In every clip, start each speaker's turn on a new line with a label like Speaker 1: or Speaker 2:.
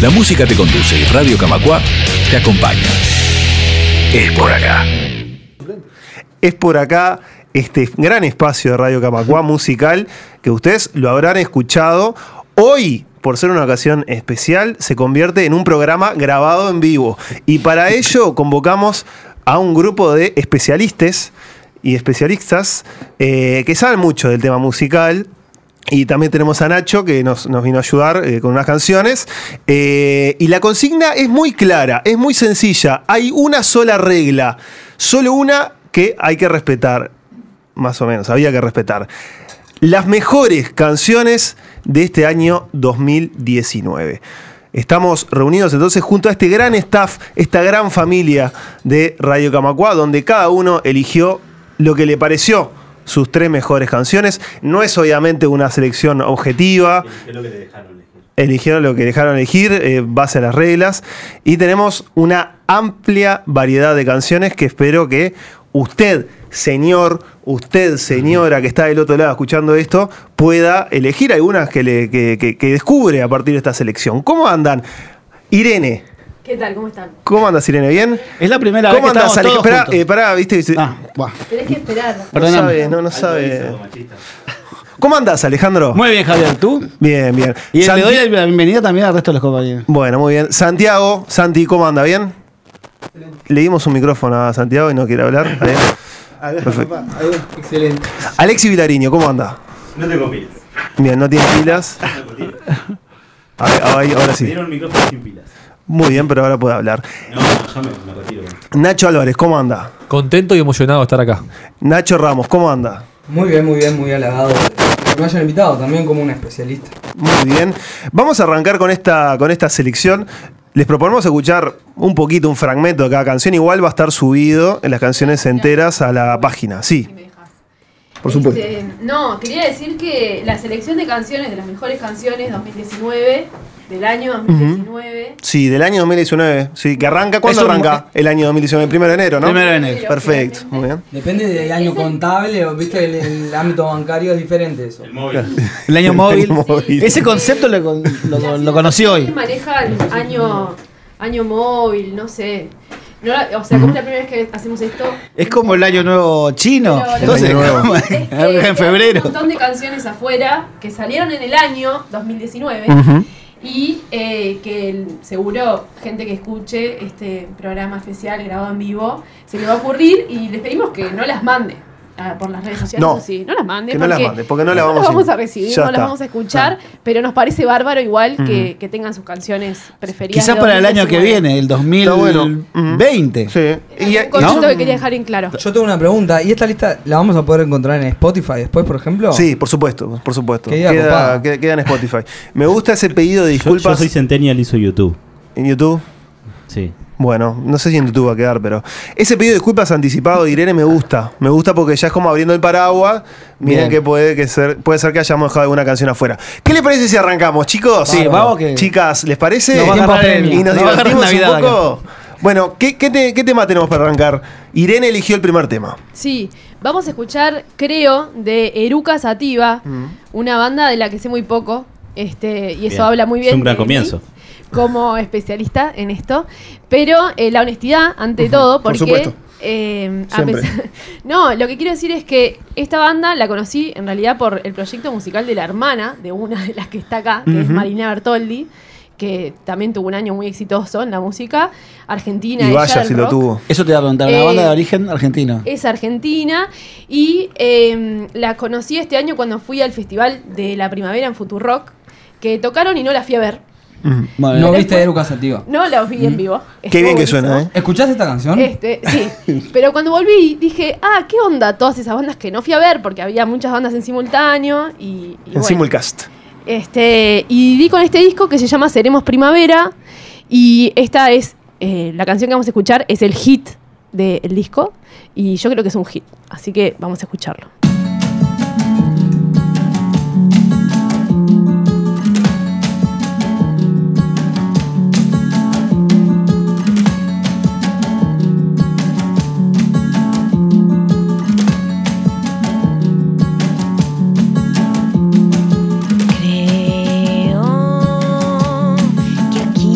Speaker 1: La música te conduce y Radio Camacua te acompaña. Es por acá.
Speaker 2: es por acá este gran espacio de Radio Camacuá musical que ustedes lo habrán escuchado. Hoy, por ser una ocasión especial, se convierte en un programa grabado en vivo. Y para ello convocamos a un grupo de especialistas y especialistas eh, que saben mucho del tema musical. Y también tenemos a Nacho que nos, nos vino a ayudar eh, con unas canciones. Eh, y la consigna es muy clara, es muy sencilla. Hay una sola regla, solo una que hay que respetar. Más o menos, había que respetar. Las mejores canciones de este año 2019. Estamos reunidos entonces junto a este gran staff, esta gran familia de Radio Camacuá, donde cada uno eligió lo que le pareció sus tres mejores canciones. No es obviamente una selección objetiva. Eligieron lo que dejaron elegir, eh, base a las reglas. Y tenemos una amplia variedad de canciones que espero que usted, señor, usted, señora, que está del otro lado escuchando esto, pueda elegir algunas que, le, que, que- que descubre a partir de esta selección. ¿Cómo andan? Irene.
Speaker 3: ¿Qué tal? ¿Cómo están?
Speaker 2: ¿Cómo andas, Irene? ¿Bien?
Speaker 4: Es la primera
Speaker 2: ¿Cómo
Speaker 4: vez que
Speaker 2: andas,
Speaker 4: estamos
Speaker 2: Ale?
Speaker 4: todos
Speaker 2: Esperá,
Speaker 4: juntos.
Speaker 2: eh, pará, viste.
Speaker 4: Ah, buah,
Speaker 3: Tenés que esperar.
Speaker 2: no
Speaker 4: perdóname.
Speaker 2: sabe, no, no sabe. ¿Cómo andas, Alejandro?
Speaker 4: Muy bien, Javier, tú.
Speaker 2: Bien, bien.
Speaker 4: Y
Speaker 2: Santi-
Speaker 4: le doy la bienvenida también al resto de los compañeros.
Speaker 2: Bueno, muy bien. Santiago, Santi, ¿cómo anda? ¿Bien? Le dimos un micrófono a Santiago y no quiere hablar. Ahí va. Perfecto.
Speaker 5: Excelente.
Speaker 2: Alexi Vilariño, ¿cómo anda?
Speaker 6: No tengo pilas.
Speaker 2: Bien, no tiene pilas. Ahí- ahí- ahora
Speaker 6: Me
Speaker 2: sí.
Speaker 6: dieron un micrófono sin pilas.
Speaker 2: Muy bien, pero ahora puede hablar.
Speaker 6: No, no, yo me, me retiro.
Speaker 2: Nacho Álvarez, ¿cómo anda?
Speaker 7: Contento y emocionado de estar acá.
Speaker 2: Nacho Ramos, ¿cómo anda?
Speaker 5: Muy bien, muy bien, muy halagado. Que me hayan invitado también como un especialista.
Speaker 2: Muy bien. Vamos a arrancar con esta, con esta selección. Les proponemos escuchar un poquito, un fragmento de cada canción. Igual va a estar subido en las canciones enteras a la página. Sí.
Speaker 3: Por supuesto.
Speaker 4: Este-
Speaker 3: Este, no, quería decir que la selección de canciones, de las mejores canciones 2019, del año 2019,
Speaker 2: Sí, del año 2019. Sí, que arranca. ¿Cuándo
Speaker 4: Es un-
Speaker 2: arranca el año 2019? El primero de enero, ¿no?
Speaker 4: Primero de enero.
Speaker 2: Perfecto, muy bien.
Speaker 5: Depende del año contable, o viste, el, el ámbito bancario es diferente eso.
Speaker 6: El móvil.
Speaker 4: El año móvil.
Speaker 2: móvil.
Speaker 4: Ese concepto lo, con- lo- lo conocí
Speaker 3: ¿quién
Speaker 4: hoy.
Speaker 3: maneja el año, año móvil? No sé. No la- o sea, como es la primera vez que hacemos esto?
Speaker 4: Es como el año nuevo chino.
Speaker 3: Pero-
Speaker 4: Entonces,
Speaker 2: El año nuevo.
Speaker 4: ¿cómo?
Speaker 3: Es que Eh, hay
Speaker 4: en febrero.
Speaker 3: Un montón de canciones afuera que salieron en el año 2019 y eh, que el- seguro gente que escuche este programa especial grabado en vivo se le va a ocurrir y les pedimos que no las mande. ah, por las redes sociales,
Speaker 2: No,
Speaker 3: o sí. no las mande.
Speaker 2: que no las mande, porque no las
Speaker 3: nosotros
Speaker 2: vamos a-
Speaker 3: a recibir,
Speaker 2: ya
Speaker 3: no las
Speaker 2: está.
Speaker 3: vamos a escuchar, pero nos parece bárbaro igual que, que tengan sus canciones preferidas.
Speaker 4: Quizás
Speaker 3: de
Speaker 4: para el año que
Speaker 3: 2019.
Speaker 4: viene, el 2020.
Speaker 2: Sí. Y-
Speaker 3: Un concepto
Speaker 4: ¿No?
Speaker 3: que quería dejar en claro.
Speaker 5: Yo tengo una pregunta, ¿y esta lista la vamos a poder encontrar en Spotify después, por ejemplo?
Speaker 2: Sí, por supuesto, por supuesto.
Speaker 5: Queda
Speaker 2: Queda,
Speaker 5: copado.
Speaker 2: queda- queda en Spotify. Me gusta ese pedido de
Speaker 6: Yo, yo
Speaker 2: disculpas
Speaker 6: soy Centennial y soy YouTube.
Speaker 2: en YouTube.
Speaker 6: Sí.
Speaker 2: Bueno, no sé si en YouTube va a quedar, pero. Ese pedido de disculpas anticipado de Irene me gusta. Me gusta porque ya es como abriendo el paraguas. Miren
Speaker 4: Bien.
Speaker 2: que puede que ser, puede ser que hayamos dejado alguna canción afuera. ¿Qué les parece si arrancamos, chicos?
Speaker 4: Sí, vamos que-
Speaker 2: Chicas, ¿les parece?
Speaker 4: Nos va a agarrar el-
Speaker 2: y nos
Speaker 4: nos va a agarrar
Speaker 2: divertimos un
Speaker 4: Navidad
Speaker 2: poco. Bueno, ¿qué, qué te- qué tema tenemos para arrancar? Irene eligió el primer tema.
Speaker 3: Sí, vamos a escuchar, creo, de Eruca Sativa, una banda de la que sé muy poco, este, y eso
Speaker 6: Bien.
Speaker 3: habla muy bien.
Speaker 6: Es un gran
Speaker 3: de mí
Speaker 6: comienzo.
Speaker 3: Como especialista en esto, pero eh, la honestidad ante todo, porque...
Speaker 2: supuesto.
Speaker 3: eh, a
Speaker 2: Siempre.
Speaker 3: pesar- no, lo que quiero decir es que esta banda la conocí en realidad por el proyecto musical de la hermana de una de las que está acá, que es Marina Bertoldi, que también tuvo un año muy exitoso en la música argentina.
Speaker 2: Y
Speaker 3: ella
Speaker 2: vaya
Speaker 3: del
Speaker 2: si lo
Speaker 3: rock.
Speaker 2: tuvo.
Speaker 4: Eso te iba a preguntar. Una
Speaker 3: Eh,
Speaker 4: banda de origen argentino.
Speaker 3: Es argentina y eh, la conocí este año cuando fui al festival de la primavera en Futurock, que tocaron y no la fui a ver.
Speaker 4: Bueno,
Speaker 5: ¿No
Speaker 4: bien.
Speaker 5: viste a Eru Casativa?
Speaker 3: No la vi en vivo.
Speaker 2: Mm. Qué bien que
Speaker 3: Estuvo
Speaker 2: suena, ¿eh?
Speaker 3: buenísimo.
Speaker 5: ¿Escuchaste esta canción?
Speaker 3: Este, sí, pero cuando volví dije, ah, ¿qué onda todas esas bandas que no fui a ver? Porque había muchas bandas en simultáneo y, y
Speaker 2: en
Speaker 3: bueno.
Speaker 2: Simulcast.
Speaker 3: Este, y di con este disco que se llama Seremos Primavera. Y esta es eh, la canción que vamos a escuchar, es el hit del disco. Y yo creo que es un hit, así que vamos a escucharlo.
Speaker 8: Creo que aquí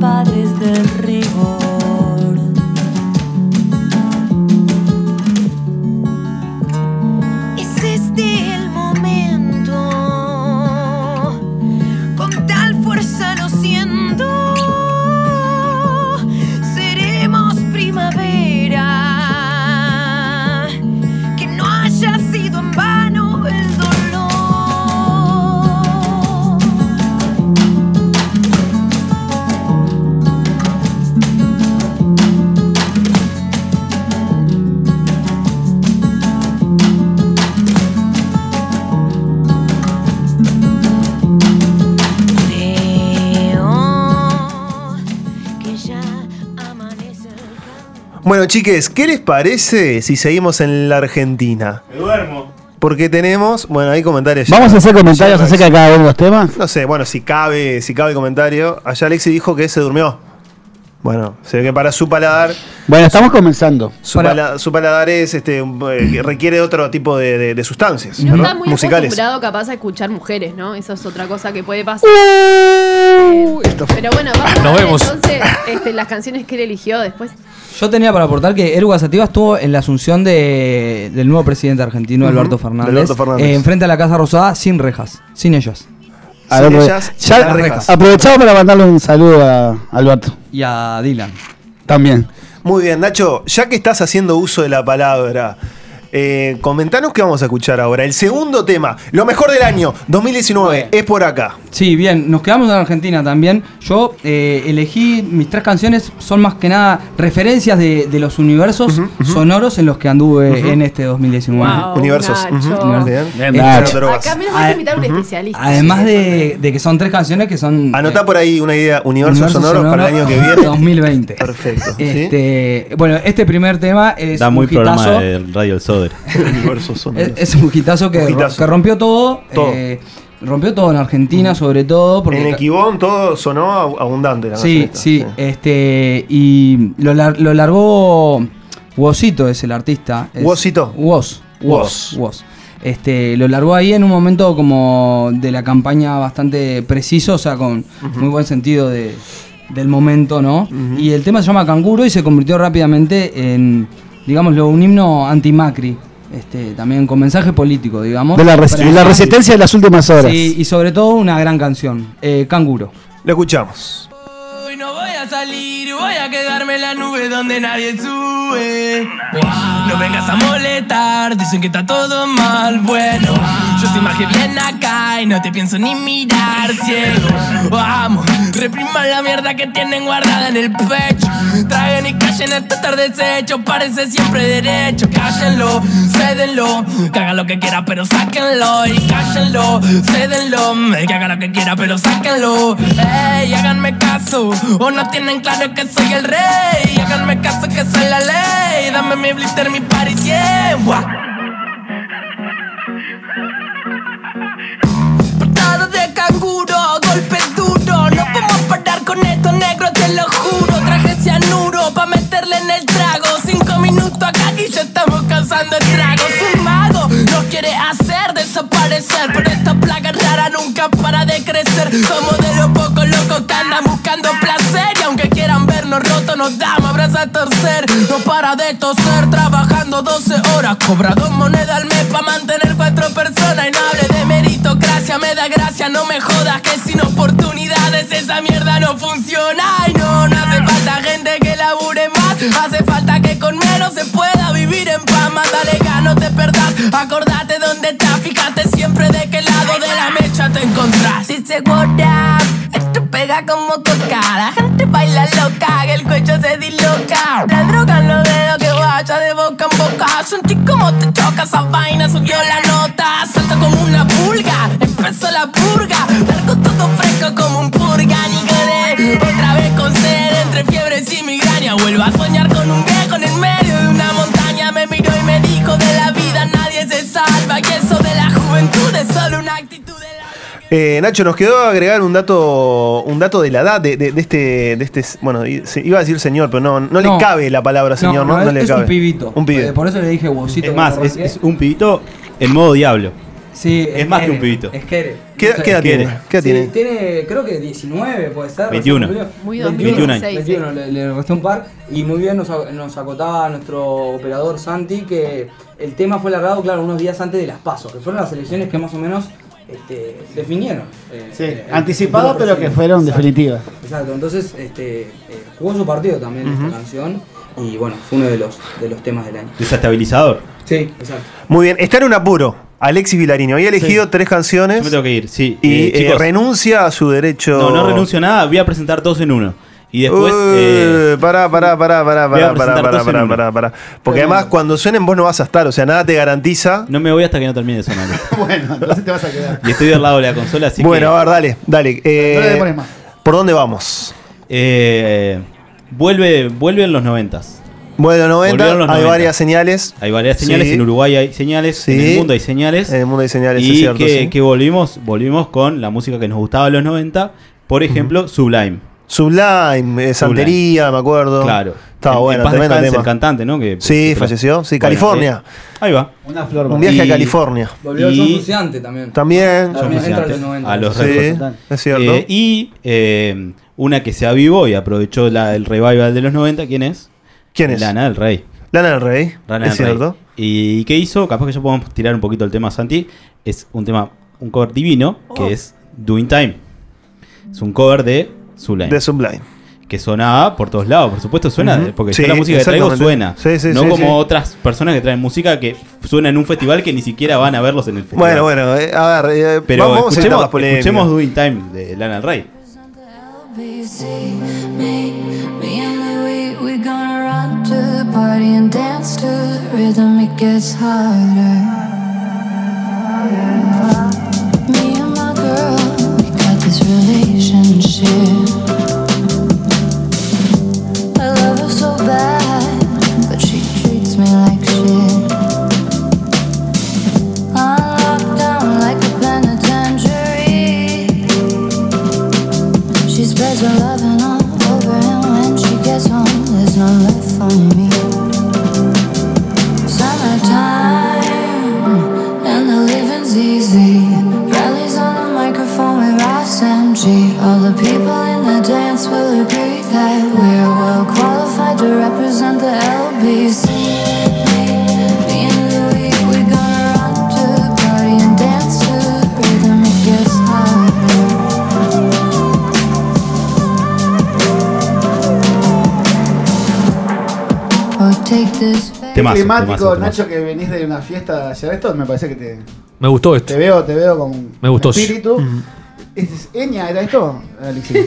Speaker 8: padres del rigor. Es este el momento, con tal fuerza lo siento. Seremos primavera, que no haya sido en vano el dolor. Creo que ya amanece el campo.
Speaker 2: Bueno, chiques, ¿qué les parece si seguimos en la Argentina?
Speaker 6: Me duermo.
Speaker 2: Porque tenemos, bueno, hay comentarios. ya.
Speaker 4: Vamos a hacer comentarios
Speaker 2: Ya,
Speaker 4: acerca de cada uno de los temas.
Speaker 2: No sé, bueno, si cabe, si cabe el comentario. Allá Alexi dijo que se durmió. Bueno, se ve que para su paladar,
Speaker 4: Bueno, estamos comenzando.
Speaker 2: su, pala- su paladar es este un- eh, que requiere otro tipo de, de- de sustancias,
Speaker 3: No
Speaker 2: ¿verdad?
Speaker 3: está muy
Speaker 2: musicales.
Speaker 3: acostumbrado capaz a escuchar mujeres, ¿no? Eso es otra cosa que puede pasar.
Speaker 2: Uh,
Speaker 3: Eh, Pero bueno, vamos a
Speaker 7: Nos
Speaker 3: ver
Speaker 7: vemos.
Speaker 3: entonces este, las canciones que él eligió después.
Speaker 5: Yo tenía para aportar que Eruga Sativa estuvo en la asunción de, del nuevo presidente argentino,
Speaker 2: Ujú,
Speaker 5: Alberto Fernández.
Speaker 2: Alberto Fernández.
Speaker 5: eh, enfrente a la Casa Rosada, sin rejas, sin ellos.
Speaker 4: A
Speaker 2: Sin
Speaker 4: ver,
Speaker 2: ellas,
Speaker 4: ya-
Speaker 2: las rejas.
Speaker 4: Aprovechamos para mandarle un saludo a Alberto.
Speaker 5: Y a Dylan.
Speaker 4: También.
Speaker 2: Muy bien, Nacho, ya que estás haciendo uso de la palabra, eh, comentanos qué vamos a escuchar ahora. El segundo tema, lo mejor del año 2019, es por acá.
Speaker 5: Sí, bien, nos quedamos en Argentina también. Yo eh, elegí, mis tres canciones son más que nada referencias de, de los universos sonoros en los que anduve en este 2019.
Speaker 3: Wow,
Speaker 2: Universos.
Speaker 3: Nacho.
Speaker 2: Ujú, universos.
Speaker 4: Bien,
Speaker 2: Bien,
Speaker 4: Nacho.
Speaker 2: drogas.
Speaker 3: Acá menos vas a
Speaker 5: Ade-
Speaker 3: invitar a un especialista.
Speaker 5: Eh,
Speaker 2: Ah, eh.
Speaker 5: Además de, de que son tres canciones que son...
Speaker 2: Anotá
Speaker 5: eh,
Speaker 2: por ahí una idea, universos
Speaker 5: Universo
Speaker 2: sonoros para el
Speaker 5: Sonoro
Speaker 2: año que viene.
Speaker 5: 2020.
Speaker 2: Perfecto. ¿sí?
Speaker 5: Este, Bueno, este primer tema es
Speaker 6: Da muy
Speaker 5: un hitazo.
Speaker 6: programa de Radio El Soder.
Speaker 5: Es, es un hitazo que,
Speaker 2: Un hitazo.
Speaker 5: que rompió todo.
Speaker 2: Todo.
Speaker 5: eh, rompió todo en Argentina, sobre todo. Porque
Speaker 2: en Equibón todo sonó ab- abundante. La
Speaker 5: Sí,
Speaker 2: canción esta,
Speaker 5: sí, este y lo, lar- lo largó Wosito es el artista. es-
Speaker 2: ¿Wosito?
Speaker 5: Wos,
Speaker 2: Wos.
Speaker 5: Wos, Wos. Este, lo largó ahí en un momento como de la campaña bastante preciso, o sea, con muy buen sentido de, del momento, ¿no? Y el tema se llama Canguro y se convirtió rápidamente en, digámoslo, un himno anti-Macri, este, también con mensaje político, digamos.
Speaker 4: De la, res-
Speaker 5: Para-
Speaker 4: de la resistencia de las últimas horas.
Speaker 5: Sí, y sobre todo una gran canción, eh, Canguro.
Speaker 2: Lo escuchamos.
Speaker 9: Hoy no voy a salir, voy a quedarme en la nube donde nadie sube. No vengas a molestar, dicen que está todo mal. Bueno, yo estoy más que bien acá y no te pienso ni mirar, ciego. Vamos, repriman la mierda que tienen guardada en el pecho. Traguen y callen este estar deshecho, parece siempre derecho. Cállenlo, cédenlo, que haga lo que quiera, pero sáquenlo. Y cállenlo, cédenlo, eh, que haga lo que quiera, pero sáquenlo. Ey, háganme caso, o no tienen claro que soy el rey. Háganme caso que soy la ley. Dame mi blister, mi paris, yeah. Buah. Portada de canguro, golpe duro. No podemos parar con esto, negro, te lo juro. Traje cianuro pa' meterle en el trago. Cinco minutos acá y ya estamos cansando el trago. Es un mago, nos quiere hacer desaparecer. Pero esta plaga rara nunca para de crecer. Somos de los pocos locos que andan buscando placer. Y aunque quieran vernos rotos, nos damos abrazos a torcer. No para de toser, trabajando 12 horas. Cobra dos monedas al mes pa' mantener cuatro personas. Y no hable de meritocracia, me da gracia, no me jodas que sin oportunidades esa mierda no funciona. Y no, no hace falta gente que labure más, hace falta que con menos se pueda vivir en paz. Mándale ganas, no te perdás, acordate dónde estás, fíjate siempre de qué lado de la mecha te encontrás. Dice what up, esto pega como coca, la gente baila loca, que el cuello se disloca. La droga no veo que vaya de boca en boca, sentí como te choca esa vaina, subió la nota, salta como una pulga, empezó la purga, largo todo fresco como un purga, ni gané. Otra vez con sed, entre fiebres y migraña, vuelvo a soñar con un viejo en el medio de una montaña, me miró y me dijo de la vida nadie se salva, que eso de la juventud es solo una actitud de la...
Speaker 2: Eh, Nacho, nos quedó agregar un dato, un dato de la edad de, de- de este, de este, bueno, i- se- iba a decir señor, pero no, no,
Speaker 5: No.
Speaker 2: le cabe la palabra señor, ¿no? No,
Speaker 5: es,
Speaker 2: le
Speaker 5: es
Speaker 2: cabe.
Speaker 5: un pibito.
Speaker 2: Un pibe.
Speaker 5: Eh, Por eso le dije vosito.
Speaker 6: Es más, es, es un pibito en modo diablo.
Speaker 5: Sí,
Speaker 6: Es más que un
Speaker 5: Kere,
Speaker 6: pibito.
Speaker 5: Es Kere.
Speaker 2: ¿Qué edad- qué edad
Speaker 5: Kere.
Speaker 2: tiene? ¿Qué edad
Speaker 5: Sí,
Speaker 2: tiene?
Speaker 5: creo que 19, puede ser.
Speaker 6: 21.
Speaker 5: recién cumplió.
Speaker 3: Muy
Speaker 6: 21 años.
Speaker 3: 2016.
Speaker 5: 21, le, le resté un par. Y muy bien nos, a- nos acotaba nuestro operador Santi que el tema fue largado, claro, unos días antes de las pasos, que fueron las elecciones que más o menos este, definieron. eh,
Speaker 4: Sí,
Speaker 5: eh, el
Speaker 4: anticipado,
Speaker 5: futuro
Speaker 4: pero que
Speaker 5: presidente.
Speaker 4: fueron
Speaker 5: Exacto.
Speaker 4: definitivas.
Speaker 5: Exacto, entonces este, eh, jugó su partido también esta canción. Y bueno, fue uno de los, de los temas del año.
Speaker 6: Desestabilizador.
Speaker 5: Sí, exacto.
Speaker 2: Muy bien, está en un apuro. Alexis Vilarini había elegido tres
Speaker 6: Yo me
Speaker 2: canciones
Speaker 6: tengo que ir, sí.
Speaker 2: y
Speaker 6: Eh,
Speaker 2: eh,
Speaker 6: chicos,
Speaker 2: renuncia a su derecho.
Speaker 6: No, no renuncio a nada, voy a presentar dos en uno. Y después. eh,
Speaker 2: Eh, pará, pará, pará, pará,
Speaker 6: voy a
Speaker 2: pará, pará,
Speaker 6: presentar
Speaker 2: pará,
Speaker 6: dos en
Speaker 2: pará,
Speaker 6: uno.
Speaker 2: pará, pará. Porque además cuando suenen vos no vas a estar, o sea, nada te garantiza.
Speaker 6: no me voy hasta que no termine de sonar.
Speaker 4: Bueno, entonces te vas a quedar.
Speaker 6: y estoy del lado de la consola, así
Speaker 2: bueno,
Speaker 6: que.
Speaker 2: a ver, dale, dale. eh,
Speaker 4: No le demores más.
Speaker 2: ¿Por dónde vamos?
Speaker 6: eh, vuelve, vuelve en los noventas.
Speaker 2: Bueno, 90, hay
Speaker 6: Volvieron los 90.
Speaker 2: varias señales.
Speaker 6: Hay varias señales,
Speaker 2: Sí.
Speaker 6: en Uruguay hay señales, en
Speaker 2: Sí.
Speaker 6: el mundo hay señales.
Speaker 2: En el mundo hay señales,
Speaker 6: y
Speaker 2: es cierto.
Speaker 6: que,
Speaker 2: sí.
Speaker 6: que volvimos, volvimos con la música que nos gustaba en los 90, por ejemplo, Sublime.
Speaker 2: Sublime, eh, Santería, me acuerdo.
Speaker 6: Claro.
Speaker 2: Estaba
Speaker 6: En- en
Speaker 2: bueno,
Speaker 6: paz
Speaker 2: tremendo
Speaker 6: descanse el
Speaker 2: tema.
Speaker 6: cantante, ¿no? Que,
Speaker 2: Sí,
Speaker 6: que-
Speaker 2: falleció. Sí,
Speaker 6: Bueno,
Speaker 2: California.
Speaker 6: eh, ahí va.
Speaker 4: Una flor,
Speaker 2: Un viaje a
Speaker 6: Y-
Speaker 2: California.
Speaker 5: Volvió
Speaker 6: Y-
Speaker 5: el John Fuciante también. Claro.
Speaker 2: También.
Speaker 6: Yo fui
Speaker 5: Entra a los
Speaker 6: antes,
Speaker 5: 90.
Speaker 6: a los
Speaker 2: Sí,
Speaker 6: recuerdos.
Speaker 2: es cierto.
Speaker 6: Eh, y eh, una que se avivó y aprovechó la- el revival de los 90, ¿quién es?
Speaker 2: ¿Quién es?
Speaker 6: Lana del Rey.
Speaker 2: Lana del Rey.
Speaker 6: Lana
Speaker 2: es
Speaker 6: del Rey.
Speaker 2: cierto.
Speaker 6: ¿Y qué hizo? Capaz que ya podemos tirar un poquito el tema Santi. Es un tema, un cover divino,
Speaker 2: Oh.
Speaker 6: que es Doing Time. Es un cover de Zulane.
Speaker 2: De Sublime.
Speaker 6: que sonaba por todos lados, por supuesto suena,
Speaker 2: Ujú.
Speaker 6: porque
Speaker 2: Sí,
Speaker 6: yo la música que traigo suena.
Speaker 2: exactamente. Sí, sí,
Speaker 6: no
Speaker 2: sí,
Speaker 6: como
Speaker 2: sí.
Speaker 6: otras personas que traen música que suena en un festival que ni siquiera van a verlos en el festival.
Speaker 2: Bueno, bueno, eh, a ver, eh,
Speaker 6: Pero
Speaker 2: vamos a evitar
Speaker 6: escuchemos,
Speaker 2: las polémicas.
Speaker 6: escuchemos Doing Time de Lana del Rey.
Speaker 10: She spreads her loving all over, and when she gets home, there's no left for me. Summertime, and the living's easy. Rallies on the microphone with Ross and G. All the people in the dance will agree that we're well qualified to represent the LBC. Me, me and Louis, we're gonna run to the party and dance to the rhythm. It gets harder. Oh, take this.
Speaker 6: Temazo,
Speaker 4: climático,
Speaker 6: temazo, temazo.
Speaker 4: Nacho, que venís de una fiesta ayer. Esto me parece que te,
Speaker 7: Me gustó esto.
Speaker 4: te veo, te veo con
Speaker 7: Me gustó.
Speaker 4: espíritu. ¿Es Eña era esto, Alexis?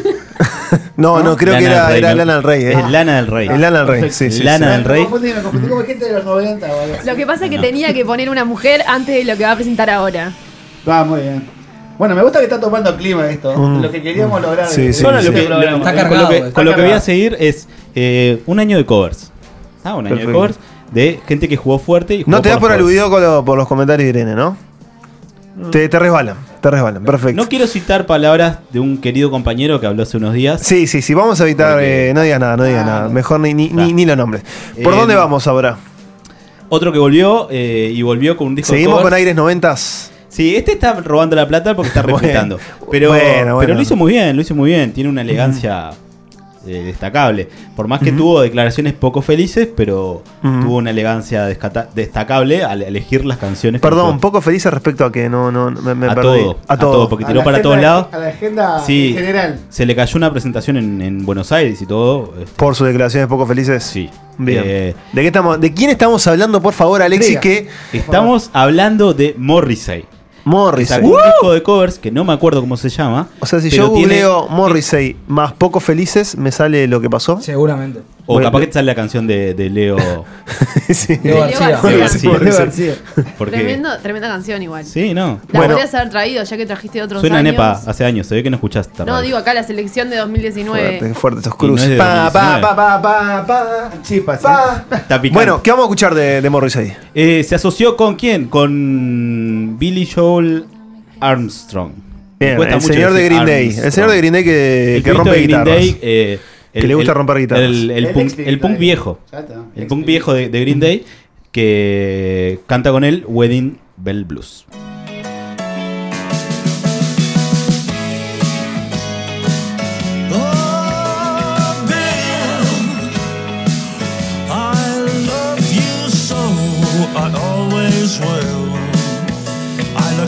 Speaker 2: No, no, creo
Speaker 6: Lana
Speaker 2: que era,
Speaker 6: del Rey,
Speaker 2: era
Speaker 6: ¿no?
Speaker 2: Lana del Rey. eh.
Speaker 6: Es Lana del Rey.
Speaker 2: Es Lana del Rey, sí, sí, sí.
Speaker 6: Lana
Speaker 4: Me-
Speaker 6: del Rey.
Speaker 4: Me confundí, me confundí como gente de los 90 o algo así.
Speaker 3: Lo que pasa es que
Speaker 6: No.
Speaker 3: tenía que poner una mujer antes de lo que va a presentar ahora.
Speaker 4: Va, muy bien. Bueno, me gusta que está tomando clima esto. lo que queríamos lograr.
Speaker 2: Mm. Sí,
Speaker 4: de-
Speaker 2: sí,
Speaker 4: de
Speaker 6: Ahora Mm.
Speaker 2: sí.
Speaker 6: lo que-
Speaker 4: este
Speaker 6: lo-
Speaker 4: programa.
Speaker 5: Está
Speaker 6: con
Speaker 5: cargado,
Speaker 6: lo que-
Speaker 5: está
Speaker 6: Con lo que voy a
Speaker 4: cargado.
Speaker 6: seguir es eh, un año de covers. Ah, un año de
Speaker 2: Perfecto.
Speaker 6: covers de gente que jugó fuerte y jugó
Speaker 2: No te das por
Speaker 6: los covers.
Speaker 2: aludido con lo- por los comentarios de Irene, ¿no?
Speaker 5: Mm.
Speaker 2: Te, te resbalan, te resbalan, perfecto.
Speaker 6: No quiero citar palabras de un querido compañero que habló hace unos días.
Speaker 2: Sí, sí, sí, vamos a evitar,
Speaker 6: Porque-
Speaker 2: eh, no digas nada, no
Speaker 5: Ah,
Speaker 2: digas nada, mejor ni, ni, ni,
Speaker 6: Ah.
Speaker 2: ni los nombres. ¿Por
Speaker 6: Eh,
Speaker 2: dónde vamos ahora?
Speaker 6: Otro que volvió eh, y volvió con un disco de
Speaker 2: ¿Seguimos
Speaker 6: covers.
Speaker 2: con aires noventas?
Speaker 6: Sí, este está robando la plata porque está
Speaker 2: Bueno,
Speaker 6: respetando. pero,
Speaker 2: bueno, bueno.
Speaker 6: pero lo hizo muy bien, lo hizo muy bien. Tiene una elegancia eh, destacable. Por más que tuvo declaraciones poco felices, pero
Speaker 2: Ujú.
Speaker 6: tuvo una elegancia descata- destacable al elegir las canciones. que
Speaker 2: Perdón,
Speaker 6: puso.
Speaker 2: poco felices respecto a que no, no, me, me
Speaker 6: A
Speaker 2: perdí.
Speaker 6: todo,
Speaker 2: a
Speaker 6: a
Speaker 2: todo.
Speaker 6: todo, porque-
Speaker 4: A
Speaker 6: tiró
Speaker 4: la
Speaker 6: para
Speaker 4: agenda
Speaker 6: todos
Speaker 4: de-
Speaker 6: lados.
Speaker 4: A la agenda
Speaker 6: Sí,
Speaker 4: Ah, en general.
Speaker 6: se le cayó una presentación en, en Buenos Aires y todo. este,
Speaker 2: Por sus declaraciones poco felices.
Speaker 6: Sí.
Speaker 2: Bien.
Speaker 6: Eh,
Speaker 2: ¿De qué estamos? ¿De quién estamos hablando, por favor, Alexis?
Speaker 4: Griega.
Speaker 2: Que
Speaker 6: estamos hablando de Morrissey.
Speaker 2: Morrissey.
Speaker 6: Sacó un disco de covers que no me acuerdo cómo se llama.
Speaker 2: O sea, si
Speaker 6: pero
Speaker 2: yo
Speaker 6: tiene-
Speaker 2: googleo Morrissey más poco felices, me sale lo que pasó.
Speaker 5: Seguramente.
Speaker 6: O
Speaker 2: Bueno,
Speaker 6: capaz
Speaker 2: le-
Speaker 6: que te sale la canción de, de Leo.
Speaker 2: Sí.
Speaker 5: Leo
Speaker 3: Leo
Speaker 5: García.
Speaker 3: García.
Speaker 6: Leo García.
Speaker 4: Leo García.
Speaker 6: Porque,
Speaker 3: Tremendo, tremenda canción igual.
Speaker 6: Sí, no.
Speaker 3: La
Speaker 2: Bueno.
Speaker 3: podrías haber traído ya que trajiste otros
Speaker 6: Suena
Speaker 3: años.
Speaker 6: Nepa hace años, se ve que no escuchaste.
Speaker 3: No,
Speaker 6: Rafa.
Speaker 3: digo acá la selección de 2019.
Speaker 2: Fuerte, fuerte esos
Speaker 6: Y no es
Speaker 2: cruces.
Speaker 6: de
Speaker 2: Pa, pa,
Speaker 6: 2019.
Speaker 2: pa, pa, pa, pa.
Speaker 4: Chispas.
Speaker 2: pa.
Speaker 6: Está picante.
Speaker 2: Bueno, ¿qué vamos a escuchar de, de Morrissey?
Speaker 6: Eh, ¿se asoció con quién? Con Billy Joel Armstrong. Me
Speaker 2: Bien,
Speaker 6: cuesta
Speaker 2: el
Speaker 6: mucho
Speaker 2: señor de
Speaker 6: decir
Speaker 2: Green Day.
Speaker 6: Armstrong.
Speaker 2: El señor de Green Day que,
Speaker 6: El
Speaker 2: que
Speaker 6: pibito
Speaker 2: rompe
Speaker 6: de Green
Speaker 2: guitarras.
Speaker 6: Day, eh,
Speaker 2: Que le gusta romper guitarras.
Speaker 6: El, el
Speaker 4: El
Speaker 6: punk,
Speaker 4: ex-pibito
Speaker 6: el punk
Speaker 4: de-
Speaker 6: viejo.
Speaker 4: Ya está,
Speaker 6: El
Speaker 4: ex-pibito.
Speaker 6: punk viejo de, de Green Day que canta con él Wedding Bell Blues.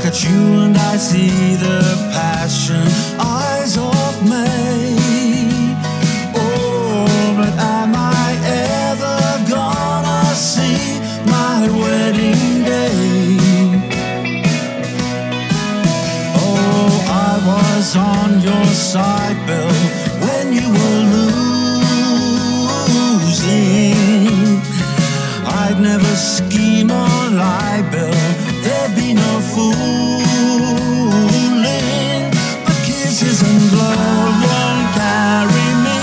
Speaker 11: at you and I see the passion. Eyes of May. Oh, but am I ever gonna see my wedding day? Oh, I was on your side, Bill, when you were losing. I'd never scheme or lie, Bill. There'd be no fooling. But kisses and love won't carry me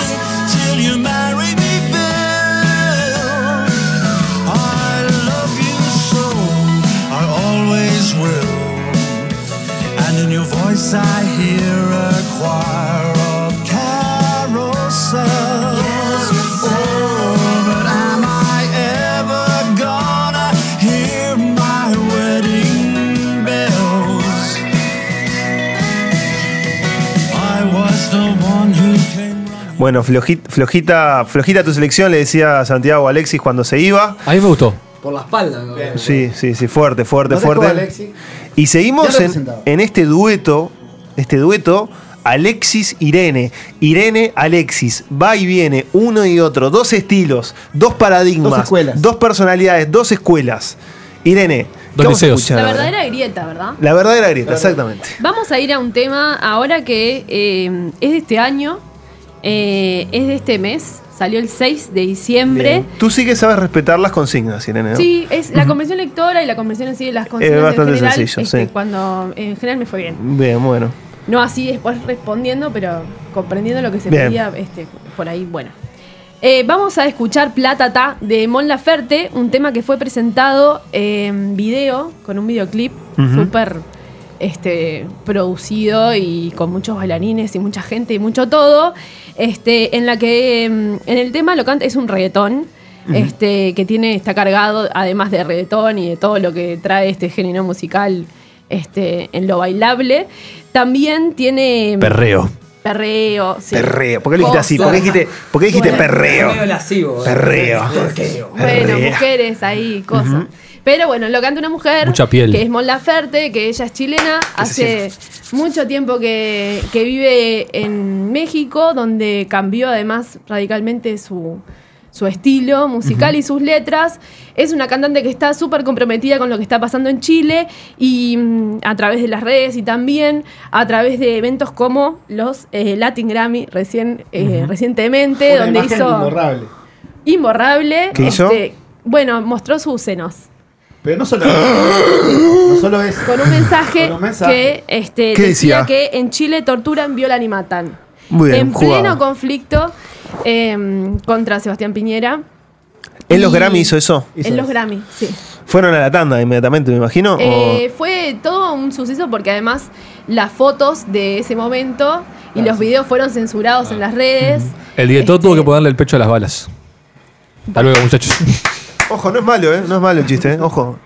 Speaker 11: till you marry me, Bill. I love you so, I always will. And in your voice I hear a choir of carousel. Oh, but am I ever gonna hear my wedding bells? I was the one who came.
Speaker 2: Bueno, flojita, flojita, flojita tu selección, le decía a Santiago Alexis cuando se iba.
Speaker 7: A mí me gustó.
Speaker 5: Por la espalda. ¿no?
Speaker 2: Sí, sí, sí, fuerte, fuerte,
Speaker 4: No te jodas, Alexis.
Speaker 2: fuerte. Y
Speaker 4: Ya
Speaker 2: seguimos
Speaker 4: lo he
Speaker 2: en,
Speaker 4: presentado.
Speaker 2: en este dueto, este dueto, Alexis Irene, Irene Alexis, va y viene, uno y otro, dos estilos, dos paradigmas,
Speaker 4: Dos escuelas.
Speaker 2: dos personalidades, dos escuelas. Irene,
Speaker 7: Dos
Speaker 2: vamos a
Speaker 7: liceos.
Speaker 2: escuchar
Speaker 3: La
Speaker 2: ahora?
Speaker 3: verdadera grieta, ¿verdad?
Speaker 2: La verdadera grieta, exactamente.
Speaker 3: Vamos a ir a un tema ahora que eh, es de este año, eh, es de este mes, salió el 6 de diciembre.
Speaker 2: Bien. Tú sí que sabes respetar las consignas, Irene. ¿no?
Speaker 3: Sí, es la convención lectora y la convención en sí de las consignas
Speaker 2: bastante
Speaker 3: en general,
Speaker 2: sencillo,
Speaker 3: este,
Speaker 2: sí.
Speaker 3: cuando en general me fue bien.
Speaker 2: Bien, bueno.
Speaker 3: No así después respondiendo, pero comprendiendo lo que se
Speaker 2: Bien.
Speaker 3: pedía este, por ahí. Bueno. Eh, vamos a escuchar Plata Ta de Mon Laferte, un tema que fue presentado en video, con un videoclip
Speaker 2: Ujú.
Speaker 3: súper este, producido y con muchos bailarines y mucha gente y mucho todo. Este, en la que em, en el tema lo canta, es un reggaetón.
Speaker 12: Ujú.
Speaker 3: Este, que tiene, está cargado además de reggaetón y de todo lo que trae este género musical este, en lo bailable. También tiene.
Speaker 2: Perreo.
Speaker 3: Perreo, sí.
Speaker 2: Perreo. ¿Por qué lo dijiste así? ¿Por qué dijiste, por qué dijiste perreo?
Speaker 5: lascivo. ¿eh? Este,
Speaker 2: Perreo.
Speaker 3: Bueno,
Speaker 2: Perreo.
Speaker 3: mujeres ahí, cosas. Pero bueno, lo canta una mujer
Speaker 7: Mucha piel.
Speaker 3: que es Mon Laferte, que ella es chilena, hace mucho tiempo que, que vive en México, donde cambió además radicalmente su, su estilo musical y sus letras. Es una cantante que está súper comprometida con lo que está pasando en Chile y mm, a través de las redes y también a través de eventos como los eh, Latin Grammy recién, eh, recientemente,
Speaker 4: Una
Speaker 3: donde
Speaker 4: imagen
Speaker 3: hizo Este,
Speaker 4: imborrable.
Speaker 3: imborrable.
Speaker 2: ¿Qué hizo?
Speaker 3: bueno, mostró sus senos.
Speaker 4: Pero no solo, no solo es.
Speaker 3: Con un mensaje,
Speaker 4: Con un mensaje.
Speaker 3: que este,
Speaker 2: ¿Qué
Speaker 3: decía
Speaker 2: decía?
Speaker 3: que en Chile torturan, violan y matan.
Speaker 2: Muy bien,
Speaker 3: en
Speaker 2: jugado.
Speaker 3: pleno conflicto eh, contra Sebastián Piñera.
Speaker 2: ¿En los
Speaker 3: Y-
Speaker 2: Grammy hizo eso?
Speaker 3: En los Grammy, sí.
Speaker 2: ¿Fueron a la tanda inmediatamente, me imagino? o-
Speaker 3: Eh,
Speaker 2: Oh.
Speaker 3: fue todo un suceso porque además las fotos de ese momento y los videos fueron censurados en las redes.
Speaker 7: El director tuvo que ponerle el pecho a las balas. Hasta luego, muchachos.
Speaker 2: Ojo, no es malo, ¿eh? No es malo el chiste, ¿eh? Ojo.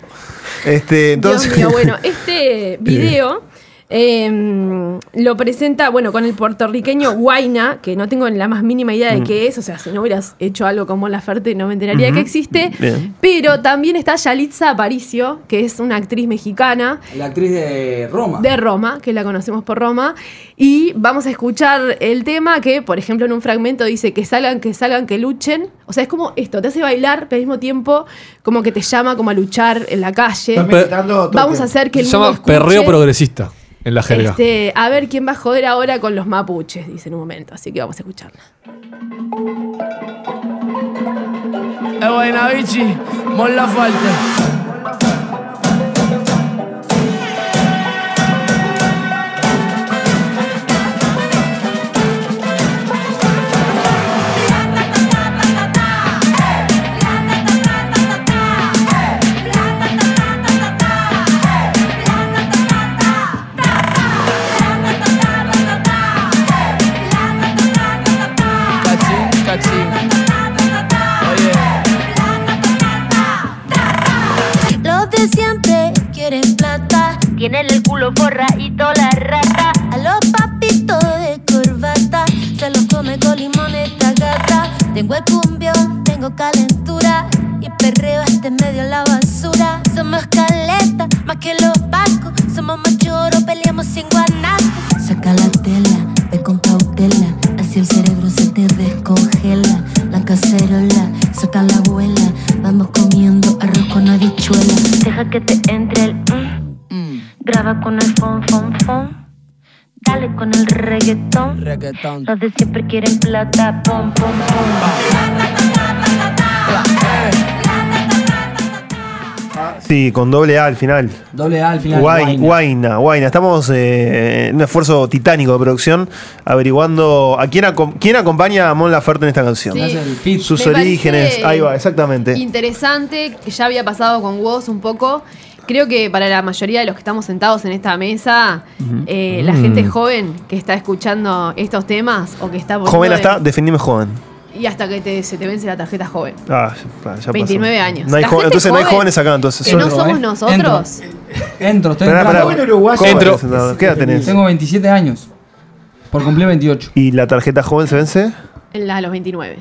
Speaker 2: Este, entonces.
Speaker 3: Dios mío, bueno, este video eh, lo presenta, bueno, con el puertorriqueño Guaina, que no tengo la más mínima idea de
Speaker 2: Mm.
Speaker 3: qué es, o sea, si no hubieras hecho algo como la Ferte no me enteraría de que
Speaker 2: Ujú.
Speaker 3: existe.
Speaker 2: Bien.
Speaker 3: Pero también está Yalitza Aparicio, que es una actriz mexicana
Speaker 5: La actriz de Roma.
Speaker 3: de Roma, que la conocemos por Roma, y vamos a escuchar el tema que, por ejemplo, en un fragmento dice que salgan, que salgan, que luchen. O sea, es como esto, te hace bailar, pero al mismo tiempo como que te llama como a luchar en la calle.
Speaker 4: También quitando otro
Speaker 3: Vamos a
Speaker 4: tema.
Speaker 3: hacer que el
Speaker 7: Se
Speaker 3: mundo
Speaker 7: llama
Speaker 3: escuche,
Speaker 7: perreo progresista en la jerga.
Speaker 3: este, a ver quién va a joder ahora con los mapuches, dice en un momento, así que vamos a escucharla.
Speaker 12: Eh, buena bichi, mon la falta. Cachín, cachín. Oye.
Speaker 13: Los de siempre quieren plata. Tienen el culo forradito la rata. A los papitos de corbata. Se los come con limón esta gata. Tengo el cumbión, tengo calentura. Y
Speaker 14: Y el perreo es de medio la basura. Somos caleta, más que los vascos. Somos machuros, peleamos sin guanaco. Saca la tela, ve con cautela. Así el cerebro se te descongela. La cacerola, saca la abuela. Vamos comiendo arroz con habichuela. Deja que te entre el mm. Graba con el fon, fon, fon. Dale con el reggaetón.
Speaker 15: Reggaetón.
Speaker 14: Los de siempre quieren plata, pom, pom, pom.
Speaker 2: Sí, con doble A al final.
Speaker 5: Doble A al final.
Speaker 2: Guay- Guaina, Guaina. Estamos eh, en un esfuerzo titánico de producción averiguando a quién, acom- quién acompaña a Mon Laferte en esta canción.
Speaker 3: Sí. Hace el feat.
Speaker 2: Sus
Speaker 3: Me
Speaker 2: orígenes.
Speaker 3: parece-
Speaker 2: Ahí va, exactamente.
Speaker 3: Interesante, que ya había pasado con Woz un poco. Creo que para la mayoría de los que estamos sentados en esta mesa, eh, la
Speaker 2: Mm.
Speaker 3: gente joven que está escuchando estos temas o que está poniendo
Speaker 2: Joven
Speaker 3: de-
Speaker 2: hasta, definime joven.
Speaker 3: y hasta que te- se te vence la tarjeta joven.
Speaker 2: Ah, ya- ya pasó.
Speaker 3: 29 años.
Speaker 2: No hay
Speaker 3: La
Speaker 2: joven-
Speaker 3: gente
Speaker 2: entonces no hay
Speaker 3: joven
Speaker 2: jóvenes acá, entonces.
Speaker 3: Que no somos nosotros.
Speaker 5: Entro, estoy
Speaker 2: Pará,
Speaker 5: entrando.
Speaker 2: pará. Jóvenes, no, ¿Qué edad tenés?
Speaker 5: Tengo 27 años. Por cumplir 28.
Speaker 2: ¿Y la tarjeta joven se vence?
Speaker 3: En la- a los 29.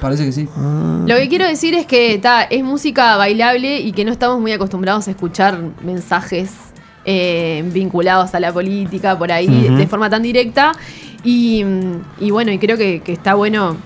Speaker 5: Parece que sí.
Speaker 3: Lo que quiero decir es que ta, es música bailable y que no estamos muy acostumbrados a escuchar mensajes eh, vinculados a la política por ahí
Speaker 16: Ujú.
Speaker 3: de forma tan directa. Y, mm, y bueno, y creo que, que está bueno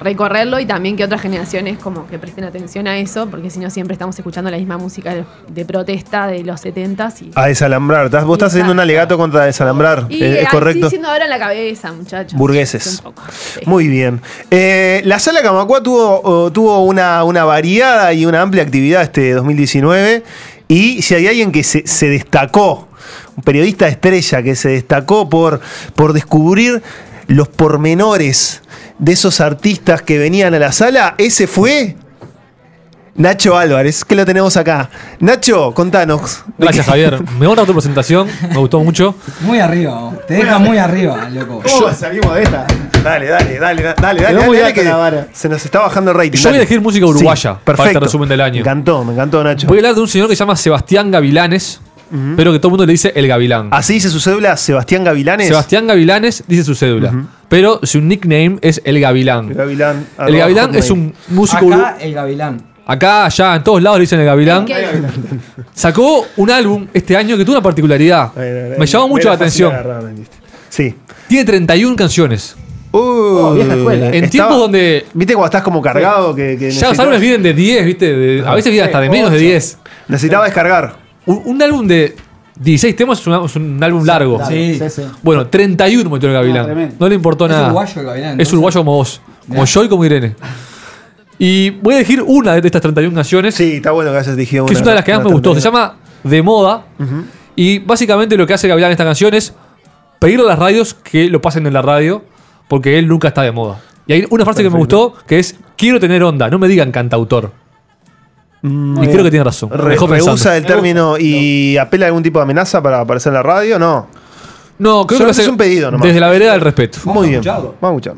Speaker 3: recorrerlo y también que otras generaciones como que presten atención a eso, porque si no siempre estamos escuchando la misma música de, de protesta de los 70s. Y,
Speaker 2: A desalambrar. Estás- Vos estás haciendo un alegato contra desalambrar. Eh,
Speaker 3: y
Speaker 2: es, es
Speaker 3: así
Speaker 2: correcto.
Speaker 3: siendo ahora en la cabeza, muchachos.
Speaker 2: Burgueses.
Speaker 3: Un poco.
Speaker 2: Muy bien. Eh, la sala Camacua tuvo, oh, tuvo una, una variada y una amplia actividad este 2019. Y si hay alguien que se, se destacó, un periodista estrella que se destacó por, por descubrir los pormenores de esos artistas que venían a la sala, ese fue Nacho Álvarez, que lo tenemos acá. Nacho, contanos.
Speaker 7: Gracias, Javier. Me honra tu presentación, me gustó mucho.
Speaker 5: Muy arriba, vos. te deja muy arriba, loco.
Speaker 4: ¿Cómo salimos de esta?
Speaker 2: Dale, dale, dale, dale, dale,
Speaker 4: Quedó
Speaker 2: dale,
Speaker 4: muy
Speaker 2: dale
Speaker 4: alta
Speaker 2: que
Speaker 4: la vara.
Speaker 2: se nos está bajando el rating.
Speaker 7: Yo voy a
Speaker 2: dale.
Speaker 7: elegir música uruguaya
Speaker 2: Sí,
Speaker 7: para este
Speaker 2: perfecto.
Speaker 7: resumen del año.
Speaker 2: Me encantó, me encantó, Nacho.
Speaker 7: Voy a hablar de un señor que se llama Sebastián Gavilanes, pero que todo el mundo le dice el Gavilán.
Speaker 2: ¿Así dice su cédula? ¿Sebastián Gavilanes?
Speaker 7: Sebastián Gavilanes dice su cédula, pero su nickname es el Gavilán.
Speaker 2: Gavilán.
Speaker 7: El Gavilán es un
Speaker 5: Acá
Speaker 7: músico uruguayo.
Speaker 5: el Gavilán.
Speaker 7: Acá, allá, en todos lados le dicen el Gavilán. Sacó un álbum este año que tuvo una particularidad. Me llamó mucho la atención.
Speaker 2: Sí.
Speaker 7: Tiene 31 canciones.
Speaker 2: Oh, vieja escuela. ¿eh?
Speaker 7: En
Speaker 2: Estaba-
Speaker 7: tiempos donde
Speaker 2: ¿Viste cuando estás como cargado? Que, que
Speaker 7: ya los
Speaker 2: necesitas-
Speaker 7: álbumes vienen de 10, ¿viste? De- a veces vienen hasta de menos de 10.
Speaker 2: Necesitaba descargar.
Speaker 7: Un, un álbum de 16 temas es un, es un álbum largo.
Speaker 5: Sí.
Speaker 7: Bueno, 31 metió el
Speaker 5: Ah,
Speaker 7: Gavilán.
Speaker 5: tremendo.
Speaker 7: no le importó
Speaker 5: Es
Speaker 7: nada.
Speaker 5: uruguayo el Gavilán,
Speaker 7: Es
Speaker 5: entonces.
Speaker 7: uruguayo como vos. Como yo y como Irene. Y voy a elegir una de estas 31 canciones.
Speaker 2: Sí, está bueno que hayas elegido
Speaker 7: Que es
Speaker 2: una-
Speaker 7: una de las que más
Speaker 2: una
Speaker 7: me gustó. Se
Speaker 2: 31.
Speaker 7: llama De Moda. Y básicamente lo que hace Gavilán en esta canción es pedirle a las radios que lo pasen en la radio. Porque él nunca está de moda. Y hay una frase que me gustó que es: Quiero tener onda, no me digan cantautor. y creo que tiene razón.
Speaker 2: Re-
Speaker 7: Mejor pensando.
Speaker 2: rehúsa el término y apela a algún tipo de amenaza para aparecer en la radio, no.
Speaker 7: No, creo que
Speaker 2: Solo
Speaker 7: lo hace
Speaker 2: es un pedido nomás.
Speaker 7: Desde la vereda del respeto.
Speaker 2: Muy bien. Vamos a escuchar.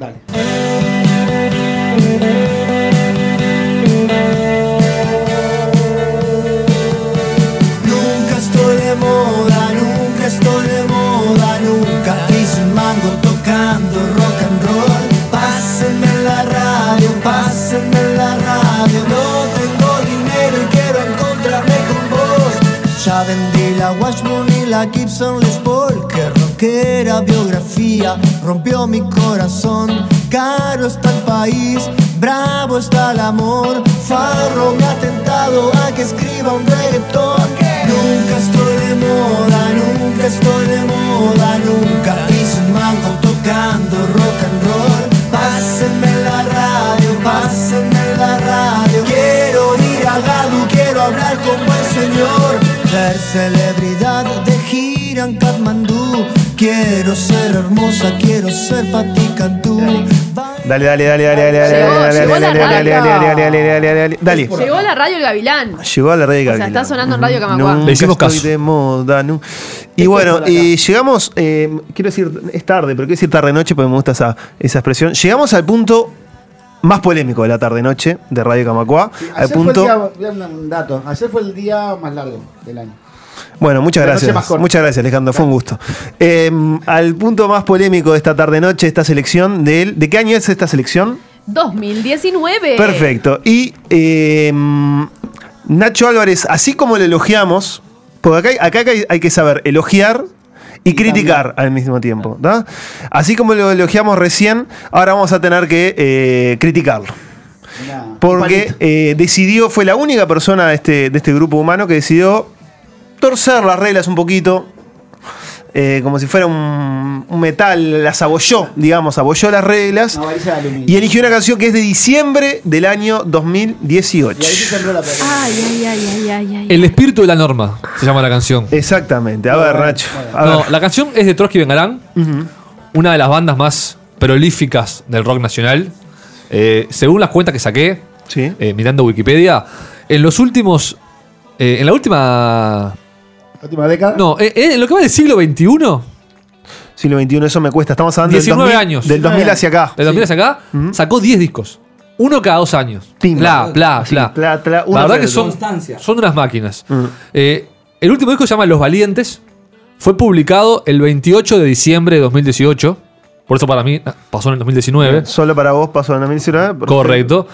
Speaker 17: Nunca estoy de moda, nunca estoy de moda, nunca te hice un mango tocando rock and roll. Pásenme la radio, pásenme la radio, no tengo dinero y quiero encontrarme con vos. Ya vendí la Washburn y la Gibson Les Paul, que rockera biografía rompió mi corazón. Caro está el país, bravo está el amor, Farro me ha tentado a que escriba un reggaetón. Nunca estoy de moda, nunca estoy de moda, nunca hice un mango tocando rock and roll. Pásenme la radio, pásenme la radio. Quiero ir a Gadu, quiero hablar con buen señor. Ser celebridad de gira en Katmandú. Quiero ser hermosa, quiero ser Pati Cantú.
Speaker 2: Dale, dale, dale, dale, dale, dale,
Speaker 3: Llegó,
Speaker 2: dale,
Speaker 3: llegó
Speaker 2: dale,
Speaker 3: la
Speaker 2: dale, dale, dale,
Speaker 3: radio.
Speaker 2: dale, dale, dale, dale, dale. Dale.
Speaker 3: Llegó a la radio el Gavilán.
Speaker 2: Llegó a la radio
Speaker 3: O sea,
Speaker 2: Gavilán.
Speaker 3: está sonando en Radio
Speaker 2: Ujú.
Speaker 4: Ah,
Speaker 3: Camacua.
Speaker 2: Nunca
Speaker 3: Le hicimos
Speaker 2: estoy
Speaker 3: caso.
Speaker 2: de moda, nu- Y bueno, eh, llegamos, eh, quiero decir, es tarde, pero quiero decir tarde-noche porque me gusta esa, esa expresión. Llegamos al punto más polémico de la tarde-noche de Radio Camacua. Al
Speaker 4: Ayer fue el
Speaker 2: punto.
Speaker 4: día- voy a dar un dato. Ayer fue el día más largo del año.
Speaker 2: Bueno, muchas
Speaker 4: La noche
Speaker 2: gracias.
Speaker 4: más corta.
Speaker 2: Muchas gracias, Alejandro. Fue un gusto. Em, Eh, al punto más polémico de esta tarde-noche, esta selección del. ¿De qué año es esta selección?
Speaker 3: 2019.
Speaker 2: Perfecto. Y eh, Nacho Álvarez, así como le elogiamos, porque acá, hay- acá hay, hay que saber elogiar y, criticar al mismo tiempo. ¿da? Así como lo elogiamos recién, ahora vamos a tener que eh, criticarlo. Porque eh, decidió, fue la única persona de este, de este grupo humano que decidió torcer las reglas un poquito. eh, como si fuera un, un metal, las abolló, digamos, abolló las reglas.
Speaker 4: Una varilla de aluminio.
Speaker 2: Y eligió una canción que es de diciembre del año 2018.
Speaker 4: Y ahí se sembró la pelota.
Speaker 3: Ay, ay, ay, ay, ay.
Speaker 7: El espíritu de la norma se llama la canción.
Speaker 2: Exactamente. A ver, Nacho. a
Speaker 7: No,
Speaker 2: ver.
Speaker 7: la canción es de Trotsky Bengarán, una de las bandas más prolíficas del rock nacional. Eh, según las cuentas que saqué, eh, mirando Wikipedia, en los últimos. eh, en la última.
Speaker 4: Última década.
Speaker 7: No, eh, eh, en lo que va del siglo XXI.
Speaker 2: Siglo XXI, eso me cuesta. Estamos hablando del
Speaker 7: 19
Speaker 2: 2000
Speaker 7: años.
Speaker 2: Del 2000 hacia acá.
Speaker 7: Del 2000 hacia acá, sacó 10 discos. Uno cada dos años. Bla, bla, bla.
Speaker 2: Tla, tla, uno
Speaker 7: La verdad
Speaker 2: tras
Speaker 7: que
Speaker 2: el
Speaker 7: son,
Speaker 2: otro.
Speaker 7: son unas máquinas. Eh, el último disco se llama Los Valientes. Fue publicado el 28 de diciembre de 2018. Por eso para mí ah, pasó en el 2019.
Speaker 2: Solo para vos pasó en el 2019. perfecto.
Speaker 7: Correcto.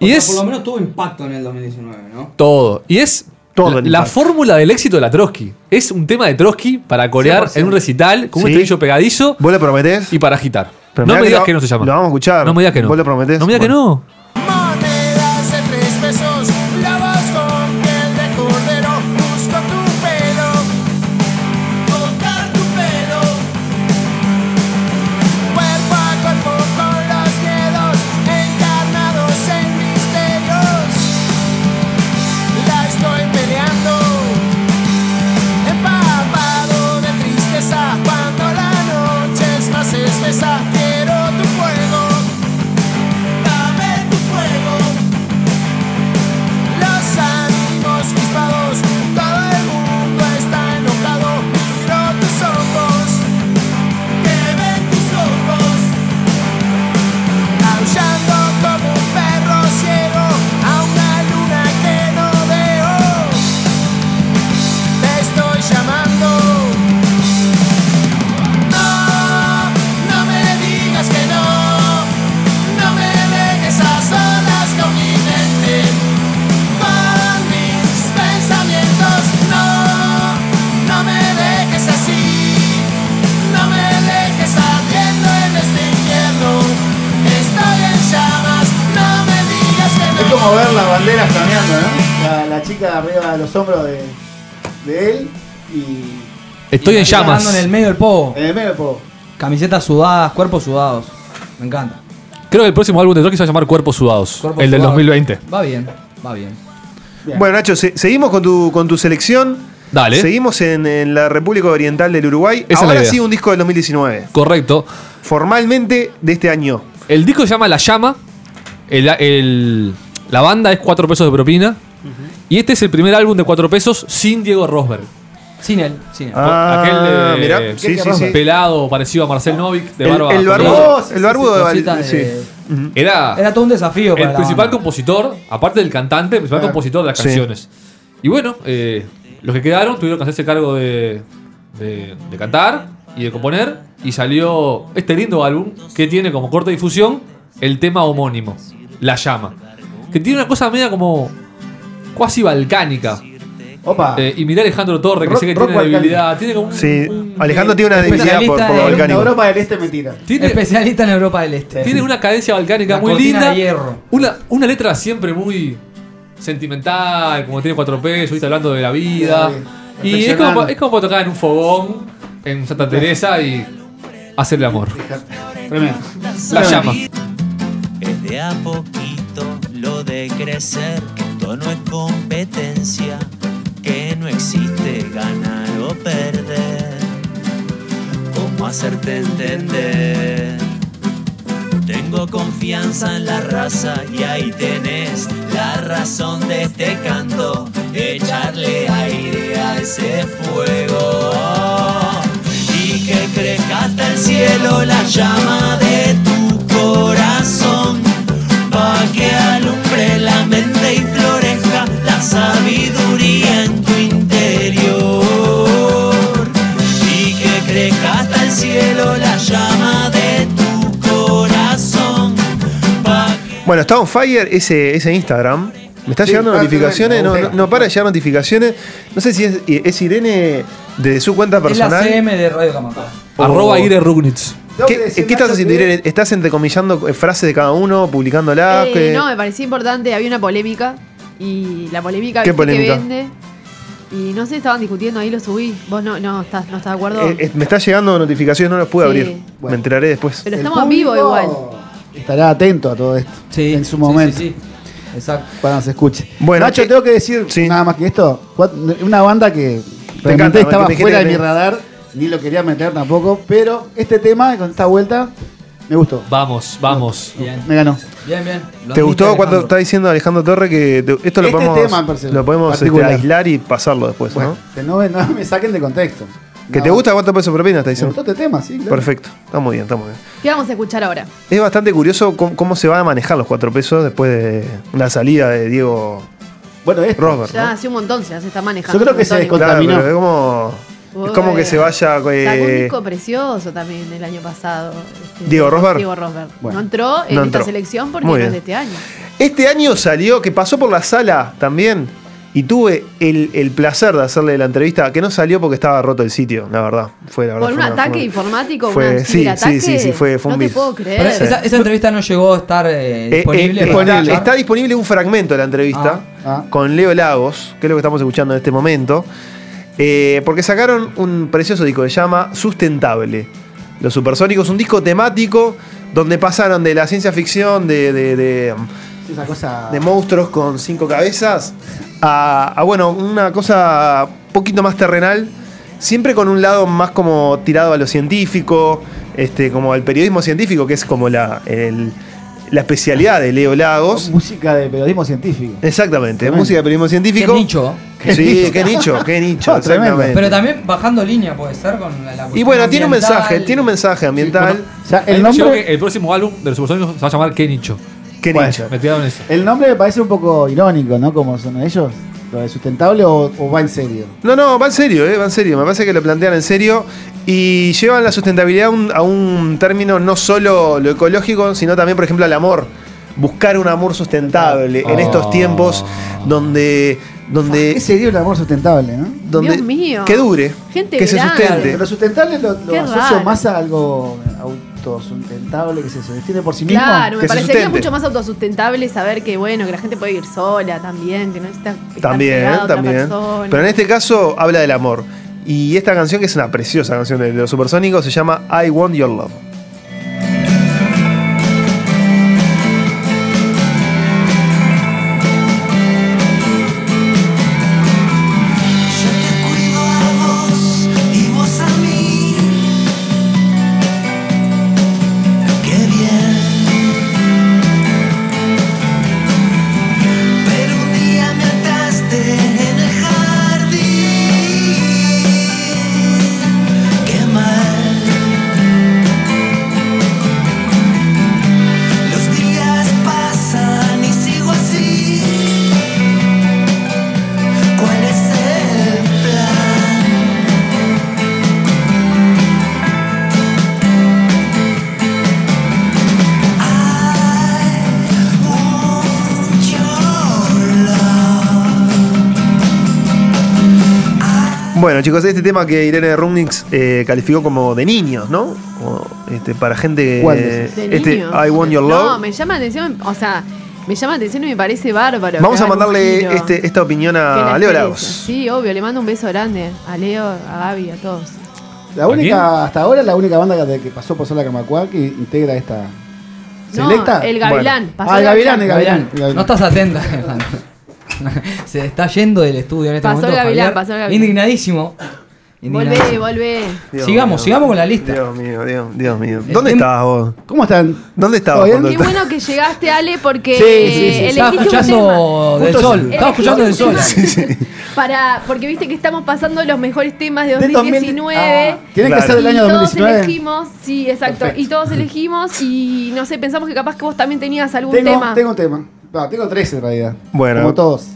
Speaker 7: Y es
Speaker 5: Por lo menos tuvo impacto en el 2019, ¿no?
Speaker 7: todo. Y es la,
Speaker 5: el
Speaker 7: la
Speaker 5: impacto.
Speaker 7: fórmula del éxito de la Trotsky. Es un tema de Trotsky para corear
Speaker 2: 100%.
Speaker 7: en un recital con un
Speaker 2: Sí.
Speaker 7: estribillo pegadizo.
Speaker 2: ¿Vos le prometés?
Speaker 7: Y para agitar.
Speaker 2: Pero
Speaker 7: no
Speaker 2: mirá
Speaker 7: me
Speaker 2: que
Speaker 7: digas
Speaker 2: lo-
Speaker 7: que no se llama.
Speaker 2: Lo vamos a escuchar.
Speaker 7: No me digas que no.
Speaker 2: ¿Vos le prometés?
Speaker 7: No me digas que no.
Speaker 11: Monedas de tres pesos, lavas con piel de cordero, busco tu pelo, tocar tu pelo, cuerpo a cuerpo con los miedos, encarnados en misterios, la estoy peleando, empapado de tristeza, cuando la noche es más espesa, quiero tu fuego. Dame tu fuego, los ánimos crispados, todo el mundo está enojado, miro tus ojos, que ven tus ojos, aullando como un perro ciego a una luna que no veo, te estoy llamando, no, no me digas que no. No me dejes a solas con mi mente, con mis pensamientos. No, no me dejes así. No me dejes ardiendo en este infierno. Estoy en llamas. No me digas que no.
Speaker 4: Es como ver las banderas cambiando, ¿no? La, la chica arriba de los hombros de, de él y.
Speaker 7: Estoy
Speaker 5: Y
Speaker 7: en
Speaker 5: nadando
Speaker 7: llamas.
Speaker 5: en el medio del povo.
Speaker 4: En el medio del povo.
Speaker 5: Camisetas sudadas, cuerpos sudados. Me encanta.
Speaker 7: Creo que el próximo álbum de Trotsky se va a llamar Cuerpos Sudados.
Speaker 5: Cuerpos
Speaker 7: el del
Speaker 5: sudados.
Speaker 7: 2020.
Speaker 5: Va bien, va bien.
Speaker 2: Bueno, Nacho, se- seguimos con tu, con tu selección.
Speaker 7: Dale.
Speaker 2: Seguimos en, en la República Oriental del Uruguay.
Speaker 7: Esa es la
Speaker 2: Ahora
Speaker 7: idea.
Speaker 2: sí, un disco del 2019.
Speaker 7: Correcto.
Speaker 2: Formalmente de este año.
Speaker 7: El disco se llama La Llama. El- el- la banda es 4 pesos de propina. Y este es el primer álbum de 4 pesos sin Diego Rosberg.
Speaker 5: Sin él, sin él.
Speaker 2: Ah,
Speaker 7: Aquel eh,
Speaker 2: mirá.
Speaker 7: eh,
Speaker 2: Sí, sí, sí.
Speaker 7: pelado parecido a Marcel Novik de
Speaker 2: El-
Speaker 7: barba.
Speaker 2: el barbudo,
Speaker 7: colorada.
Speaker 2: el barbudo de Val-
Speaker 5: cosita de-
Speaker 2: sí.
Speaker 7: Era,
Speaker 5: Era todo un desafío para
Speaker 7: el
Speaker 5: la
Speaker 7: principal
Speaker 5: banda.
Speaker 7: compositor, aparte del cantante, el principal
Speaker 5: Claro.
Speaker 7: compositor de las
Speaker 5: Sí.
Speaker 7: canciones. Y bueno, eh, los que quedaron tuvieron que hacerse cargo de, de- de cantar y de componer. Y salió este lindo álbum que tiene como corta difusión el tema homónimo, La Llama. Que tiene una cosa media como cuasi balcánica.
Speaker 4: Opa.
Speaker 7: Eh, y mirá a Alejandro Torre, que
Speaker 4: Rock-
Speaker 7: sé que
Speaker 4: rock
Speaker 7: tiene
Speaker 4: balcánico.
Speaker 7: debilidad. Tiene como un-
Speaker 2: Sí, Alejandro tiene una debilidad por, por lo
Speaker 5: en-
Speaker 2: balcánico.
Speaker 4: Europa del Este mentira.
Speaker 7: tiene-
Speaker 5: Especialista en Europa del Este.
Speaker 7: Tiene una cadencia balcánica
Speaker 5: La
Speaker 7: muy
Speaker 5: cortina
Speaker 7: linda.
Speaker 5: de hierro.
Speaker 7: Una, una letra siempre muy sentimental, como tiene cuatro pesos, ¿viste? hablando de la vida. Y es como, pa- es como para tocar en un fogón, en Santa Teresa y hacer el amor.
Speaker 4: Tremendo.
Speaker 7: La llama.
Speaker 11: Es de a poquito lo de crecer, que esto no es competencia, que no existe ganar o perder. ¿Cómo hacerte entender? Tengo confianza en la raza y ahí tenés la razón de este canto, echarle aire a ese fuego. Oh, Y que crezca hasta el cielo la llama de tu corazón, pa' que alumbre la mente y florezca la sabiduría en tu interior. Y que crezca hasta el cielo la llama de tu corazón, pa'
Speaker 2: Bueno, está on fire ese, ese Instagram. Me está
Speaker 4: Sí,
Speaker 2: llegando
Speaker 4: está
Speaker 2: notificaciones,
Speaker 4: tremendo,
Speaker 2: no,
Speaker 4: me
Speaker 2: no,
Speaker 4: gusta.
Speaker 2: no para de llegar notificaciones. No sé si es, es Irene de su cuenta
Speaker 5: Es la
Speaker 2: personal. Oh.
Speaker 5: CM de Radio Camacá.
Speaker 7: Arroba
Speaker 2: Irene
Speaker 7: Ire Rugnitz.
Speaker 2: ¿Qué, qué estás haciendo, Irene? ¿Estás entrecomillando eh, frases de cada uno, publicándolas?
Speaker 3: Eh,
Speaker 2: ¿Qué-
Speaker 3: No, me parecía importante, había una polémica y la polémica,
Speaker 2: ¿Qué
Speaker 3: viste,
Speaker 2: polémica?
Speaker 3: que vende. Y no sé, estaban discutiendo, ahí lo subí. Vos no, no estás, no estás de acuerdo.
Speaker 2: Eh, eh, me está llegando notificaciones, no las pude
Speaker 3: Sí.
Speaker 2: abrir. Me enteraré después.
Speaker 3: Pero estamos en vivo igual.
Speaker 4: Estará atento a todo esto. En su momento.
Speaker 5: Exacto.
Speaker 4: Para que se escuche.
Speaker 2: Bueno,
Speaker 4: Nacho,
Speaker 2: eh,
Speaker 4: tengo que decir nada más que esto. Cuat- Una banda que realmente
Speaker 2: encanta,
Speaker 4: estaba
Speaker 2: me dijiste
Speaker 4: fuera de
Speaker 2: que
Speaker 4: mi
Speaker 2: me-
Speaker 4: radar, ni lo quería meter tampoco, pero este tema, con esta vuelta, me gustó.
Speaker 7: Vamos, vamos.
Speaker 4: Me ganó.
Speaker 5: Bien, bien.
Speaker 2: ¿Te gustó cuando está diciendo Alejandro Torre que te- esto lo
Speaker 4: Este
Speaker 2: podemos,
Speaker 4: tema en particular.
Speaker 2: lo podemos este,
Speaker 4: Particular.
Speaker 2: aislar y pasarlo después,
Speaker 4: Bueno,
Speaker 2: ¿no?
Speaker 4: que no, me- no me saquen de contexto.
Speaker 2: ¿Que te gusta cuánto peso por propina? Está
Speaker 4: Me
Speaker 2: diciendo.
Speaker 4: gustó este tema, sí, claro.
Speaker 2: Perfecto, está muy bien, está muy bien.
Speaker 3: ¿Qué vamos a escuchar ahora?
Speaker 2: Es bastante curioso cómo, cómo se van a manejar los cuatro pesos después de la salida de Diego
Speaker 4: bueno, este. esto,
Speaker 2: Robert.
Speaker 3: Ya
Speaker 2: ¿no?
Speaker 3: hace un montón, se las está manejando.
Speaker 4: Yo creo que se
Speaker 3: Antonio.
Speaker 2: Claro,
Speaker 4: Contaminó.
Speaker 2: pero es como, es como que se vaya. eh,
Speaker 3: Sacó un disco precioso también el año pasado. este,
Speaker 2: Diego Rosberg.
Speaker 3: Diego Rosberg.
Speaker 2: Bueno.
Speaker 3: no entró en
Speaker 2: No
Speaker 3: esta
Speaker 2: entró.
Speaker 3: selección porque
Speaker 2: Muy
Speaker 3: no es
Speaker 2: bien.
Speaker 3: de este año.
Speaker 2: Este año salió, que pasó por la sala también, y tuve el, el placer de hacerle la entrevista, que no salió porque estaba roto el sitio, la verdad. Fue la verdad.
Speaker 3: Por un
Speaker 2: fue una-
Speaker 3: ataque
Speaker 2: fue-
Speaker 3: informático,
Speaker 2: fue-
Speaker 3: un
Speaker 2: sí,
Speaker 3: ciberataque,
Speaker 2: sí, sí, sí, fue- fue un
Speaker 3: No te
Speaker 2: virus.
Speaker 3: puedo
Speaker 5: Pero
Speaker 3: creer.
Speaker 5: esa, esa entrevista no llegó a estar eh,
Speaker 2: Eh, eh,
Speaker 5: disponible. para
Speaker 2: está,
Speaker 5: escuchar.
Speaker 2: está disponible un fragmento de la entrevista con Leo Lagos, que es lo que estamos escuchando en este momento, eh, porque sacaron un precioso disco que se llama Sustentable. Los Supersónicos, un disco temático donde pasaron de la ciencia ficción, de- de- de
Speaker 4: Esa cosa.
Speaker 2: de monstruos con cinco cabezas a, a, bueno, una cosa poquito más terrenal, siempre con un lado más como tirado a lo científico, este, como al periodismo científico, que es como la, el- la especialidad de Leo Lagos.
Speaker 4: Música de periodismo científico.
Speaker 2: Exactamente,
Speaker 4: Tremendo.
Speaker 2: música de periodismo científico.
Speaker 5: Qué nicho.
Speaker 2: Sí, qué nicho, Ah, qué nicho,
Speaker 4: No, tremendo.
Speaker 2: exactamente.
Speaker 5: Pero también bajando línea puede ser con la, la
Speaker 2: y
Speaker 5: cuestión
Speaker 2: bueno, tiene un
Speaker 5: ambiental.
Speaker 2: mensaje, tiene un mensaje ambiental.
Speaker 7: A mí me llegó que el próximo álbum de los Supersónicos se va a llamar ¿Qué nicho?
Speaker 2: ¿Qué
Speaker 4: Puede
Speaker 7: nicho?
Speaker 4: ser.
Speaker 7: Me tiraron eso.
Speaker 4: El nombre me parece un poco irónico, ¿no? Como son ellos. ¿Lo de sustentable o, o va en serio?
Speaker 2: No, no, va en serio, eh, va en serio. Me parece que lo plantean en serio y llevan la sustentabilidad a un, a un término no solo lo ecológico, sino también, por ejemplo, al amor. Buscar un amor sustentable en estos tiempos donde. donde
Speaker 4: Ah. ¿Qué sería el amor sustentable, no?
Speaker 2: donde
Speaker 3: Dios mío.
Speaker 2: Que dure.
Speaker 3: Gente
Speaker 2: que se
Speaker 3: grande.
Speaker 2: sustente.
Speaker 4: Pero sustentable lo, lo
Speaker 3: Qué
Speaker 4: asocio
Speaker 3: raro.
Speaker 4: más a algo autosustentable que se sostiene por sí mismo.
Speaker 3: Claro, me
Speaker 4: Que se
Speaker 3: parecería
Speaker 4: sustente.
Speaker 3: mucho más autosustentable saber que bueno, que la gente puede ir sola también, que no está estar
Speaker 2: También,
Speaker 3: pegada a otra
Speaker 2: también.
Speaker 3: persona.
Speaker 2: Pero en este caso habla del amor. Y esta canción, que es una preciosa canción de los supersónicos, se llama I Want Your Love.
Speaker 11: Yo te cuido a vos y vos a mí. Qué bien. Pero un día me ataste en el jardín. Qué mal. Los días pasan y sigo así. ¿Cuál es el plan? I want your
Speaker 2: Bueno, chicos, este tema que Irene Rumnix eh, calificó como de niños, ¿no? Como, este, para gente.
Speaker 4: ¿Cuál
Speaker 2: eh,
Speaker 4: es?
Speaker 3: De
Speaker 2: este
Speaker 3: niños.
Speaker 2: I Want Your
Speaker 3: No,
Speaker 2: Love.
Speaker 3: me llama la atención, o sea, me llama la atención y me parece bárbaro.
Speaker 2: Vamos
Speaker 3: que
Speaker 2: a
Speaker 3: hagan un
Speaker 2: mandarle
Speaker 3: giro.
Speaker 2: este, esta opinión
Speaker 3: Que la
Speaker 2: a Leo
Speaker 3: experiencia.
Speaker 2: Lagos.
Speaker 3: Sí, obvio, le mando un beso grande a Leo, a Gaby, a todos.
Speaker 4: La única, hasta ahora, la única banda que, que pasó por Sola Camacuá que integra esta.
Speaker 3: No,
Speaker 4: ¿Selecta?
Speaker 3: el Gavilán,
Speaker 4: Bueno.
Speaker 3: pasó
Speaker 4: Ah, el
Speaker 3: el
Speaker 4: Gavilán, el
Speaker 3: Gavilán.
Speaker 4: Gavilán. el
Speaker 5: No
Speaker 4: Gavilán.
Speaker 5: estás atenta. Alejandro. Se está yendo del estudio en este
Speaker 3: Pasó el
Speaker 5: momento.
Speaker 3: Gavilán,
Speaker 5: Javier.
Speaker 3: pasó el Gavilán.
Speaker 5: Indignadísimo. Indignadísimo.
Speaker 3: Volvé, volvé.
Speaker 2: Dios
Speaker 5: Sigamos,
Speaker 2: mío.
Speaker 5: sigamos con la lista.
Speaker 2: Dios mío, Dios, Dios mío. ¿Dónde estabas vos?
Speaker 4: ¿Cómo están?
Speaker 2: ¿Dónde estabas? cuando
Speaker 3: Qué
Speaker 2: esta-
Speaker 3: bueno que llegaste, Ale, porque
Speaker 2: Sí, sí, sí, sí.
Speaker 5: Estaba
Speaker 3: elegiste un
Speaker 5: escuchando
Speaker 3: tema.
Speaker 5: Oh, del
Speaker 3: Justo-
Speaker 5: sol. Estaba escuchando del
Speaker 3: elegiste
Speaker 5: sol.
Speaker 3: un Para, porque viste que estamos pasando los mejores temas de
Speaker 4: Del
Speaker 3: 2019.
Speaker 2: Ah.
Speaker 4: Tiene que
Speaker 2: Claro.
Speaker 4: ser del año
Speaker 3: Y todos
Speaker 4: 2019.
Speaker 3: elegimos, sí, exacto.
Speaker 4: Perfecto.
Speaker 3: Y todos elegimos y no sé, pensamos que capaz que vos también tenías algún
Speaker 4: Tengo,
Speaker 3: tema.
Speaker 4: tengo un tema. No, tengo tres en realidad.
Speaker 2: Bueno.
Speaker 4: Como todos.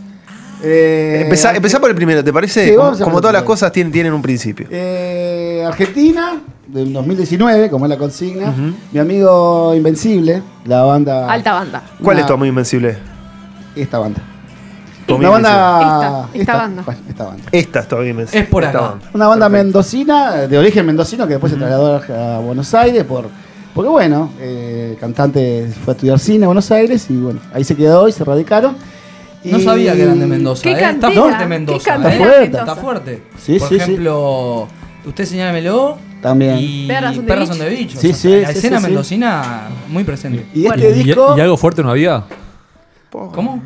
Speaker 4: Eh,
Speaker 2: Empezá, empezá por el primero, ¿te parece?
Speaker 4: Sí,
Speaker 2: como
Speaker 4: vamos a
Speaker 2: como todas las
Speaker 4: empezar.
Speaker 2: cosas tienen, tienen un principio.
Speaker 4: eh, Argentina, del 2019, como es la consigna. Mi amigo Invencible, la banda.
Speaker 3: Alta banda.
Speaker 2: ¿Cuál
Speaker 4: Una-
Speaker 2: es tu amigo invencible?
Speaker 4: Esta banda.
Speaker 2: Tu
Speaker 4: Una
Speaker 2: amigo
Speaker 4: banda.
Speaker 3: Esta, esta banda.
Speaker 4: bueno, esta banda.
Speaker 2: invencible. Esta es tu amigo invencible.
Speaker 4: Es por
Speaker 2: Esta
Speaker 4: acá.
Speaker 2: banda.
Speaker 4: Una banda mendocina, de origen mendocino, que después se trasladó a Buenos Aires por. Porque bueno, eh, el cantante fue a estudiar cine a Buenos Aires y bueno, ahí se quedó y se radicaron.
Speaker 5: No
Speaker 4: Y-
Speaker 5: sabía que eran de Mendoza.
Speaker 4: ¿Qué
Speaker 5: eh. Está
Speaker 4: cantera?
Speaker 5: fuerte
Speaker 4: ¿Qué
Speaker 5: Mendoza.
Speaker 4: cantera
Speaker 5: eh.
Speaker 4: Está fuerte. Mendoza?
Speaker 5: Está fuerte.
Speaker 4: Sí,
Speaker 5: Por
Speaker 4: sí, sí.
Speaker 5: ejemplo, usted señálemelo.
Speaker 4: También.
Speaker 5: Y
Speaker 3: Perras on the
Speaker 5: Perras
Speaker 3: Beach.
Speaker 5: on the Beach. o
Speaker 4: Sí,
Speaker 5: sea,
Speaker 4: sí,
Speaker 5: La
Speaker 4: sí,
Speaker 5: escena
Speaker 4: sí, sí.
Speaker 5: mendocina muy presente.
Speaker 4: Y este disco.
Speaker 7: ¿Y algo fuerte no había?
Speaker 5: ¿Cómo?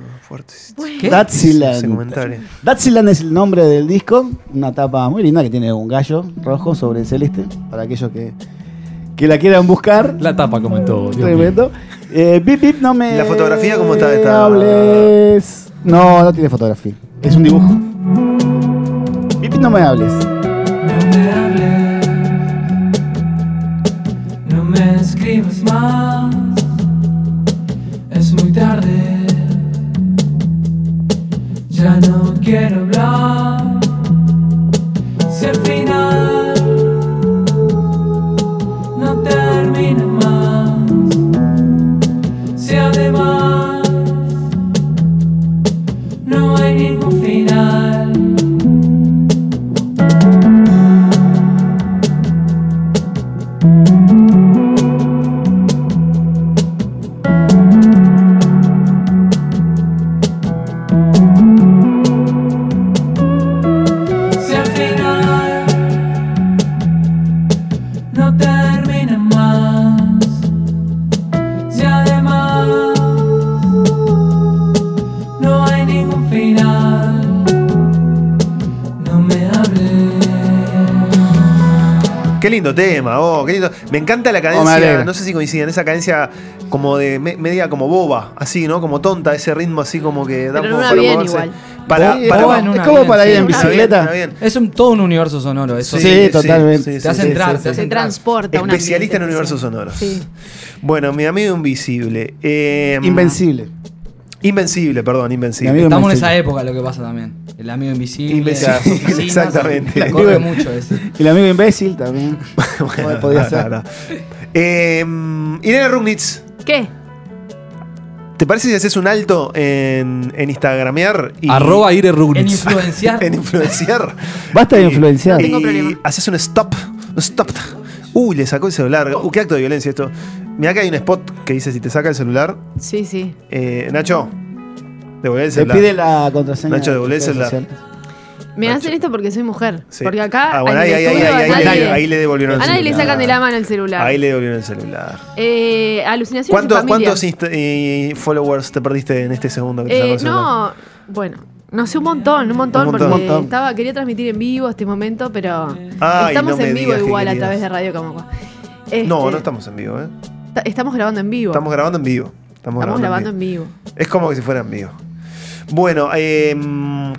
Speaker 4: ¿Qué? Datsyland.
Speaker 2: Ese comentario.
Speaker 4: Datsyland es el nombre del disco, una tapa muy linda que tiene un gallo rojo sobre el celeste, para aquellos que, que la quieran buscar.
Speaker 7: La tapa comentó. Dios mío.
Speaker 4: Tremendo. Eh, bip, bip, no me.
Speaker 2: ¿La fotografía cómo está? Está-
Speaker 4: hables. No, no tiene fotografía. Es un dibujo. Bip, bip, no me hables.
Speaker 12: No me escribas más, es muy tarde. Ya no quiero hablar. Si al final no termina más, si además no hay ningún final. Si al final no termina más, si además no hay ningún final, no me hables.
Speaker 2: Qué lindo tema, oh, qué lindo. Me encanta la
Speaker 4: Oh, me
Speaker 2: cadencia,
Speaker 4: alegra.
Speaker 2: no sé si coinciden, esa cadencia como de me- media como boba, así, ¿no? Como tonta, ese ritmo así como que da
Speaker 3: Pero
Speaker 2: como
Speaker 3: en una
Speaker 2: para
Speaker 3: bien
Speaker 2: moverse.
Speaker 3: igual.
Speaker 2: Para,
Speaker 4: Sí,
Speaker 2: para-
Speaker 5: en
Speaker 4: es como-
Speaker 5: una
Speaker 4: es como
Speaker 5: bien,
Speaker 4: para
Speaker 5: sí.
Speaker 4: ir en
Speaker 5: Una bien,
Speaker 4: bicicleta.
Speaker 2: una bien.
Speaker 5: Es un, todo un universo sonoro eso.
Speaker 4: Sí, totalmente.
Speaker 5: Te hace entrar, te hace
Speaker 3: Se
Speaker 5: entrar.
Speaker 3: transporta a un
Speaker 2: Especialista en
Speaker 3: ambiente
Speaker 2: universos
Speaker 3: especial.
Speaker 2: sonoros.
Speaker 3: Sí.
Speaker 2: Bueno, mi amigo invisible. eh,
Speaker 4: Invencible.
Speaker 2: Invencible, perdón, invencible.
Speaker 4: Mi amigo
Speaker 5: Estamos en
Speaker 4: Invencible.
Speaker 5: esa época lo que pasa también. El amigo invisible.
Speaker 2: Invencible,
Speaker 5: las oficinas,
Speaker 2: exactamente.
Speaker 5: la Corre mucho ese.
Speaker 4: El amigo imbécil también.
Speaker 2: Bueno,
Speaker 4: podía
Speaker 2: no,
Speaker 4: ser.
Speaker 2: no, no. Eh, Irene Rugnitz,
Speaker 3: ¿Qué?
Speaker 2: ¿te parece si haces un alto en, en Instagramear? Y
Speaker 7: Arroba Ire
Speaker 5: En
Speaker 7: Rugnitz.
Speaker 5: influenciar.
Speaker 2: En influenciar.
Speaker 4: Basta de influenciar.
Speaker 2: Y
Speaker 3: tengo problema.
Speaker 2: Haces un stop. Un stop. Uy, le sacó el celular. Uh, qué acto de violencia esto. Mirá que hay un spot que dice: si te saca el celular,
Speaker 3: Sí, sí.
Speaker 2: eh, Nacho, devolvé el
Speaker 4: Te
Speaker 2: celular.
Speaker 4: pide la contraseña.
Speaker 2: Nacho,
Speaker 4: de
Speaker 2: devolvé
Speaker 4: las
Speaker 2: el
Speaker 4: redes
Speaker 2: celular.
Speaker 4: sociales.
Speaker 3: Me
Speaker 2: Nacho.
Speaker 3: hacen esto porque soy mujer.
Speaker 2: Sí.
Speaker 3: Porque acá.
Speaker 2: Ah, bueno,
Speaker 3: al
Speaker 2: ahí, ahí, ahí,
Speaker 3: estudio
Speaker 2: ahí,
Speaker 3: a
Speaker 2: ahí,
Speaker 3: nadie-
Speaker 2: ahí le devolvieron el
Speaker 3: A
Speaker 2: celular.
Speaker 3: nadie le sacan de la mano el celular.
Speaker 2: Ahí le devolvieron el celular.
Speaker 3: Eh, alucinaciones en
Speaker 2: ¿Cuánto-
Speaker 3: familia.
Speaker 2: ¿Cuántos insta- y followers te perdiste en este segundo que te sacó
Speaker 3: Eh,
Speaker 2: el celular?
Speaker 3: no, bueno, no sé, un montón, un montón,
Speaker 2: Un montón.
Speaker 3: porque
Speaker 2: Un montón.
Speaker 3: estaba quería transmitir en vivo este momento, pero
Speaker 2: Ay,
Speaker 3: estamos
Speaker 2: no me
Speaker 3: en vivo
Speaker 2: digas que
Speaker 3: igual a
Speaker 2: querías.
Speaker 3: través de Radio Camacua.
Speaker 2: No, no
Speaker 3: Este,
Speaker 2: estamos en vivo, ¿eh?
Speaker 3: ta- Estamos grabando en vivo.
Speaker 2: Estamos grabando en vivo. Estamos,
Speaker 3: Estamos grabando en
Speaker 2: vivo.
Speaker 3: vivo.
Speaker 2: Es como que si fuera en vivo. Bueno, eh,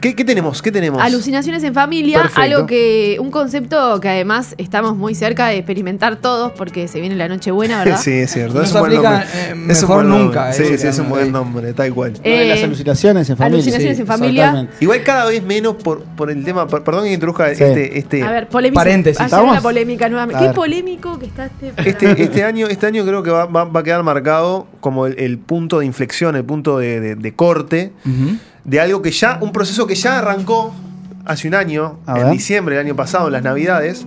Speaker 2: ¿qué, qué tenemos? ¿Qué tenemos?
Speaker 3: Alucinaciones en familia,
Speaker 2: Perfecto.
Speaker 3: algo que un concepto que además estamos muy cerca de experimentar todos porque se viene la noche buena, ¿verdad?
Speaker 2: Sí, es cierto.
Speaker 5: No
Speaker 2: es
Speaker 5: se
Speaker 2: un buen
Speaker 5: aplica,
Speaker 2: nombre.
Speaker 5: eh,
Speaker 2: Es un
Speaker 5: mejor
Speaker 2: buen nombre.
Speaker 5: nunca,
Speaker 2: Sí,
Speaker 5: eso
Speaker 2: sí, es un
Speaker 5: quedan
Speaker 2: buen
Speaker 5: ahí.
Speaker 2: nombre, tal cual.
Speaker 4: Lo eh. de las
Speaker 3: Eh,
Speaker 4: alucinaciones en familia.
Speaker 3: alucinaciones
Speaker 4: sí,
Speaker 3: en familia.
Speaker 4: exactamente.
Speaker 2: Igual cada vez menos por, por el tema. per- perdón que introduzca
Speaker 4: Sí.
Speaker 2: este, este,
Speaker 3: A ver, polémica.
Speaker 5: Paréntesis.
Speaker 3: Ayer
Speaker 4: ¿Estamos?
Speaker 3: la polémica nuevamente.
Speaker 4: A
Speaker 3: Qué
Speaker 4: ver.
Speaker 3: polémico que está este. programa.
Speaker 2: Este, este año, este año creo que va, va- va a quedar marcado como el, el punto de inflexión, el punto de, de- de corte
Speaker 5: Ujú.
Speaker 2: de algo que ya, un proceso que ya arrancó hace un año,
Speaker 4: A
Speaker 2: en
Speaker 4: ver.
Speaker 2: diciembre del año pasado, en las navidades,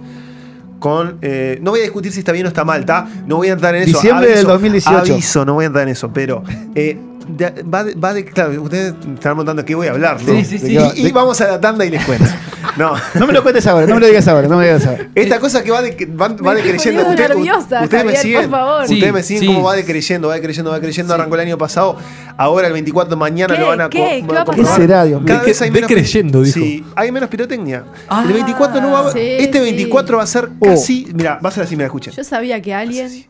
Speaker 2: con... eh, no voy a discutir si está bien o está mal, ¿está? No voy a entrar en eso.
Speaker 4: Diciembre del 2018.
Speaker 2: Aviso, no voy a entrar en eso, pero... eh, de- va, de, va de- Claro, ustedes me están preguntando qué voy a hablar, ¿no?
Speaker 5: Sí, sí, sí.
Speaker 2: Y- Y, vamos a la tanda y les cuento. No.
Speaker 4: No me lo cuentes ahora, no me lo digas ahora, no me lo digas ahora.
Speaker 2: Esta cosa que va, de, que van- va
Speaker 3: Me estoy
Speaker 2: decreyendo.
Speaker 3: poniendo
Speaker 2: Usted-
Speaker 3: nerviosa,
Speaker 2: ustedes me
Speaker 3: Javier,
Speaker 2: siguen.
Speaker 3: por favor.
Speaker 2: Ustedes
Speaker 5: Sí,
Speaker 2: me siguen
Speaker 5: sí.
Speaker 2: cómo va decreyendo, va decreyendo, va decreyendo. Arrancó el año pasado. Ahora el 24 de mañana
Speaker 3: ¿Qué?
Speaker 2: lo van a
Speaker 3: ¿Qué?
Speaker 2: co-
Speaker 3: ¿Qué
Speaker 2: van a
Speaker 3: va a
Speaker 2: comprobar.
Speaker 4: pasar? ¿Qué será, Dios mío?
Speaker 2: Cada vez hay menos.
Speaker 7: Decreyendo, dijo.
Speaker 2: Sí, hay menos pirotecnia.
Speaker 5: Ah.
Speaker 2: el 24 no va a.
Speaker 3: Sí,
Speaker 2: este
Speaker 3: sí.
Speaker 2: 24 va a ser
Speaker 4: Oh.
Speaker 2: casi. Mira, va a ser así, mira, escuchen.
Speaker 3: Yo sabía que alguien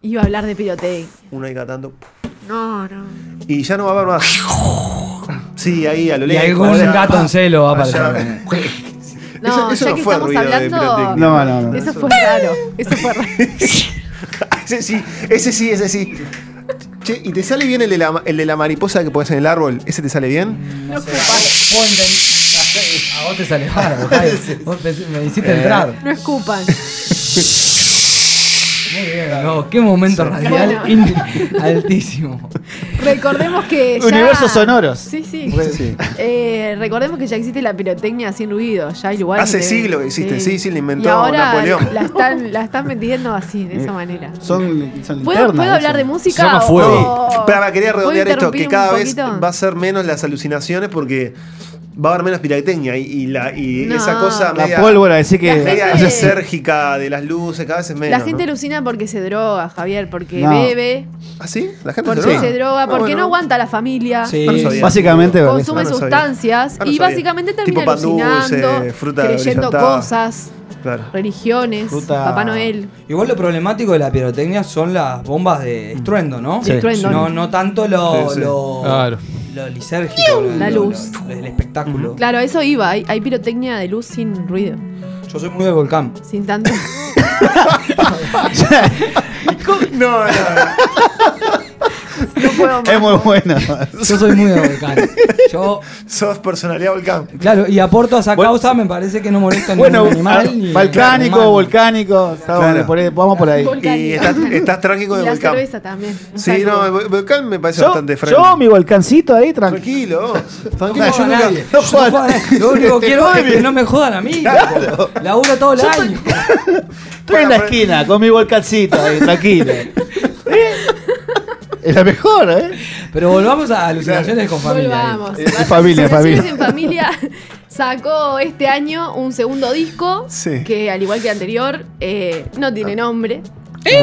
Speaker 3: iba a hablar de pirotecnia.
Speaker 2: Uno ahí cantando.
Speaker 3: No, no.
Speaker 2: Y ya no va a haber más. Sí, ahí a lo
Speaker 5: Y
Speaker 2: lejos.
Speaker 5: algún
Speaker 2: allá,
Speaker 5: gato en celo va a
Speaker 2: allá.
Speaker 5: aparecer.
Speaker 3: No,
Speaker 2: Eso- eso
Speaker 3: ya
Speaker 2: no
Speaker 3: que
Speaker 2: fue
Speaker 3: estamos
Speaker 2: ruido de
Speaker 3: hablando.
Speaker 2: pirotecnia.
Speaker 4: No, no, no.
Speaker 3: Eso fue raro. Eso fue raro.
Speaker 2: ese sí, ese sí, ese sí. Che, ¿y te sale bien el de la, el de la mariposa que pones en el árbol? ¿Ese te sale bien?
Speaker 5: No sé, puedo entender. vos te sale bárbaro, Jaime. Vos pensé- me hiciste
Speaker 4: Eh,
Speaker 5: entrar.
Speaker 3: No escupan.
Speaker 5: Muy bien, no, qué momento radial
Speaker 3: Bueno.
Speaker 5: in- altísimo.
Speaker 3: Recordemos que. ya-
Speaker 5: Universos sonoros.
Speaker 3: Sí, sí.
Speaker 5: Re- sí.
Speaker 3: Eh, recordemos que ya existe la pirotecnia sin ruido. Ya hay lugares.
Speaker 2: Hace
Speaker 3: que-
Speaker 2: siglos que existe, sí, sí, la inventó
Speaker 3: y ahora
Speaker 2: Napoleón.
Speaker 3: La están, la están vendiendo así, de esa manera.
Speaker 4: Son, son
Speaker 3: ¿Puedo, puedo hablar de música? o-
Speaker 2: Para, quería
Speaker 3: ¿Puedo
Speaker 2: redondear esto, que
Speaker 3: interrumpir
Speaker 2: cada
Speaker 3: un
Speaker 2: vez
Speaker 3: poquito?
Speaker 2: va a ser menos las alucinaciones porque va a haber menos pirotecnia y, y la, y
Speaker 3: No.
Speaker 2: esa cosa
Speaker 4: La
Speaker 2: media,
Speaker 4: pólvora, así que-
Speaker 2: media
Speaker 4: La gente-
Speaker 2: lisérgica de las luces, cada vez es menos.
Speaker 3: La gente
Speaker 2: ¿no?
Speaker 3: alucina porque se droga, Javier, porque
Speaker 2: No.
Speaker 3: bebe,
Speaker 2: ¿Ah, sí? La gente
Speaker 3: porque se droga, porque no aguanta la familia.
Speaker 2: Sí. Consume
Speaker 4: Básicamente, Vanessa.
Speaker 3: consume
Speaker 2: no sabía.
Speaker 3: sustancias
Speaker 2: Ah, no
Speaker 3: y
Speaker 2: sabía.
Speaker 3: básicamente termina
Speaker 2: Tipo pan dulce,
Speaker 3: alucinando,
Speaker 2: fruta
Speaker 3: creyendo
Speaker 2: brillantada.
Speaker 3: cosas,
Speaker 2: Claro.
Speaker 3: religiones,
Speaker 5: Fruta-
Speaker 3: Papá Noel.
Speaker 5: Igual lo problemático de la pirotecnia son las bombas de estruendo, ¿no?
Speaker 3: Sí. Estruendo.
Speaker 5: No, no tanto lo,
Speaker 3: Sí, sí.
Speaker 5: lo,
Speaker 7: Claro.
Speaker 5: lo lisérgico, lo-
Speaker 3: La
Speaker 5: lo-
Speaker 3: luz.
Speaker 5: lo- el espectáculo.
Speaker 3: Claro, a eso iba. Hay, hay pirotecnia de luz sin ruido,
Speaker 5: Yo soy muy de volcán.
Speaker 3: sin tanto.
Speaker 2: no, no,
Speaker 4: Es muy bueno.
Speaker 5: Yo soy muy de volcán. Yo.
Speaker 2: Sos personalidad volcán.
Speaker 5: Claro, y aporto a esa causa, me parece que no molesto a ningún
Speaker 4: Bueno,
Speaker 5: animal.
Speaker 4: ah,
Speaker 5: ni-
Speaker 4: volcánico,
Speaker 5: humano.
Speaker 4: volcánico. estamos
Speaker 2: Claro.
Speaker 4: por ahí, vamos por ahí.
Speaker 2: Y estás, estás tranqui con
Speaker 3: Y
Speaker 2: el
Speaker 3: la
Speaker 2: volcán.
Speaker 3: cerveza también. un
Speaker 2: Sí,
Speaker 3: saludo.
Speaker 2: no, el vo- volcán me parece
Speaker 4: Yo,
Speaker 2: bastante franco.
Speaker 4: yo, mi volcancito ahí, tranquilo.
Speaker 2: Tranquilo, vos.
Speaker 5: No jodo
Speaker 2: tranquilo.
Speaker 5: a
Speaker 2: yo nunca-
Speaker 5: nadie. Yo no jodo a nadie. Lo único que quiero es que no me jodan a mí. loco. Laburo todo el año.
Speaker 4: Estoy en la esquina con mi volcancito ahí, tranquilo. ¿Eh? Es la mejor, ¿eh?
Speaker 5: Pero volvamos a alucinaciones con familia. ahí.
Speaker 3: Volvamos.
Speaker 4: Eh, familia,
Speaker 3: Sensaciones
Speaker 4: familia.
Speaker 3: en familia sacó este año un segundo disco
Speaker 2: Sí.
Speaker 3: que, al igual que el anterior, eh, no tiene nombre.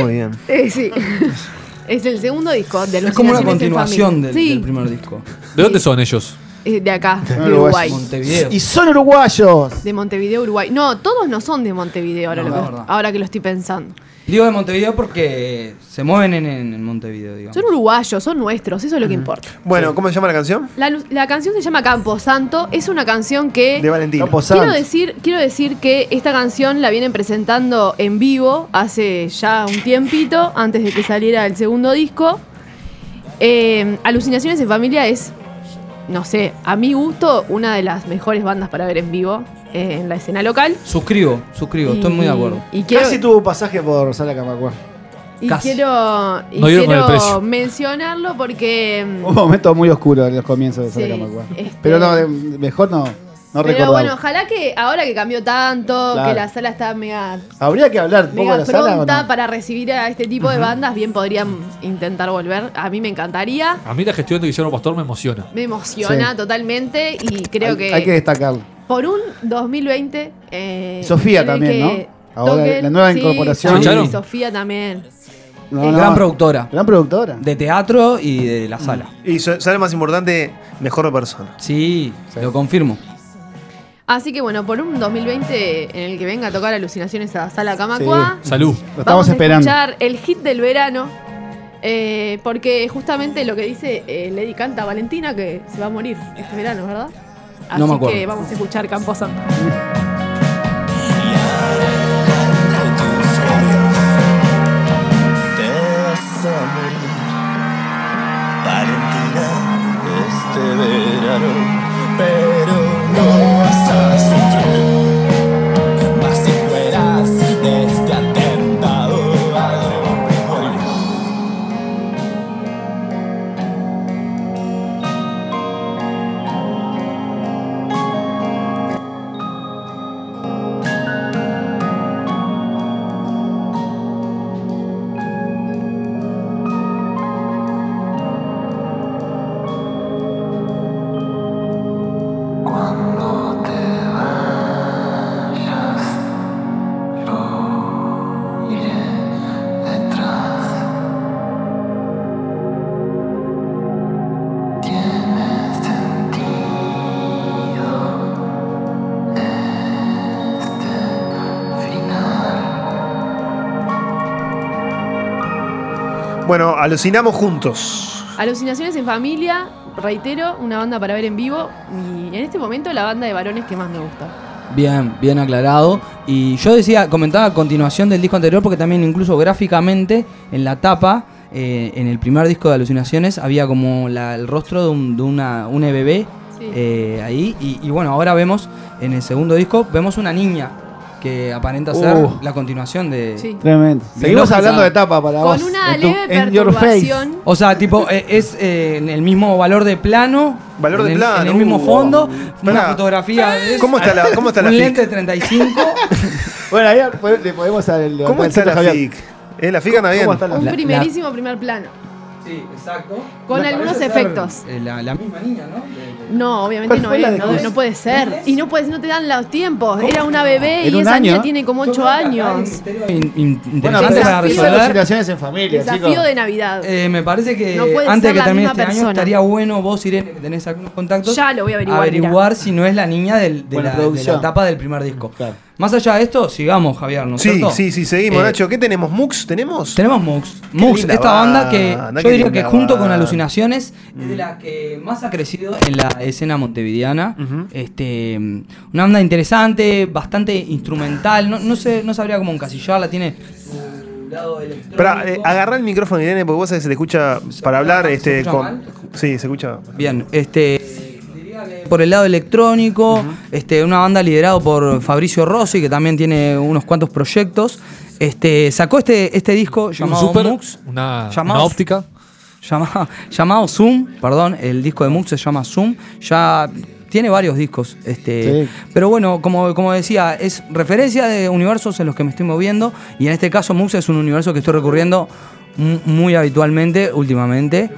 Speaker 2: Muy bien.
Speaker 3: Eh, sí. es el segundo disco de
Speaker 5: Es como
Speaker 3: Alucinaciones
Speaker 5: una
Speaker 3: en
Speaker 5: continuación
Speaker 3: Familia.
Speaker 5: del,
Speaker 3: Sí,
Speaker 5: del primer disco.
Speaker 7: ¿De dónde son ellos?
Speaker 3: eh, de acá,
Speaker 4: Son
Speaker 3: de Uruguay.
Speaker 4: uruguayos.
Speaker 5: Montevideo.
Speaker 4: Y son uruguayos.
Speaker 3: De Montevideo, Uruguay. No, todos no son de Montevideo ahora,
Speaker 5: No,
Speaker 3: lo
Speaker 5: la
Speaker 3: que-
Speaker 5: verdad.
Speaker 3: ahora que lo estoy pensando.
Speaker 5: Digo de Montevideo porque se mueven en, en Montevideo, digamos.
Speaker 3: Son uruguayos, son nuestros, eso es lo que importa.
Speaker 2: Bueno, ¿cómo se llama la canción?
Speaker 3: La, lu- la canción se llama Camposanto, es una canción que...
Speaker 2: De Valentina.
Speaker 3: Quiero decir, quiero decir que esta canción la vienen presentando en vivo hace ya un tiempito, antes de que saliera el segundo disco. Eh, Alucinaciones en Familia es, no sé, a mi gusto, una de las mejores bandas para ver en vivo eh, en la escena local.
Speaker 5: Suscribo, suscribo, estoy muy de acuerdo.
Speaker 3: Y quiero,
Speaker 4: Casi tuvo pasaje por Sala Camacua.
Speaker 3: y
Speaker 5: casi.
Speaker 3: quiero, y
Speaker 4: No dieron con el
Speaker 3: quiero
Speaker 4: precio.
Speaker 3: mencionarlo porque... mm,
Speaker 4: Un momento muy oscuro en los comienzos de Sala
Speaker 3: Sí,
Speaker 4: Camacua.
Speaker 3: este-
Speaker 4: Pero no, eh, mejor no, no
Speaker 3: pero
Speaker 4: recordamos.
Speaker 3: bueno, ojalá que ahora que cambió tanto,
Speaker 4: Claro.
Speaker 3: que la sala está mega
Speaker 4: Habría que hablar un poco de
Speaker 3: Mega
Speaker 4: la sala. ¿o
Speaker 3: pronta
Speaker 4: no?
Speaker 3: para recibir a este tipo de bandas, bien podrían intentar volver. A mí me encantaría,
Speaker 7: A mí la gestión de Guillermo Pastor me emociona.
Speaker 3: me emociona
Speaker 4: Sí.
Speaker 3: totalmente y creo
Speaker 4: Hay-
Speaker 2: Eh,
Speaker 3: que,
Speaker 4: Hay que destacarlo.
Speaker 3: por un 2020... eh,
Speaker 4: Sofía
Speaker 3: en el
Speaker 4: también,
Speaker 3: que
Speaker 4: ¿no? Ahora la nueva
Speaker 3: sí,
Speaker 4: incorporación.
Speaker 3: también,
Speaker 5: ¿Escucharon?
Speaker 3: Sofía también.
Speaker 4: No, no.
Speaker 5: gran productora.
Speaker 4: Gran productora.
Speaker 5: De teatro y de la sala.
Speaker 2: Mm. Y so- sale más importante, mejor persona.
Speaker 5: Sí, lo confirmo.
Speaker 3: Así que bueno, por un 2020 en el que venga a tocar alucinaciones a Sala Camacua,
Speaker 7: Salud.
Speaker 4: Lo estamos
Speaker 3: vamos
Speaker 4: esperando.
Speaker 3: a escuchar el hit del verano. eh, porque justamente lo que dice eh, Lady Canta Valentina, que se va a morir este verano, ¿verdad? Así
Speaker 5: No me acuerdo.
Speaker 3: que vamos a escuchar Camposanto.
Speaker 11: Te vas a morir, Valentina, este verano, pero no vas a sufrir. Más si fueras de este atentado al orgullo.
Speaker 2: Bueno, alucinamos juntos.
Speaker 3: Alucinaciones en familia, reitero, una banda para ver en vivo y en este momento la banda de varones que más me gusta.
Speaker 5: Bien, bien aclarado. Y yo decía, comentaba a continuación del disco anterior, porque también incluso gráficamente, en la tapa, eh, en el primer disco de Alucinaciones, había como la- el rostro de, un, de una, una bebé eh, ahí. Y, y bueno, ahora vemos en el segundo disco, vemos una niña que aparenta ser
Speaker 4: Uh.
Speaker 5: la continuación de...
Speaker 17: Sí.
Speaker 4: Tremendo.
Speaker 5: de
Speaker 4: Seguimos
Speaker 5: Lost,
Speaker 4: hablando
Speaker 5: o sea,
Speaker 4: de tapa para
Speaker 17: Con
Speaker 4: vos.
Speaker 17: una
Speaker 4: en tu-
Speaker 17: leve
Speaker 4: en your face.
Speaker 17: perturbación.
Speaker 5: O sea, tipo, eh, es eh, en el mismo valor de plano.
Speaker 2: Valor
Speaker 5: en
Speaker 2: de
Speaker 5: el-
Speaker 2: plano,
Speaker 5: En el mismo
Speaker 2: uh,
Speaker 5: fondo. Una
Speaker 2: pará.
Speaker 5: fotografía. de-
Speaker 2: ¿Cómo está la- cómo está la
Speaker 5: Un
Speaker 2: fic?
Speaker 5: lente de 35.
Speaker 4: Bueno, ahí pod- le podemos al
Speaker 2: ¿Cómo
Speaker 4: al-
Speaker 2: está la
Speaker 4: Javier.
Speaker 2: FIC? Eh, la FIC anda bien.
Speaker 4: ¿Cómo está la
Speaker 17: Un
Speaker 5: La-
Speaker 17: primerísimo primer plano.
Speaker 5: Sí, exacto.
Speaker 17: Con
Speaker 5: Me
Speaker 17: algunos
Speaker 5: parece ser,
Speaker 17: efectos.
Speaker 5: eh, la, la misma niña, ¿no?
Speaker 17: No, obviamente
Speaker 5: ¿Cuál
Speaker 17: no
Speaker 5: fue la
Speaker 17: es,
Speaker 5: de
Speaker 17: no,
Speaker 5: Cruz?
Speaker 17: no puede ser. Y no puede, no te dan los tiempos. Era una bebé
Speaker 5: Era
Speaker 17: y
Speaker 5: un
Speaker 17: esa
Speaker 5: año,
Speaker 17: niña
Speaker 5: ¿eh?
Speaker 17: tiene como 8 años.
Speaker 5: In- in-
Speaker 4: Bueno,
Speaker 5: interesante para
Speaker 4: pero son las
Speaker 5: resolver.
Speaker 4: situaciones en familia,
Speaker 17: Desafío
Speaker 4: chicos.
Speaker 17: de Navidad.
Speaker 5: Eh, me parece que
Speaker 17: No puede
Speaker 5: antes de
Speaker 17: ser
Speaker 5: que
Speaker 17: la
Speaker 5: termine
Speaker 17: misma
Speaker 5: este año
Speaker 17: persona.
Speaker 5: estaría bueno vos, Irene, que tenés algunos contactos,
Speaker 17: Ya lo voy a averiguar,
Speaker 5: averiguar si no es la niña del- de,
Speaker 4: Buena
Speaker 5: la, de la
Speaker 4: producción.
Speaker 5: etapa del primer disco. Más allá de esto, sigamos, Javier, ¿no es
Speaker 2: Sí,
Speaker 5: cierto?
Speaker 2: sí, sí, seguimos,
Speaker 5: Eh,
Speaker 2: Nacho. ¿Qué tenemos? ¿Mux tenemos?
Speaker 5: Tenemos Mux. Mux,
Speaker 2: linda
Speaker 5: esta banda,
Speaker 2: banda,
Speaker 5: que yo
Speaker 2: qué
Speaker 5: diría
Speaker 2: linda
Speaker 5: que junto con
Speaker 2: banda.
Speaker 5: Alucinaciones es
Speaker 4: Mm.
Speaker 5: de la que más ha crecido en la escena montevideana. este, mm, una banda interesante, bastante instrumental. No, no sé, no sabría cómo encasillarla. Tiene
Speaker 2: Pará, eh, agarrá el micrófono, Irene, porque vos sabés que se te escucha para hablar. este,
Speaker 5: escucha
Speaker 2: con-
Speaker 5: mal?
Speaker 2: Sí, se escucha.
Speaker 5: Bien, este diría que por el lado electrónico, este, una banda liderado por Fabricio Rossi, que también tiene unos cuantos proyectos. Este, sacó este, este disco
Speaker 7: Un
Speaker 5: llamado
Speaker 7: super,
Speaker 5: Mux.
Speaker 7: una,
Speaker 5: Llamado-
Speaker 7: una óptica.
Speaker 5: Llama- llamado Zoom, perdón, el disco de Mux se llama Zoom, ya tiene varios discos. Este,
Speaker 4: Sí.
Speaker 5: Pero bueno, como, como decía, es referencia de universos en los que me estoy moviendo y en este caso Mux es un universo que estoy recurriendo mu- muy habitualmente últimamente.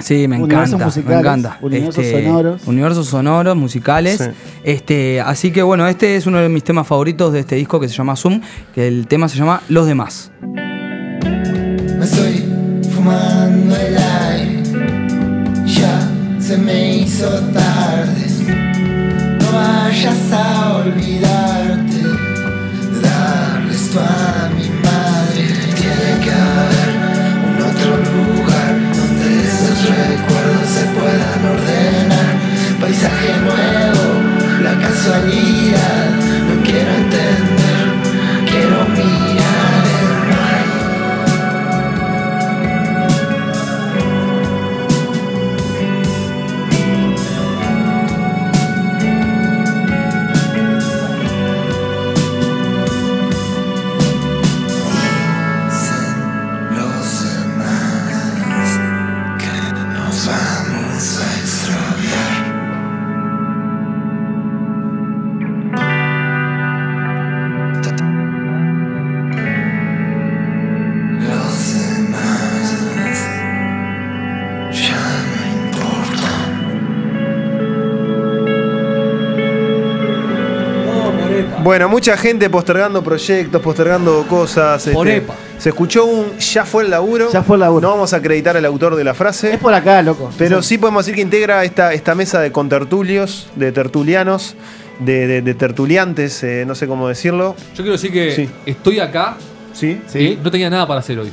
Speaker 5: Sí, me
Speaker 4: Universos
Speaker 5: encanta, me
Speaker 4: musicales,
Speaker 5: encanta. Este,
Speaker 4: universos sonoros.
Speaker 5: Universos sonoros, musicales.
Speaker 4: Sí.
Speaker 5: Este, así que bueno, este es uno de mis temas favoritos de este disco que se llama Zoom, que el tema se llama Los demás.
Speaker 11: Me estoy fumando el aire, ya se me hizo tarde. No vayas a olvidarte de darle esto a mi madre. Tiene que haber un otro lugar donde esos recuerdos se puedan ordenar. Paisaje nuevo, la casualidad. No quiero entender, quiero mirar el mar. Dicen los demás que nos vamos a extraviar. Los demás ya no importan.
Speaker 2: Bueno, mucha gente postergando proyectos, postergando cosas. este,
Speaker 5: Porepa.
Speaker 2: se escuchó un ya fue el laburo.
Speaker 4: Ya fue el laburo.
Speaker 2: No vamos a acreditar al autor de la frase.
Speaker 4: Es por acá, loco.
Speaker 2: Pero sí podemos decir que integra esta, esta mesa de contertulios, de tertulianos, de, de- de tertuliantes, eh, no sé cómo decirlo.
Speaker 7: Yo quiero decir que
Speaker 2: Sí.
Speaker 7: estoy acá
Speaker 2: Sí,
Speaker 7: y no tenía nada para hacer hoy.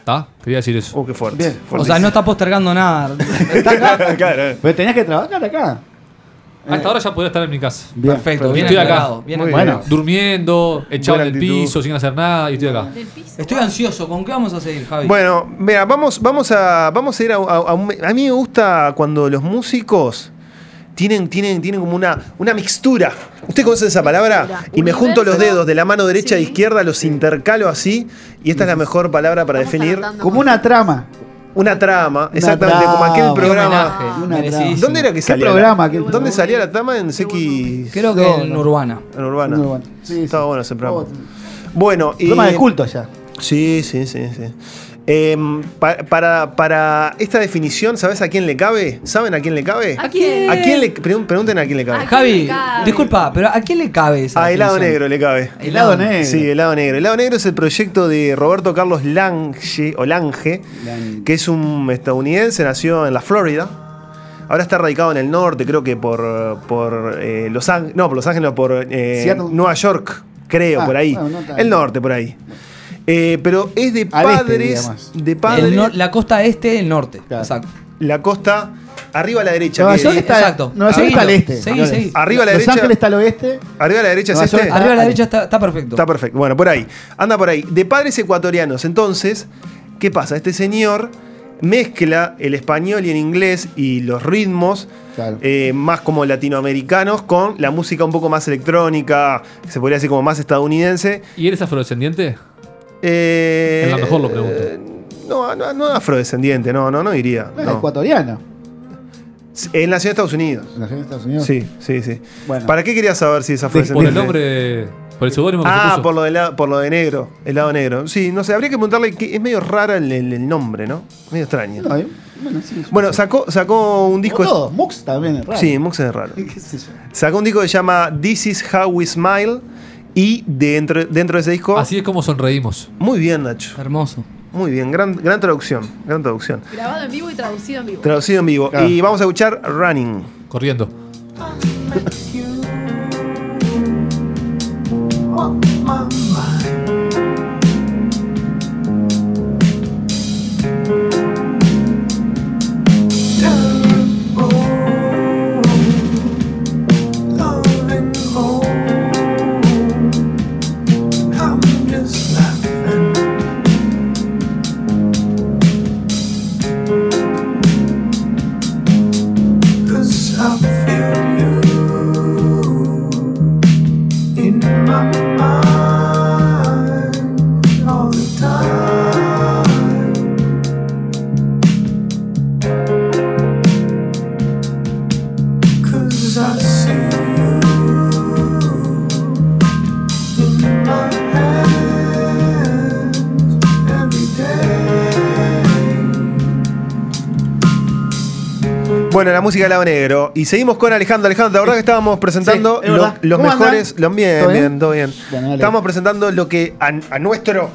Speaker 7: ¿Está? Quería decir eso.
Speaker 2: Oh, qué fuerte.
Speaker 5: O sea, no está postergando nada.
Speaker 2: Claro.
Speaker 4: Pero tenías que trabajar acá.
Speaker 7: Hasta ahora ya podría estar en mi casa.
Speaker 4: Bien.
Speaker 5: Perfecto, bien
Speaker 7: estoy acá.
Speaker 5: aclarado, bien
Speaker 2: Eh, Muy
Speaker 5: aclarado.
Speaker 4: bien.
Speaker 7: Durmiendo, echado
Speaker 2: Buena
Speaker 7: en el
Speaker 2: actitud.
Speaker 7: piso, sin hacer nada, y estoy acá.
Speaker 5: Estoy ansioso, ¿con qué vamos a seguir, Javi?
Speaker 2: Bueno, mira, vamos, vamos, a, vamos a ir a, a- a un- a mí me gusta cuando los músicos tienen, tienen, tienen como una, una mixtura. ¿Usted conoce esa palabra?
Speaker 17: Mixtura.
Speaker 2: Y me junto los
Speaker 17: Universo.
Speaker 2: dedos de la mano derecha a
Speaker 17: Sí.
Speaker 2: izquierda, los intercalo así, y esta es la mejor palabra para
Speaker 17: Vamos
Speaker 2: definir
Speaker 17: anotando
Speaker 4: Como una trama.
Speaker 2: una trama, exactamente
Speaker 4: trama.
Speaker 2: como aquel
Speaker 5: Qué
Speaker 2: programa.
Speaker 5: homenaje,
Speaker 4: Una
Speaker 5: merecidísimo.
Speaker 2: ¿Dónde era que
Speaker 4: ¿Qué
Speaker 2: salía?
Speaker 4: programa
Speaker 2: la-
Speaker 4: aquel?
Speaker 2: ¿Dónde salía la trama en CX?
Speaker 5: Creo que
Speaker 4: No,
Speaker 5: en
Speaker 4: no.
Speaker 5: Urbana.
Speaker 2: En Urbana.
Speaker 4: Muy bueno. Sí, sí.
Speaker 2: Estaba bueno ese programa.
Speaker 4: Otro.
Speaker 2: Bueno, y.
Speaker 4: Programa de culto ya.
Speaker 2: Sí, sí, sí, sí. Em, pa- para, para esta definición, ¿sabes a quién le cabe? ¿Saben a quién le cabe?
Speaker 17: ¿A quién?
Speaker 2: ¿A quién le pregun- pregunten a quién le cabe?
Speaker 17: ¿A quién
Speaker 5: Javi,
Speaker 17: le cabe?
Speaker 5: disculpa, pero ¿a quién le cabe esa
Speaker 2: A helado
Speaker 5: definición?
Speaker 2: negro le cabe.
Speaker 4: Helado negro.
Speaker 2: Sí, helado negro. Helado negro es el proyecto de Roberto Carlos Lange, o Lange,
Speaker 4: Lange.
Speaker 2: que es un estadounidense, nació en la Florida. Ahora está radicado en el norte, creo que por, por eh, Los Ángeles, no, por Los Ángeles, no, por eh,
Speaker 4: Seattle.
Speaker 2: Nueva York, creo,
Speaker 4: Ah,
Speaker 2: por ahí.
Speaker 4: bueno, no tan-
Speaker 2: el norte, por ahí. Eh, pero es de
Speaker 4: Al este,
Speaker 2: padres,
Speaker 4: diría más.
Speaker 2: de padres,
Speaker 5: El nor- la costa este, el norte.
Speaker 4: Claro.
Speaker 5: Exacto.
Speaker 2: la costa, arriba a la derecha.
Speaker 4: Nueva
Speaker 2: que-
Speaker 4: York está,
Speaker 5: Exacto.
Speaker 4: Nueva York
Speaker 5: Seguilo.
Speaker 4: está al este.
Speaker 5: Seguí,
Speaker 4: señores.
Speaker 5: seguí.
Speaker 2: Arriba a la
Speaker 4: Los
Speaker 2: derecha.
Speaker 4: Ángeles está al oeste.
Speaker 2: Arriba a la derecha es
Speaker 4: Nueva York
Speaker 2: este.
Speaker 4: está-
Speaker 5: Arriba a la
Speaker 4: dale.
Speaker 5: derecha está, está perfecto.
Speaker 2: Está perfecto. Bueno, por ahí. Anda por ahí. De padres ecuatorianos. Entonces, ¿qué pasa? Este señor mezcla el español y el inglés y los ritmos eh, más como latinoamericanos con la música un poco más electrónica, que se podría decir como más estadounidense.
Speaker 7: ¿Y eres afrodescendiente?
Speaker 2: Eh,
Speaker 7: En la mejor lo pregunto.
Speaker 2: eh, no, no, no afrodescendiente, no, no, no diría.
Speaker 4: No, es
Speaker 2: no.
Speaker 4: ecuatoriano.
Speaker 2: En la ciudad de Estados Unidos.
Speaker 4: ¿En la ciudad de Estados Unidos?
Speaker 2: Sí, sí, sí.
Speaker 4: Bueno.
Speaker 2: ¿Para qué querías saber si es
Speaker 7: Por
Speaker 2: afrodescendiente?
Speaker 7: el nombre. Por el seudónimo que se
Speaker 2: Ah,
Speaker 7: puso.
Speaker 2: por lo, de la- por lo de negro, el lado negro. Sí, no sé, habría que preguntarle que es medio rara el, el- el nombre, ¿no? Medio extraño.
Speaker 4: No, eh, bueno, sí.
Speaker 2: Ah, Bueno, sacó, sacó un disco.
Speaker 4: Como todos, Mux también es raro.
Speaker 2: Sí, Mux es raro.
Speaker 4: ¿Qué sé yo?
Speaker 2: Sacó un disco que se llama This is How We Smile. Y dentro, dentro de ese disco. Así
Speaker 7: es como sonreímos.
Speaker 2: Muy bien, Nacho.
Speaker 5: Hermoso.
Speaker 2: Muy bien, gran, gran traducción. Gran traducción.
Speaker 3: Grabado en vivo y traducido en vivo.
Speaker 2: Traducido en vivo.
Speaker 7: Claro.
Speaker 2: Y vamos a escuchar Running.
Speaker 7: Corriendo.
Speaker 11: oh, Cause I see you in my hands every day.
Speaker 2: Bueno, la música del lado negro. Y seguimos con Alejandro. Alejandro, la verdad que estábamos presentando
Speaker 4: Sí, es
Speaker 2: lo-
Speaker 4: verdad.
Speaker 2: los
Speaker 4: ¿Cómo
Speaker 2: mejores.
Speaker 4: andan?
Speaker 2: Lo, bien,
Speaker 4: ¿Todo
Speaker 2: bien,
Speaker 4: bien?
Speaker 2: todo bien.
Speaker 4: Bueno, dale.
Speaker 2: Estamos presentando lo que a, a nuestro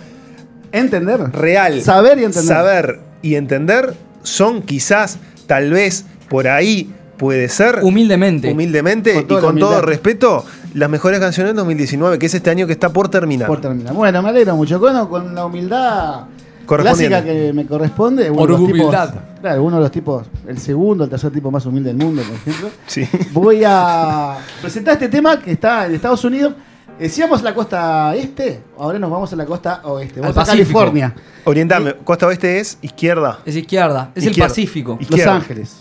Speaker 4: Entender.
Speaker 2: real
Speaker 4: Saber y entender.
Speaker 2: saber y entender son quizás, tal vez, por ahí puede ser.
Speaker 5: Humildemente.
Speaker 2: Humildemente
Speaker 4: Con toda
Speaker 2: y
Speaker 4: la
Speaker 2: con todo
Speaker 4: humildad.
Speaker 2: respeto, las mejores canciones del 2019, que es este año que está por terminar.
Speaker 4: Por terminar. Bueno, me alegro mucho. Cono, con la humildad
Speaker 2: Correspondiente.
Speaker 4: clásica que me corresponde. uno de
Speaker 7: Por
Speaker 4: los
Speaker 7: humildad.
Speaker 4: tipos- claro, uno de los tipos, el segundo, el tercer tipo más humilde del mundo, por ejemplo.
Speaker 2: Sí.
Speaker 4: Voy a presentar este tema que está en Estados Unidos. Decíamos la costa este, ahora nos vamos a la costa oeste. Vamos a California. Eh,
Speaker 2: Orientame. Costa Oeste es izquierda.
Speaker 5: Es izquierda, es
Speaker 2: Izquierda.
Speaker 5: el Pacífico.
Speaker 2: Izquierda.
Speaker 4: Los Ángeles.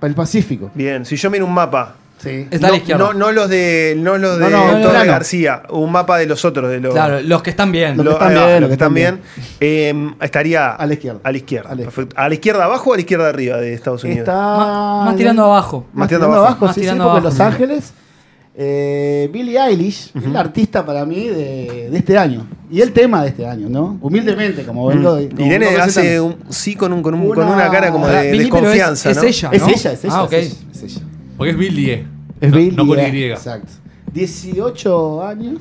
Speaker 4: Para el Pacífico.
Speaker 2: Bien, si yo miro un mapa.
Speaker 4: Sí.
Speaker 5: Está a la
Speaker 2: no,
Speaker 5: izquierda.
Speaker 2: no- no los de, no los
Speaker 5: No,
Speaker 2: de
Speaker 5: no, no,
Speaker 2: Torre
Speaker 5: no.
Speaker 2: García, un mapa de los otros, de los,
Speaker 5: Claro, los que están bien.
Speaker 4: Los
Speaker 2: lo- ah,
Speaker 4: que están
Speaker 2: ahí va,
Speaker 4: bien,
Speaker 2: los que están bien. Eh, estaría
Speaker 4: A la izquierda.
Speaker 2: a la izquierda. perfecto. ¿A la izquierda abajo o a la izquierda arriba de Estados Unidos?
Speaker 4: Está.
Speaker 5: Más tirando abajo.
Speaker 4: Más tirando abajo,
Speaker 5: Más
Speaker 4: sí, sí,
Speaker 5: tirando
Speaker 4: porque
Speaker 5: abajo.
Speaker 4: Los Ángeles. eh, Billie Eilish, es la artista para mí de, de este año. Y el tema de este año, ¿no? Humildemente, como vengo de.
Speaker 2: Mm.
Speaker 4: como
Speaker 2: Irene
Speaker 4: vengo
Speaker 2: hace
Speaker 4: presentando.
Speaker 2: un sí con, un, con, un-
Speaker 4: Una-
Speaker 2: con una cara como de
Speaker 5: Billie, pero es-
Speaker 2: desconfianza.
Speaker 5: es
Speaker 2: ¿no?
Speaker 5: ella.
Speaker 4: Es
Speaker 5: ¿no?
Speaker 4: ella, es ella.
Speaker 5: Ah, ok.
Speaker 4: es ella, es ella.
Speaker 7: Porque es Billie.
Speaker 4: Es
Speaker 7: no,
Speaker 4: Billie
Speaker 7: no con Y.
Speaker 4: Eilish, Exacto. 18 años.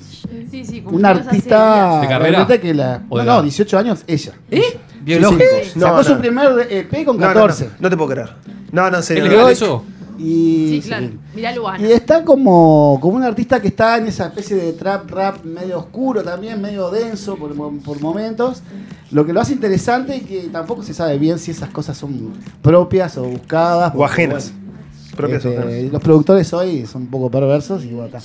Speaker 3: Sí, sí, cumplimos
Speaker 4: Una
Speaker 3: hace
Speaker 4: artista.
Speaker 7: ¿De carrera?
Speaker 4: Ah, realmente Que la,
Speaker 7: ¿O
Speaker 4: no,
Speaker 7: de
Speaker 4: no,
Speaker 7: edad?
Speaker 4: 18 años, ella.
Speaker 3: ¿Eh?
Speaker 5: Biológico.
Speaker 4: Sí, sí.
Speaker 2: No,
Speaker 4: Sacó
Speaker 2: no.
Speaker 4: su primer EP con
Speaker 2: No, no, no,
Speaker 4: 14.
Speaker 2: no te puedo creer. No, no, en
Speaker 7: ¿Es
Speaker 2: serio. Ah,
Speaker 7: legal
Speaker 2: no.
Speaker 7: eso?
Speaker 4: Y,
Speaker 3: Sí, claro.
Speaker 4: sí.
Speaker 3: Mirá Luana.
Speaker 4: Y está como, como un artista que está en esa especie de trap rap medio oscuro también, medio denso por, mo- por momentos. Lo que lo hace interesante es que tampoco se sabe bien si esas cosas son propias o buscadas.
Speaker 2: O
Speaker 4: porque,
Speaker 2: ajenas.
Speaker 4: bueno,
Speaker 2: Propias o
Speaker 4: este,
Speaker 2: ajenas.
Speaker 4: los productores hoy son un poco perversos y bueno, está.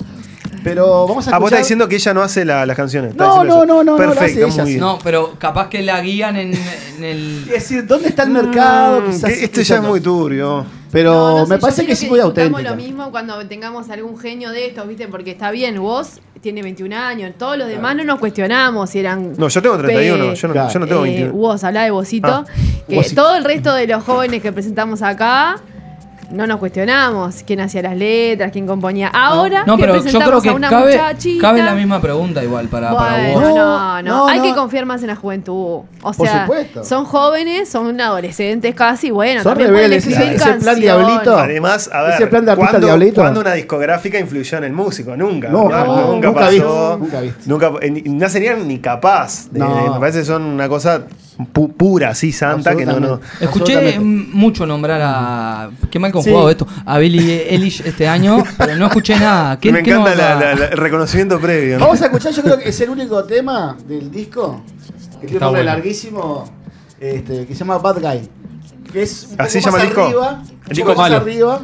Speaker 4: Pero vamos a
Speaker 2: Ah, vos
Speaker 4: escuchar...
Speaker 2: estás diciendo que ella no hace la- las canciones. estás
Speaker 4: No,
Speaker 2: diciendo
Speaker 4: no,
Speaker 2: eso.
Speaker 4: no, no, no, lo hace
Speaker 2: Perfecto,
Speaker 4: ella,
Speaker 2: muy bien.
Speaker 5: No, pero capaz que la guían en, en
Speaker 4: Es
Speaker 5: el.
Speaker 4: decir, ¿dónde está el mercado?
Speaker 2: Mm,
Speaker 4: Quizás-
Speaker 2: que esto ya
Speaker 4: quizás
Speaker 2: es
Speaker 4: no.
Speaker 2: muy turbio.
Speaker 4: Pero
Speaker 3: Ah. No, no sé,
Speaker 4: me
Speaker 3: yo
Speaker 4: parece que
Speaker 3: creo
Speaker 4: sí muy
Speaker 3: discutamos
Speaker 4: auténtica.
Speaker 3: lo mismo cuando tengamos algún genio de estos, ¿viste? Porque está bien, vos tiene 21 años, todos los demás no nos cuestionamos si eran.
Speaker 2: No, yo tengo 31,
Speaker 3: pe-
Speaker 2: yo no,
Speaker 4: claro.
Speaker 2: yo no tengo
Speaker 3: eh,
Speaker 2: 21.
Speaker 3: Vos, habla de vosito.
Speaker 2: Ah,
Speaker 3: que
Speaker 4: Vosito.
Speaker 3: todo el resto de los jóvenes que presentamos acá no nos cuestionamos quién hacía las letras, quién componía. Ahora,
Speaker 5: No,
Speaker 3: que
Speaker 5: pero yo
Speaker 3: presentamos
Speaker 5: creo
Speaker 3: a
Speaker 5: que
Speaker 3: una
Speaker 5: cabe,
Speaker 3: muchachita.
Speaker 5: cabe la misma pregunta igual para, para
Speaker 3: Bueno, no,
Speaker 5: vos.
Speaker 3: no,
Speaker 4: No, no,
Speaker 3: Hay
Speaker 4: no.
Speaker 3: que confiar más en la juventud. O
Speaker 4: Por
Speaker 3: sea,
Speaker 4: supuesto.
Speaker 3: son jóvenes, son adolescentes casi, bueno,
Speaker 4: Son
Speaker 3: también pueden
Speaker 4: rebeldes,
Speaker 3: escribir
Speaker 4: ese plan
Speaker 3: canciones.
Speaker 4: diablito.
Speaker 2: Además, a ver,
Speaker 4: Ese plan de artista
Speaker 2: ¿cuándo,
Speaker 4: diablito?
Speaker 2: cuándo una discográfica influyó en el músico? Nunca.
Speaker 4: No,
Speaker 2: ¿verdad?
Speaker 4: jamás.
Speaker 2: nunca,
Speaker 4: Nunca
Speaker 2: pasó.
Speaker 4: viste, nunca viste.
Speaker 2: Nunca, eh, ni- no serían ni capaz. de-
Speaker 4: No.
Speaker 2: de- me parece que son una cosa pu- pura, así, santa, que no, no.
Speaker 4: Absolutamente.
Speaker 5: Escuché
Speaker 4: Absolutamente.
Speaker 5: m- mucho nombrar a. Qué mal conjugado
Speaker 4: Sí.
Speaker 5: esto. A Billy Eilish este año, pero no escuché nada. ¿Qué,
Speaker 2: me
Speaker 5: qué nos
Speaker 2: encanta
Speaker 5: vas a-
Speaker 2: la- la- la- el reconocimiento previo. ¿no?
Speaker 4: Vamos a escuchar, yo creo que es el único tema del disco que tiene un
Speaker 7: Está
Speaker 4: nombre
Speaker 7: bueno.
Speaker 4: larguísimo este, que se llama Bad Guy. Que es un poco
Speaker 2: ¿Así se
Speaker 4: más
Speaker 2: llama el disco?
Speaker 4: arriba, un
Speaker 7: El disco
Speaker 4: poco más
Speaker 7: malo.
Speaker 4: arriba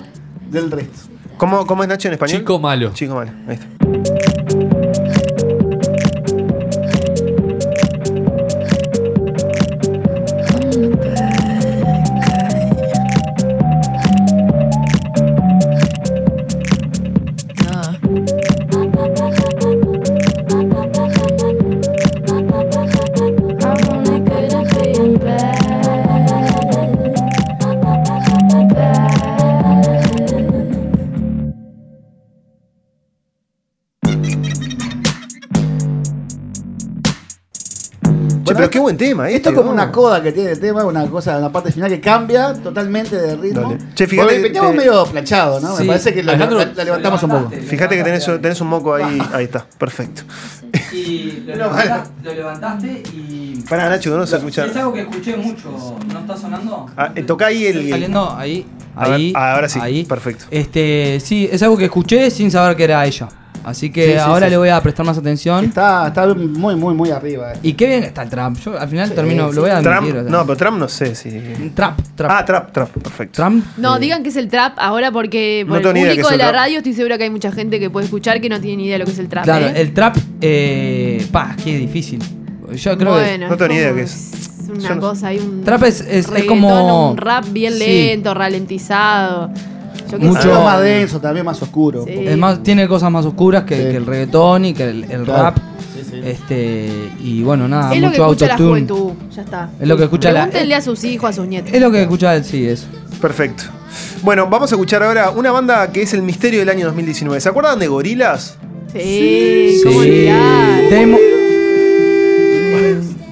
Speaker 4: del resto.
Speaker 2: ¿Cómo, ¿Cómo es Nacho en español?
Speaker 7: Chico malo.
Speaker 2: Chico malo. Ahí está.
Speaker 10: Back
Speaker 2: pero qué buen tema, este,
Speaker 4: Esto es como
Speaker 2: ¿no?
Speaker 4: una coda que tiene el tema, una cosa, una parte final que cambia totalmente de ritmo.
Speaker 2: Dale.
Speaker 4: Che,
Speaker 2: Che, fíjate que
Speaker 4: empezamos
Speaker 2: te-
Speaker 4: medio planchado, ¿no?
Speaker 2: Sí.
Speaker 4: Me parece que la,
Speaker 2: Alejandro,
Speaker 4: la- la levantamos un poco.
Speaker 2: Fíjate que tenés, tenés un moco ahí. Ahí está, perfecto.
Speaker 5: Y lo, levanta- lo levantaste y.
Speaker 2: Para Nacho, que no se escucha.
Speaker 5: Es algo que escuché mucho. ¿No está sonando?
Speaker 2: Ah, eh, toca ahí el.
Speaker 5: Está saliendo ahí.
Speaker 2: A ver,
Speaker 5: ahí,
Speaker 2: ah, ahora sí, perfecto.
Speaker 5: Este, sí, es algo que escuché sin saber que era ella. Así que
Speaker 4: Sí, sí,
Speaker 5: ahora
Speaker 4: sí.
Speaker 5: le voy a prestar más atención.
Speaker 4: Está, está muy, muy, muy arriba. eh.
Speaker 5: Y qué bien está el Trump. Yo al final
Speaker 4: Sí,
Speaker 5: termino,
Speaker 4: sí.
Speaker 5: lo voy a
Speaker 2: Trump,
Speaker 5: admitir. o sea.
Speaker 2: no, pero Trump no sé si.
Speaker 5: Trap, trap.
Speaker 2: Ah, trap, trap, perfecto.
Speaker 5: Trump.
Speaker 3: No, digan que es el trap ahora porque por
Speaker 5: No tengo ni
Speaker 3: el
Speaker 5: idea
Speaker 3: público
Speaker 5: que
Speaker 3: de
Speaker 5: es el
Speaker 3: la
Speaker 5: trap.
Speaker 3: radio estoy segura que hay mucha gente que puede escuchar que no tiene ni idea de lo que es el trap.
Speaker 5: Claro,
Speaker 3: ¿eh?
Speaker 5: el trap, eh, pa, qué difícil. Yo creo
Speaker 3: Bueno,
Speaker 5: que.
Speaker 3: No tengo ni idea
Speaker 5: qué
Speaker 3: qué
Speaker 5: es.
Speaker 3: Es
Speaker 5: Yo
Speaker 3: una
Speaker 5: no-
Speaker 3: cosa, hay un.
Speaker 5: Trap es- es- es
Speaker 3: reggaetón,
Speaker 5: como-
Speaker 3: Un rap bien
Speaker 5: Sí.
Speaker 3: lento, ralentizado. Yo qué sé.
Speaker 4: Mucho más denso, también más oscuro. un poco.
Speaker 5: Es más, tiene cosas más oscuras que, que el reggaetón y que el, el
Speaker 4: Claro.
Speaker 5: rap. Este, y bueno, nada,
Speaker 3: Es lo que
Speaker 5: mucho
Speaker 3: escucha la
Speaker 5: autotune.
Speaker 3: juventud. Ya está.
Speaker 5: Es lo que escucha la-
Speaker 3: Pregúntenle a sus hijos, a sus nietos.
Speaker 5: Es lo que escucha sí, eso.
Speaker 2: Perfecto. Bueno, vamos a escuchar ahora una banda que es el misterio del año 2019. ¿Se acuerdan de Gorilas?
Speaker 3: Sí,
Speaker 5: Sí.
Speaker 3: ¿cómo olvidar?
Speaker 5: Damon,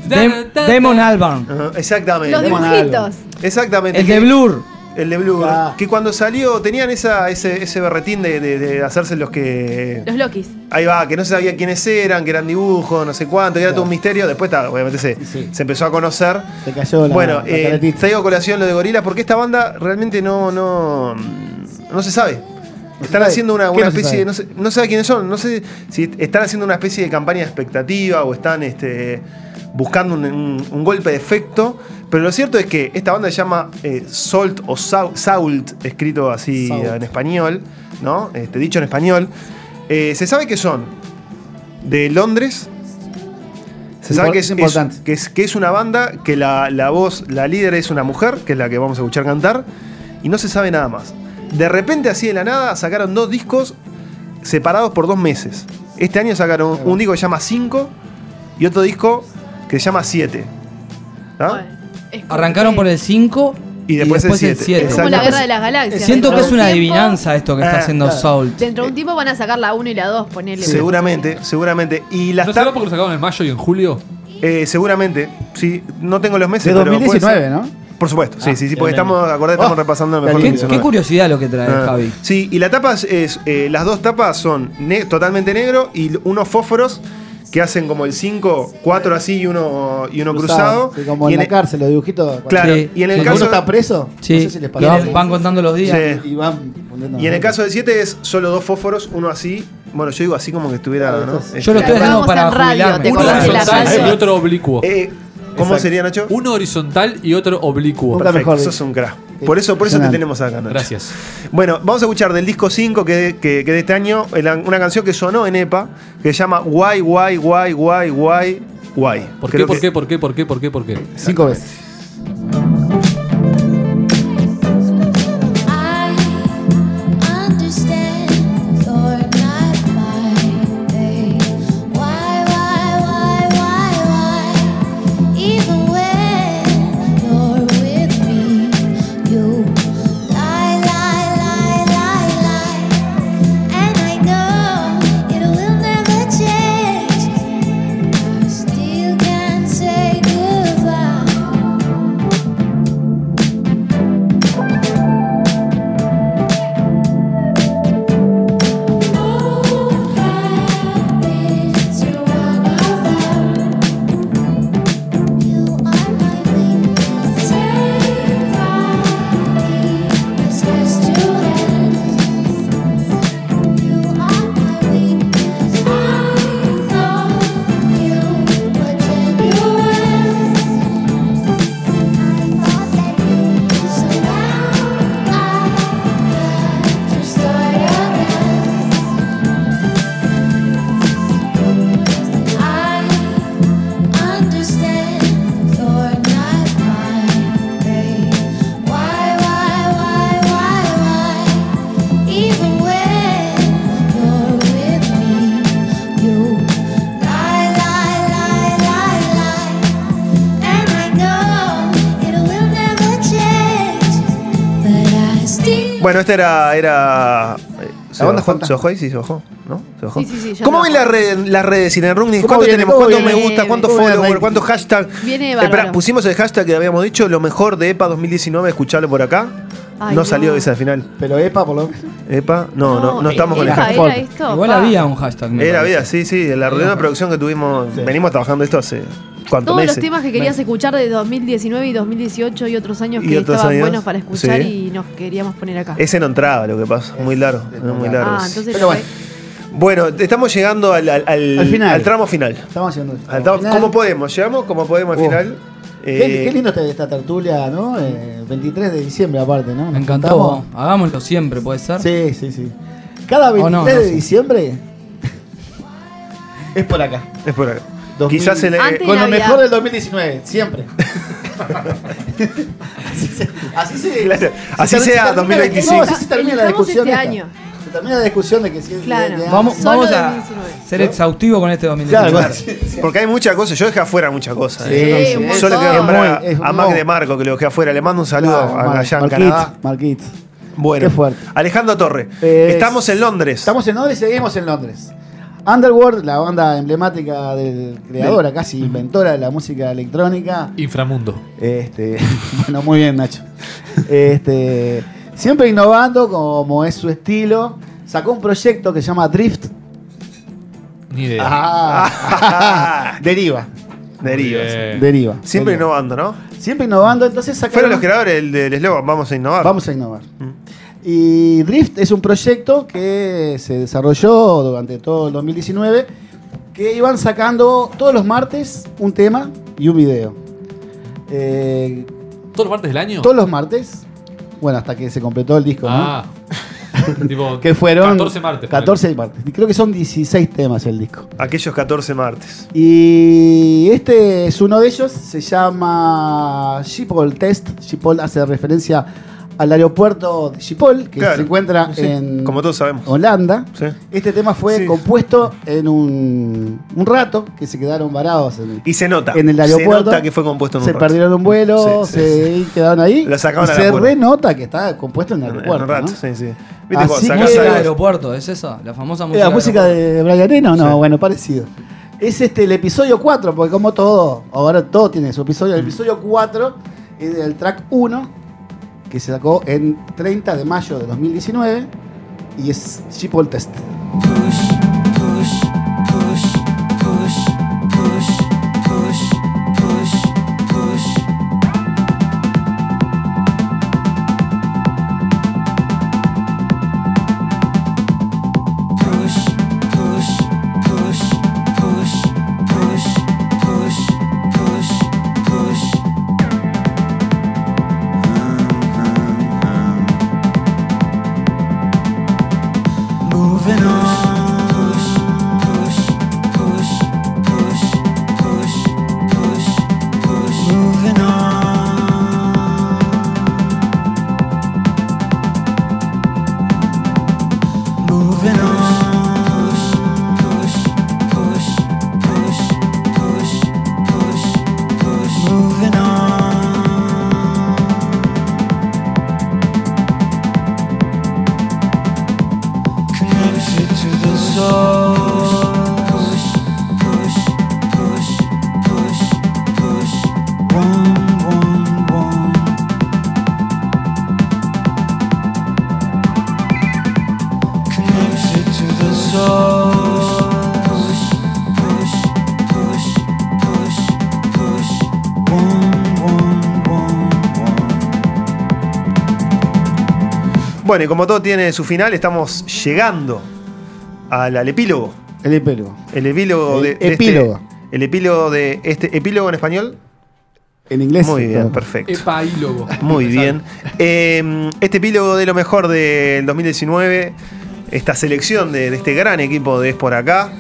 Speaker 5: Dam- Damon Albarn.
Speaker 2: exactamente.
Speaker 3: Los
Speaker 2: Damon
Speaker 3: dibujitos. Ah.
Speaker 2: Albarn. Exactamente.
Speaker 5: El
Speaker 2: que-
Speaker 5: de Blur.
Speaker 2: El de Blue. Que cuando salió tenían esa, ese, ese berretín de, de- de hacerse los que.
Speaker 3: Los Lokis.
Speaker 2: Ahí va, que no se sabía quiénes eran, que eran dibujos, no sé cuánto, que era todo un misterio. Después, ta, obviamente, se, se empezó a conocer.
Speaker 4: Te cayó la,
Speaker 2: bueno,
Speaker 4: la
Speaker 2: eh,
Speaker 4: caretita.
Speaker 2: traigo a colación lo de Gorila porque esta banda realmente no, no, no se sabe. Están
Speaker 4: sabe.
Speaker 2: haciendo una,
Speaker 4: ¿Qué
Speaker 2: una
Speaker 4: no se
Speaker 2: especie
Speaker 4: sabe?
Speaker 2: de. No sé, no sabe quiénes son. No sé si están haciendo una especie de campaña de expectativa o están este, buscando un, un- un golpe de efecto. Pero lo cierto es que esta banda se llama eh, Salt o Sau- Salt, escrito así
Speaker 4: Salt.
Speaker 2: en español, ¿no? Este, dicho en español. Eh, se sabe que son de Londres. Se sabe
Speaker 4: Impor-
Speaker 2: que es,
Speaker 4: es importante.
Speaker 2: es- que es, que es una banda, que la, la voz, la líder es una mujer, que es la que vamos a escuchar cantar, y no se sabe nada más. De repente, así de la nada, sacaron dos discos separados por dos meses. Este año sacaron un disco que se llama 5 y otro disco que se llama 7. ¿Ah?
Speaker 5: Arrancaron por el 5
Speaker 2: Y después el siete.
Speaker 5: siete.
Speaker 2: Es como
Speaker 3: la guerra de las galaxias. Dentro
Speaker 5: Siento que
Speaker 3: de
Speaker 5: es
Speaker 3: un
Speaker 5: una
Speaker 3: tiempo-
Speaker 5: adivinanza esto que está
Speaker 2: Ah,
Speaker 5: haciendo
Speaker 2: claro.
Speaker 5: Soul.
Speaker 3: Dentro de
Speaker 2: Eh,
Speaker 3: un tiempo van a sacar la 1 y la 2, ponele.
Speaker 2: Seguramente, seguramente. Y las
Speaker 7: ¿No será porque lo sacaron en mayo y en julio?
Speaker 2: Eh, seguramente, sí. No tengo los meses,
Speaker 4: De
Speaker 2: pero puede
Speaker 4: 2019,
Speaker 2: ser.
Speaker 4: ¿no? Ah,
Speaker 2: Por supuesto, sí, sí, sí,
Speaker 4: bien,
Speaker 2: porque
Speaker 4: bien.
Speaker 2: estamos, acordate, estamos
Speaker 4: Oh,
Speaker 2: repasando el mejor
Speaker 5: Qué,
Speaker 2: 2019.
Speaker 5: qué curiosidad lo que trae
Speaker 2: Ah,
Speaker 5: Javi.
Speaker 2: Sí, y la tapa es, es, eh, las dos tapas son ne- totalmente negro y l- unos fósforos que hacen como el 5, 4 así y uno, y uno cruzado.
Speaker 4: Sí, como
Speaker 2: y
Speaker 4: en
Speaker 2: en
Speaker 4: la
Speaker 2: e-
Speaker 4: cárcel, los dibujitos.
Speaker 2: Claro, Sí. y en el
Speaker 4: Cuando
Speaker 2: caso-
Speaker 4: uno está preso,
Speaker 5: Sí.
Speaker 4: no sé si les
Speaker 5: Y
Speaker 4: pasa.
Speaker 5: van- van contando los días.
Speaker 2: Sí.
Speaker 4: Y van poniendo-
Speaker 2: y en el caso del 7 es solo dos fósforos, uno así. Bueno, yo digo así como que estuviera. ¿no?
Speaker 5: Yo lo estoy haciendo para jubilarme.
Speaker 7: Uno horizontal y otro oblicuo.
Speaker 2: Eh, ¿Cómo sería, Nacho?
Speaker 7: Uno horizontal y otro oblicuo.
Speaker 2: Perfecto, sos un crack. Por eso, por eso te
Speaker 7: Impresionante.
Speaker 2: tenemos acá, Nacho.
Speaker 7: Gracias.
Speaker 2: Bueno, vamos a escuchar del disco 5 que, que- que de este año, el- una canción que sonó en EPA, que se llama Why, Why, Why, Why, Why, Why.
Speaker 7: ¿Por qué, por qué, por qué, por qué, por qué, por qué?
Speaker 4: Cinco veces.
Speaker 18: I understand you're not my day. Why, why, why, why, why? Even when you're with me, you lie, lie, lie, lie, lie. And I know it will never change. I still can't say goodbye. Start again. I understand you're not my babe. Why, why, why, why, why? Even when you're with me, you lie, lie, lie, lie, lie. And I know it will never change, but I still.
Speaker 2: Bueno, este era, era eh, se
Speaker 4: onda
Speaker 2: bajó,
Speaker 4: Juan
Speaker 2: se bajó ahí, sí, se bajó, ¿no? Se bajó.
Speaker 3: Sí, sí, sí, ya
Speaker 2: ¿Cómo
Speaker 3: está.
Speaker 2: ven las redes las redes Cine Running?
Speaker 3: ¿Cómo
Speaker 2: ¿Cuántos
Speaker 3: viene?
Speaker 2: tenemos?
Speaker 3: ¿Cómo
Speaker 2: ¿Cuántos me
Speaker 3: viene?
Speaker 2: gusta? ¿Cuántos
Speaker 3: ¿Cómo viene el
Speaker 2: followers?
Speaker 3: ranking?
Speaker 2: ¿Cuántos hashtags?
Speaker 3: Viene
Speaker 2: Espera,
Speaker 3: bárbaro.
Speaker 2: Eh, pusimos el hashtag que habíamos dicho, lo mejor de EPA 2019, escucharlo por acá.
Speaker 3: Ay,
Speaker 2: no,
Speaker 3: no.
Speaker 2: salió esa al final.
Speaker 4: Pero EPA, por lo
Speaker 2: EPA, no, no, no, estamos con el
Speaker 3: Epa,
Speaker 2: hashtag.
Speaker 3: era esto,
Speaker 5: Igual
Speaker 3: pa.
Speaker 5: había un hashtag. me
Speaker 2: Era
Speaker 5: parece.
Speaker 2: vida, sí, sí. En la reunión de producción que tuvimos, venimos trabajando esto hace cuántos
Speaker 3: Todos
Speaker 2: meses.
Speaker 3: los temas que querías escuchar de 2019 y 2018 y otros años
Speaker 2: Y
Speaker 3: que
Speaker 2: otros
Speaker 3: estaban
Speaker 2: años,
Speaker 3: buenos para escuchar
Speaker 2: sí.
Speaker 3: y nos queríamos poner acá.
Speaker 2: Ese no entraba lo que pasa, muy largo, era muy largo.
Speaker 3: ah,
Speaker 2: sí.
Speaker 3: entonces
Speaker 4: Pero
Speaker 3: fue-
Speaker 4: bueno.
Speaker 2: Bueno, estamos llegando al, al- al-
Speaker 4: Al final.
Speaker 2: al tramo final.
Speaker 4: Estamos haciendo esto.
Speaker 2: Al tramo-
Speaker 4: Final.
Speaker 2: ¿Cómo podemos? ¿Llegamos como podemos al
Speaker 4: Oh.
Speaker 2: final?
Speaker 4: Qué,
Speaker 2: Eh,
Speaker 4: qué lindo esta, esta tertulia, ¿no? Eh, 23 de diciembre aparte, ¿no? Nos
Speaker 5: Me encantó.
Speaker 4: juntamos.
Speaker 5: Hagámoslo siempre, ¿puede ser?
Speaker 4: Sí, sí, sí. Cada
Speaker 5: Oh,
Speaker 4: 23
Speaker 5: no, no
Speaker 4: de
Speaker 5: sé.
Speaker 4: diciembre es por acá.
Speaker 2: Es por acá.
Speaker 4: 2000.
Speaker 2: Quizás el, eh,
Speaker 3: Antes de
Speaker 4: Con lo
Speaker 3: Navidad.
Speaker 4: mejor del 2019, siempre. así se, así se-
Speaker 2: Claro,
Speaker 4: se
Speaker 2: así sea
Speaker 4: termina- se termina la-
Speaker 2: 2025.
Speaker 4: no, así se termina la
Speaker 3: Empezamos
Speaker 4: discusión.
Speaker 3: este
Speaker 4: esta.
Speaker 3: año.
Speaker 4: Se termina la discusión de que si es
Speaker 3: Claro.
Speaker 4: de- de-
Speaker 5: Vamos,
Speaker 3: Solo
Speaker 5: vamos a
Speaker 3: 2019.
Speaker 5: ser exhaustivos con este 2019.
Speaker 4: Claro,
Speaker 2: Claro. Porque hay muchas cosas. Yo dejé afuera muchas cosas.
Speaker 4: Sí,
Speaker 2: ¿eh?
Speaker 4: sí, un
Speaker 2: Yo le quiero
Speaker 4: montón.
Speaker 2: nombrar a-
Speaker 4: Es muy-
Speaker 2: a,
Speaker 4: es
Speaker 2: Mac
Speaker 4: muy-
Speaker 2: de Marco que lo dejé afuera. Le mando un saludo
Speaker 4: Claro,
Speaker 2: a
Speaker 4: Mar-
Speaker 2: allá en
Speaker 4: Marquit,
Speaker 2: Canadá.
Speaker 4: Marquit.
Speaker 2: Bueno,
Speaker 4: Qué fuerte.
Speaker 2: Alejandro Torre.
Speaker 4: Eh,
Speaker 2: estamos en Londres.
Speaker 4: Estamos en Londres y seguimos en Londres. Underworld, la banda emblemática del creadora, casi inventora de la música electrónica.
Speaker 7: Inframundo.
Speaker 4: Este, bueno, muy bien, Nacho. Este, siempre innovando, como es su estilo. Sacó un proyecto que se llama Drift.
Speaker 7: Ni idea.
Speaker 4: Ah, deriva,
Speaker 2: Deriva.
Speaker 7: Bien.
Speaker 4: deriva.
Speaker 2: Siempre
Speaker 4: deriva.
Speaker 2: innovando, ¿no?
Speaker 4: Siempre innovando, entonces sacaron.
Speaker 2: Fueron los creadores del, del eslogan, vamos a innovar.
Speaker 4: Vamos a innovar. Y Drift es un proyecto que se desarrolló durante todo el 2019, que iban sacando todos los martes un tema y un video. Eh,
Speaker 7: ¿Todos los martes del año?
Speaker 4: todos los martes, bueno, hasta que se completó el disco,
Speaker 7: Ah. tipo,
Speaker 4: ¿no? Que fueron
Speaker 7: 14 martes.
Speaker 4: 14 martes. Y Creo que son 16 temas el disco.
Speaker 2: Aquellos 14 martes.
Speaker 4: Y este es uno de ellos, se llama Schiphol Test. Schiphol hace referencia al aeropuerto de Schiphol, que
Speaker 2: Claro,
Speaker 4: se encuentra
Speaker 2: sí,
Speaker 4: en
Speaker 2: Como todos sabemos.
Speaker 4: Holanda.
Speaker 2: Sí.
Speaker 4: Este tema fue
Speaker 2: Sí.
Speaker 4: compuesto en un, un rato, que se quedaron varados. En,
Speaker 2: Y se nota.
Speaker 4: En el
Speaker 2: Se
Speaker 4: aeropuerto
Speaker 2: nota que fue compuesto en un
Speaker 4: se
Speaker 2: rato.
Speaker 4: perdieron un vuelo,
Speaker 2: Sí, sí,
Speaker 4: se quedaron ahí.
Speaker 2: Lo sacaron
Speaker 4: y
Speaker 2: a la
Speaker 4: se
Speaker 2: puerta.
Speaker 4: renota que está compuesto en el
Speaker 2: En un
Speaker 4: aeropuerto.
Speaker 2: rato,
Speaker 4: ¿no?
Speaker 2: sí, sí.
Speaker 4: Así
Speaker 2: Viste, cuando
Speaker 4: que-
Speaker 2: sacás
Speaker 5: Música del
Speaker 2: algo-
Speaker 5: aeropuerto, ¿es esa? La famosa
Speaker 4: Eh,
Speaker 5: música.
Speaker 4: ¿La
Speaker 5: del
Speaker 4: música
Speaker 5: aeropuerto.
Speaker 4: de Brian Eno? No,
Speaker 2: Sí.
Speaker 4: bueno, parecido. Es este el episodio 4, porque como todo, ahora todo tiene su episodio. El episodio 4 es del track 1, que se sacó en 30 de mayo de 2019, y es Sheeple Test.
Speaker 19: Moving on. Moving on. Moving on. Moving on. connected to the soul. One, one, one. Connected to the soul. One, one, one, one.
Speaker 2: Bueno, y como todo tiene su final, estamos llegando al, al epílogo.
Speaker 4: El epílogo.
Speaker 2: El epílogo
Speaker 4: El
Speaker 2: de, de
Speaker 4: epílogo.
Speaker 2: este- el epílogo de este epílogo en español.
Speaker 4: En inglés.
Speaker 2: Muy bien,
Speaker 4: claro.
Speaker 2: perfecto.
Speaker 7: Epaílogo.
Speaker 2: Muy bien. Eh, este epílogo de lo mejor del 2019, esta selección de, de este gran equipo de Es por acá,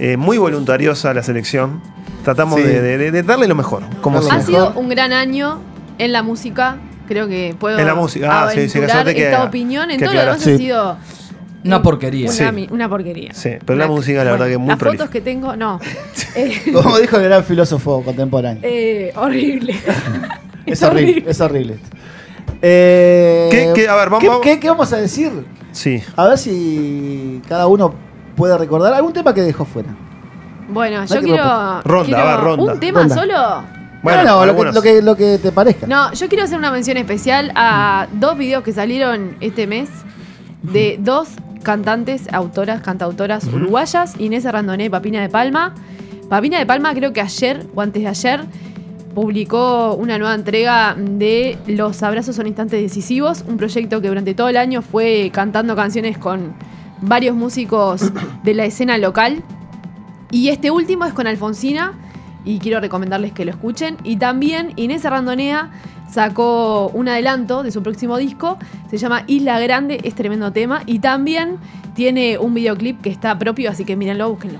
Speaker 2: eh, muy voluntariosa la selección. Tratamos
Speaker 4: Sí.
Speaker 2: de, de- de darle lo mejor, como
Speaker 4: Darle
Speaker 3: Ha
Speaker 2: siempre.
Speaker 3: sido un gran año en la música. Creo que puedo
Speaker 2: En la música, ah, sí, sí, que
Speaker 3: aventurar
Speaker 2: suerte que-
Speaker 3: esta opinión. En
Speaker 2: que
Speaker 3: todo lo demás
Speaker 2: aclaraste.
Speaker 3: ha
Speaker 2: Sí.
Speaker 3: sido
Speaker 5: Una porquería.
Speaker 3: una,
Speaker 2: Sí.
Speaker 3: mi- una porquería.
Speaker 2: Sí, pero la
Speaker 3: Una-
Speaker 2: música, la verdad que muy
Speaker 3: Las
Speaker 2: prolífica.
Speaker 3: fotos que tengo, no. Eh,
Speaker 4: Como dijo el gran filósofo contemporáneo.
Speaker 3: eh, horrible.
Speaker 4: es horrible, Eh, es horrible. Eh,
Speaker 2: ¿Qué- qué? A ver, vamos-
Speaker 4: ¿qué, qué- qué vamos a decir?
Speaker 2: Sí.
Speaker 4: A ver si cada uno puede recordar algún tema que dejó fuera.
Speaker 3: Bueno,
Speaker 4: Date
Speaker 3: yo quiero.
Speaker 4: ropa.
Speaker 2: Ronda,
Speaker 3: quiero
Speaker 2: va, ronda.
Speaker 3: ¿Un tema
Speaker 4: Ronda.
Speaker 3: solo?
Speaker 4: Bueno,
Speaker 2: Bueno,
Speaker 4: lo, que,
Speaker 2: algunos.
Speaker 4: lo, que, lo que te parezca.
Speaker 3: No, yo quiero hacer una mención especial a dos videos que salieron este mes de dos cantantes, autoras, cantautoras uruguayas, Inés Arrandoné y Papina de Palma. Papina de Palma creo que ayer o antes de ayer publicó una nueva entrega de Los Abrazos son Instantes Decisivos, un proyecto que durante todo el año fue cantando canciones con varios músicos de la escena local. Y este último es con Alfonsina y quiero recomendarles que lo escuchen. Y también Inés Arrandonea sacó un adelanto de su próximo disco, se llama Isla Grande, es tremendo tema. Y también tiene un videoclip que está propio, así que mírenlo, búsquenlo.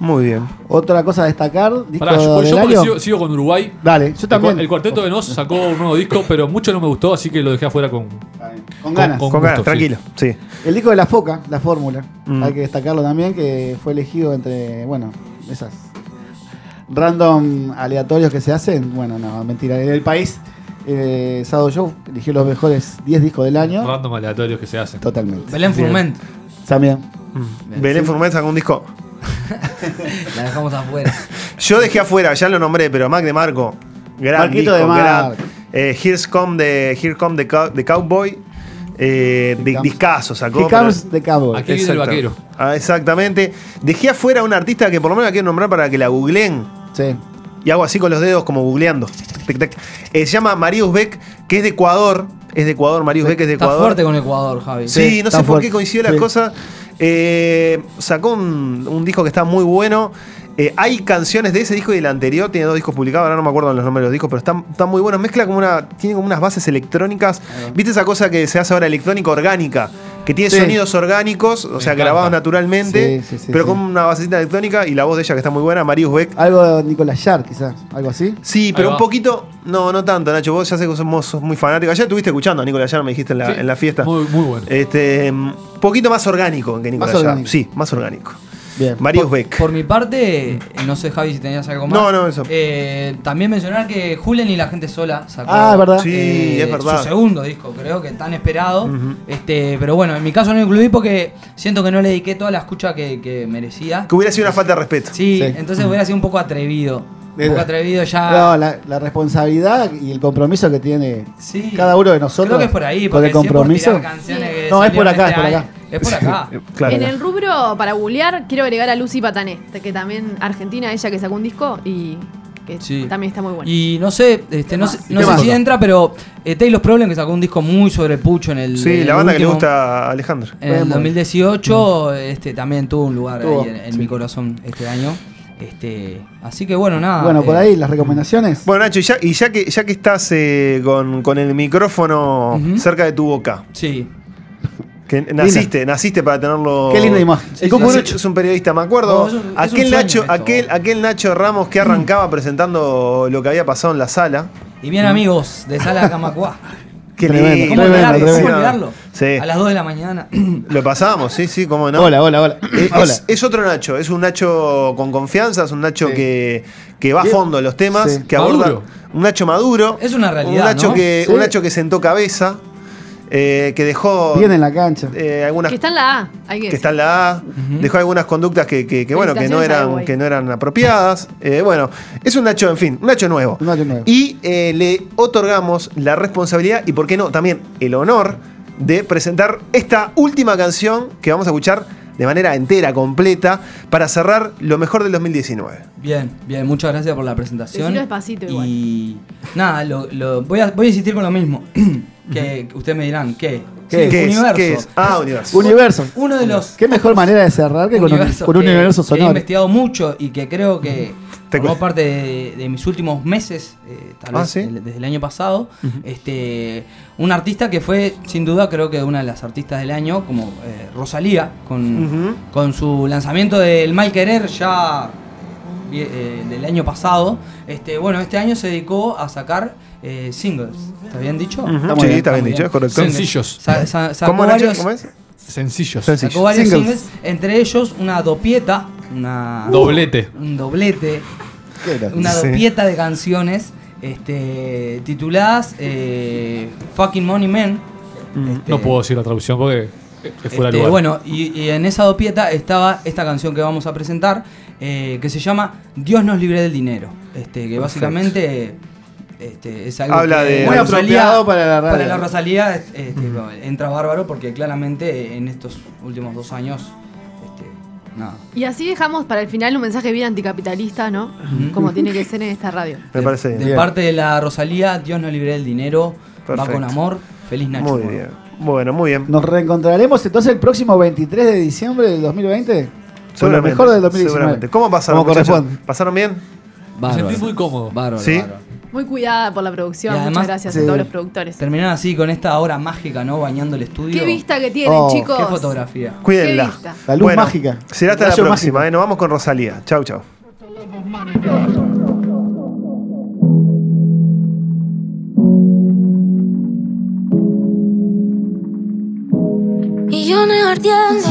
Speaker 2: Muy bien.
Speaker 4: Otra cosa a destacar, disco
Speaker 7: Pará, yo,
Speaker 4: del
Speaker 7: yo porque
Speaker 4: año.
Speaker 7: sigo, sigo con Uruguay.
Speaker 4: Dale, yo
Speaker 7: El
Speaker 4: también.
Speaker 7: cua- El, cuarteto de Nos sacó un nuevo disco, pero mucho no me gustó, así que lo dejé afuera con,
Speaker 4: Con ganas.
Speaker 2: Con ganas,
Speaker 7: gusto,
Speaker 2: tranquilo.
Speaker 7: sí.
Speaker 2: Sí.
Speaker 4: El disco de La Foca, La Fórmula.
Speaker 2: Mm.
Speaker 4: Hay que destacarlo también, que fue elegido entre, bueno, esas random aleatorios que se hacen. Bueno, no, mentira. En el país, eh, Sado Show eligió los mejores 10 discos del año.
Speaker 7: Random aleatorios que se hacen.
Speaker 4: Totalmente.
Speaker 5: Belén
Speaker 4: Bien.
Speaker 5: Furment.
Speaker 4: También.
Speaker 2: Mm. Belén Furman sacó un disco.
Speaker 5: La dejamos afuera.
Speaker 2: Yo dejé afuera, ya lo nombré, pero Mac de Marco. Gran
Speaker 4: Marquito
Speaker 2: disco,
Speaker 4: de Marco.
Speaker 2: gran. Eh, Here's Come the, Here Come the, Cow- the Cowboy. Eh, de,
Speaker 4: comes-
Speaker 2: discazo sacó.
Speaker 4: He Comes the Cowboy.
Speaker 7: Aquí viene el vaquero.
Speaker 2: Ah, exactamente. Dejé afuera a una artista que por lo menos la quiero nombrar para que la googleen.
Speaker 4: Sí.
Speaker 2: Y hago así con los dedos como googleando. Tic, tac. Eh, se llama María Uzbek, que es de Ecuador. Es de Ecuador, María Uzbek es de
Speaker 5: Está
Speaker 2: Ecuador.
Speaker 5: fuerte con Ecuador, Javi.
Speaker 2: Sí,
Speaker 4: Sí,
Speaker 2: no sé
Speaker 4: está
Speaker 2: por
Speaker 4: fuerte.
Speaker 2: qué coincidió la
Speaker 4: Sí.
Speaker 2: cosa. Eh, sacó un, un disco que está muy bueno. Eh, hay canciones de ese disco y del anterior. Tiene dos discos publicados. Ahora no me acuerdo los nombres de los discos, pero están, están muy buenos. Mezcla como una. Tiene como unas bases electrónicas. ¿Viste esa cosa que se hace ahora electrónica orgánica? Que tiene
Speaker 4: Sí.
Speaker 2: sonidos orgánicos, o sea,
Speaker 7: encanta.
Speaker 2: grabados naturalmente,
Speaker 4: Sí, sí, sí,
Speaker 2: pero
Speaker 4: sí.
Speaker 2: con una basecita electrónica y la voz de ella que está muy buena, Marius Beck.
Speaker 4: Algo de Nicolás Yar, quizás. Algo así.
Speaker 2: Sí, pero
Speaker 7: va.
Speaker 2: un poquito. No, no tanto, Nacho. Vos ya sé que somos, sos muy fanático. Ayer estuviste escuchando a Nicolás Yar, me dijiste en la,
Speaker 7: Sí,
Speaker 2: en la fiesta.
Speaker 7: Muy, muy bueno.
Speaker 2: Este, mm, poquito más orgánico que Nicolás
Speaker 4: Más
Speaker 2: Yar.
Speaker 4: orgánico.
Speaker 2: Sí, más orgánico.
Speaker 4: Bien.
Speaker 2: Marius
Speaker 5: Por-
Speaker 2: Beck.
Speaker 5: Por mi parte, eh, no sé, Javi, si tenías algo más.
Speaker 2: No, no, eso.
Speaker 5: Eh, también mencionar que Julen y la gente sola sacó eh,
Speaker 4: Ah, es verdad.
Speaker 2: Sí, es verdad.
Speaker 5: su segundo disco, creo que tan esperado. este Pero bueno, en mi caso no lo incluí porque siento que no le dediqué toda la escucha que, que merecía.
Speaker 2: Que hubiera sido una falta de respeto.
Speaker 5: ¿ah? Sí,
Speaker 4: Sí.
Speaker 5: entonces hubiera sido un poco atrevido. Un poco
Speaker 4: Era.
Speaker 5: atrevido ya.
Speaker 4: No, la, la responsabilidad y el compromiso que tiene
Speaker 5: Sí.
Speaker 4: cada uno de nosotros.
Speaker 5: Creo que es por ahí,
Speaker 4: Con
Speaker 5: porque
Speaker 4: el
Speaker 5: si es por
Speaker 4: compromiso.
Speaker 5: tirar canciones que
Speaker 4: No, es por
Speaker 5: salieron
Speaker 4: acá, es por
Speaker 5: este
Speaker 4: acá.
Speaker 5: año, Es por acá.
Speaker 4: Claro.
Speaker 3: En el rubro para googlear, quiero agregar a Lucy Patané, que también argentina, ella que sacó un disco y que
Speaker 5: Sí.
Speaker 3: también está muy bueno.
Speaker 5: Y no sé, este, no, sé, no
Speaker 4: ¿Qué
Speaker 5: sé
Speaker 4: más?
Speaker 5: si entra, pero eh, Taylor's Problem, que sacó un disco muy sobre Pucho en el. en
Speaker 2: Sí,
Speaker 5: el
Speaker 2: la banda que le
Speaker 5: último-
Speaker 2: gusta Mm. a Alejandro.
Speaker 5: En el 2018 este, también tuvo un lugar
Speaker 4: Tuvo,
Speaker 5: ahí en, en
Speaker 4: sí.
Speaker 5: mi corazón este año. Este, así que bueno, nada.
Speaker 4: bueno, por
Speaker 5: eh,
Speaker 4: ahí las recomendaciones.
Speaker 2: Bueno, Nacho, y ya, y ya que, ya que estás eh, con, con el micrófono
Speaker 5: Ujú.
Speaker 2: cerca de tu boca,
Speaker 5: Sí.
Speaker 2: que naciste, naciste para tenerlo.
Speaker 4: Qué linda imagen.
Speaker 2: El
Speaker 4: Sí,
Speaker 2: Cucurucho
Speaker 4: sí.
Speaker 2: es un periodista, me acuerdo.
Speaker 5: No, es un- es
Speaker 2: aquel,
Speaker 5: un sueño
Speaker 2: Nacho,
Speaker 5: esto.
Speaker 2: aquel, aquel Nacho Ramos que arrancaba presentando lo que había pasado en la sala.
Speaker 5: Y bien, amigos de Sala de Camacuá.
Speaker 2: Qué
Speaker 4: Tremendo,
Speaker 2: lindo.
Speaker 5: ¿Cómo olvidarlo?
Speaker 4: tremendo.
Speaker 5: ¿Cómo
Speaker 2: Sí, no.
Speaker 5: olvidarlo?
Speaker 2: Sí.
Speaker 5: A las 2 de la mañana.
Speaker 2: Lo pasábamos, sí, sí, cómo no.
Speaker 4: Hola, hola, hola.
Speaker 2: Eh,
Speaker 4: Hola.
Speaker 2: Es, es otro Nacho, es un Nacho con confianza, es un Nacho
Speaker 4: Sí.
Speaker 2: que, que va a
Speaker 4: Bien.
Speaker 2: fondo en los temas,
Speaker 4: Sí.
Speaker 2: que aborda.
Speaker 7: Maduro.
Speaker 2: Un Nacho maduro.
Speaker 5: Es una realidad,
Speaker 2: Un Nacho,
Speaker 5: ¿no?
Speaker 2: que,
Speaker 4: Sí.
Speaker 2: un Nacho que sentó cabeza, eh, que dejó
Speaker 4: Bien en la cancha.
Speaker 2: eh, algunas
Speaker 3: Que está en la A, hay que
Speaker 2: que
Speaker 3: decir.
Speaker 2: está en la A, dejó algunas conductas que, que- que, bueno, que no
Speaker 3: Felicitaciones a
Speaker 2: eran,
Speaker 3: Uruguay.
Speaker 2: que no eran apropiadas. Eh, bueno, es un Nacho, en fin, un Nacho nuevo.
Speaker 4: Un Nacho nuevo.
Speaker 2: Y eh, le otorgamos la responsabilidad y, ¿por qué no? También el honor de presentar esta última canción que vamos a escuchar de manera entera, completa, para cerrar lo mejor del 2019.
Speaker 5: Bien, bien, muchas gracias por la presentación.
Speaker 3: Decilo despacito igual.
Speaker 5: Y nada, lo, lo- voy, a, voy a insistir con lo mismo. que ustedes me dirán, ¿qué? Sí,
Speaker 2: ¿Qué es?
Speaker 5: universo.
Speaker 2: ¿Qué es? Ah, universo.
Speaker 4: Universo.
Speaker 5: Uno de los
Speaker 4: Qué mejor manera de cerrar que con un,
Speaker 5: universos
Speaker 4: con un
Speaker 5: que-
Speaker 4: universo
Speaker 5: que He
Speaker 4: sonoro.
Speaker 5: investigado mucho y que creo que
Speaker 2: Te
Speaker 5: formó
Speaker 2: cu-
Speaker 5: parte de, de mis últimos meses, eh, tal
Speaker 2: Ah,
Speaker 5: vez
Speaker 2: ¿sí?
Speaker 5: el- desde el año pasado. este, un artista que fue, sin duda, creo que una de las artistas del año, como eh, Rosalía, con,
Speaker 2: Ujú.
Speaker 5: con su lanzamiento del Mal Querer ya eh, eh, del año pasado. Este, bueno, este año se dedicó a sacar eh, singles. ¿Está bien dicho?
Speaker 2: Ujú.
Speaker 4: muy
Speaker 2: Sí,
Speaker 4: bien,
Speaker 2: está
Speaker 5: Está
Speaker 2: bien
Speaker 5: muy
Speaker 2: dicho,
Speaker 5: bien.
Speaker 2: es correcto.
Speaker 5: Singles.
Speaker 7: Sencillos.
Speaker 5: Sa- sa- sacó
Speaker 2: ¿Cómo, Nacho?
Speaker 5: varios-
Speaker 2: ¿Cómo es?
Speaker 7: Sencillos.
Speaker 5: Sacó varios
Speaker 4: Singles.
Speaker 5: singles, entre ellos una dopieta, una,
Speaker 2: Uh.
Speaker 7: Doblete.
Speaker 5: Ah. un doblete,
Speaker 4: Qué grande.
Speaker 5: una
Speaker 2: Sí.
Speaker 5: dopieta de canciones este, tituladas eh, Fucking Money Men. Este,
Speaker 7: No puedo decir la traducción porque Mm, eh, que fuera
Speaker 5: Este,
Speaker 7: lugar.
Speaker 5: Bueno, y, y en esa dopieta estaba esta canción que vamos a presentar, eh, que se llama Dios nos libre del dinero. Este, que básicamente este, es algo
Speaker 4: Habla
Speaker 5: que
Speaker 4: de-
Speaker 5: la
Speaker 4: Muy
Speaker 5: Rosalía-
Speaker 4: apropiado para la radio.
Speaker 5: Para la Rosalía este,
Speaker 7: Mm.
Speaker 5: entra bárbaro porque claramente en estos últimos dos años, este, nada.
Speaker 17: Y así dejamos para el final un mensaje bien anticapitalista, ¿no?
Speaker 5: Ujú.
Speaker 17: Como tiene que ser en esta radio.
Speaker 2: Me parece bien.
Speaker 5: De parte de la Rosalía, Dios nos libre del dinero, va
Speaker 2: Perfecto.
Speaker 5: con amor, feliz Nacho.
Speaker 2: Muy
Speaker 5: Moro.
Speaker 2: bien. Bueno, muy bien.
Speaker 4: Nos reencontraremos entonces el próximo 23 de diciembre del 2020. Con lo mejor del 2019.
Speaker 2: seguramente. ¿Cómo pasaron?
Speaker 4: Como
Speaker 2: muchachos?
Speaker 4: corresponde.
Speaker 2: ¿Pasaron bien?
Speaker 5: Bárbaro. Me sentí muy
Speaker 7: cómodo.
Speaker 5: Bárbaro,
Speaker 2: ¿Sí?
Speaker 5: bárbaro.
Speaker 17: Muy cuidada por la producción,
Speaker 5: Y además,
Speaker 17: muchas gracias
Speaker 5: sí.
Speaker 17: a todos los productores.
Speaker 5: Terminaron así con esta hora mágica, ¿no? Bañando el estudio.
Speaker 17: Qué vista que tienen,
Speaker 5: Oh,
Speaker 17: chicos.
Speaker 5: Qué fotografía.
Speaker 2: Cuídenla.
Speaker 17: vista.
Speaker 4: La luz mágica.
Speaker 2: Será hasta
Speaker 4: El
Speaker 2: la
Speaker 4: rayo
Speaker 2: próxima. eh. Nos vamos con Rosalía. Chau, chau.
Speaker 13: Millones ardientes,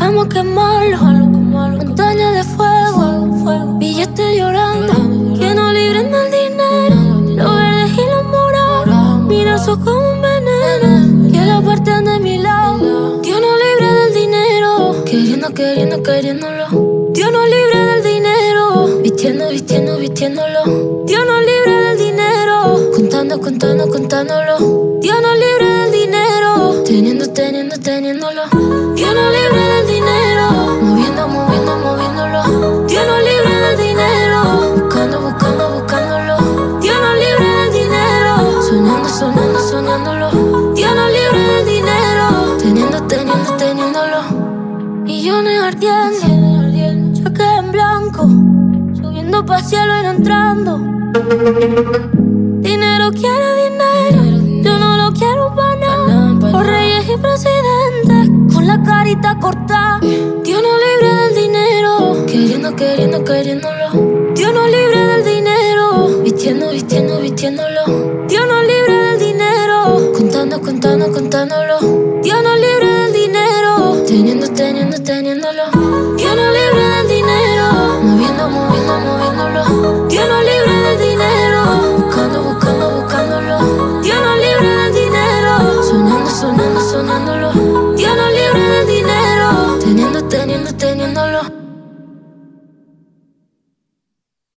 Speaker 13: vamos a quemarlo. Montaña de fuego, billetes llorando. Que no libren del dinero, los verdes y los morados. Mira, sos como un veneno, que lo parten de mi lado. Dios no libre del dinero, queriendo, queriendo, queriéndolo. Dios no libre del dinero, vistiendo, vistiendo, vistiéndolo. Dios no libre del dinero, contando, contando, contándolo. Dios no libre del dinero, teniendo, teniendo, teniéndolo. Dios no libre del dinero, moviendo, moviendo, moviéndolo. Dios no libre del dinero, buscando, buscando, buscándolo. Dios no libre del dinero, soñando, soñando, soñándolo. Dios no libre del dinero, teniendo, teniendo, teniéndolo. Millones ardientes, yo quedé en blanco, subiendo pa' cielo y no entrando. Dinero quiero dinero, yo no lo quiero para nada. Por reyes y presidentes, con la carita cortada. Dios no libre del dinero, queriendo, queriendo, queriéndolo. Dios no libre del dinero, vistiendo, vistiendo, vistiéndolo. Dios no libre del dinero, contando, contando, contándolo. Dios no libre del dinero, teniendo, teniendo, teniéndolo. Dios no libre del dinero, moviendo, moviendo, moviéndolo. Dios no libre del dinero, buscando, buscando, buscándolo. Dios no libre del dinero, sonando, sonando, sonándolo. Dios no libre del dinero, teniendo, teniendo, teniéndolo.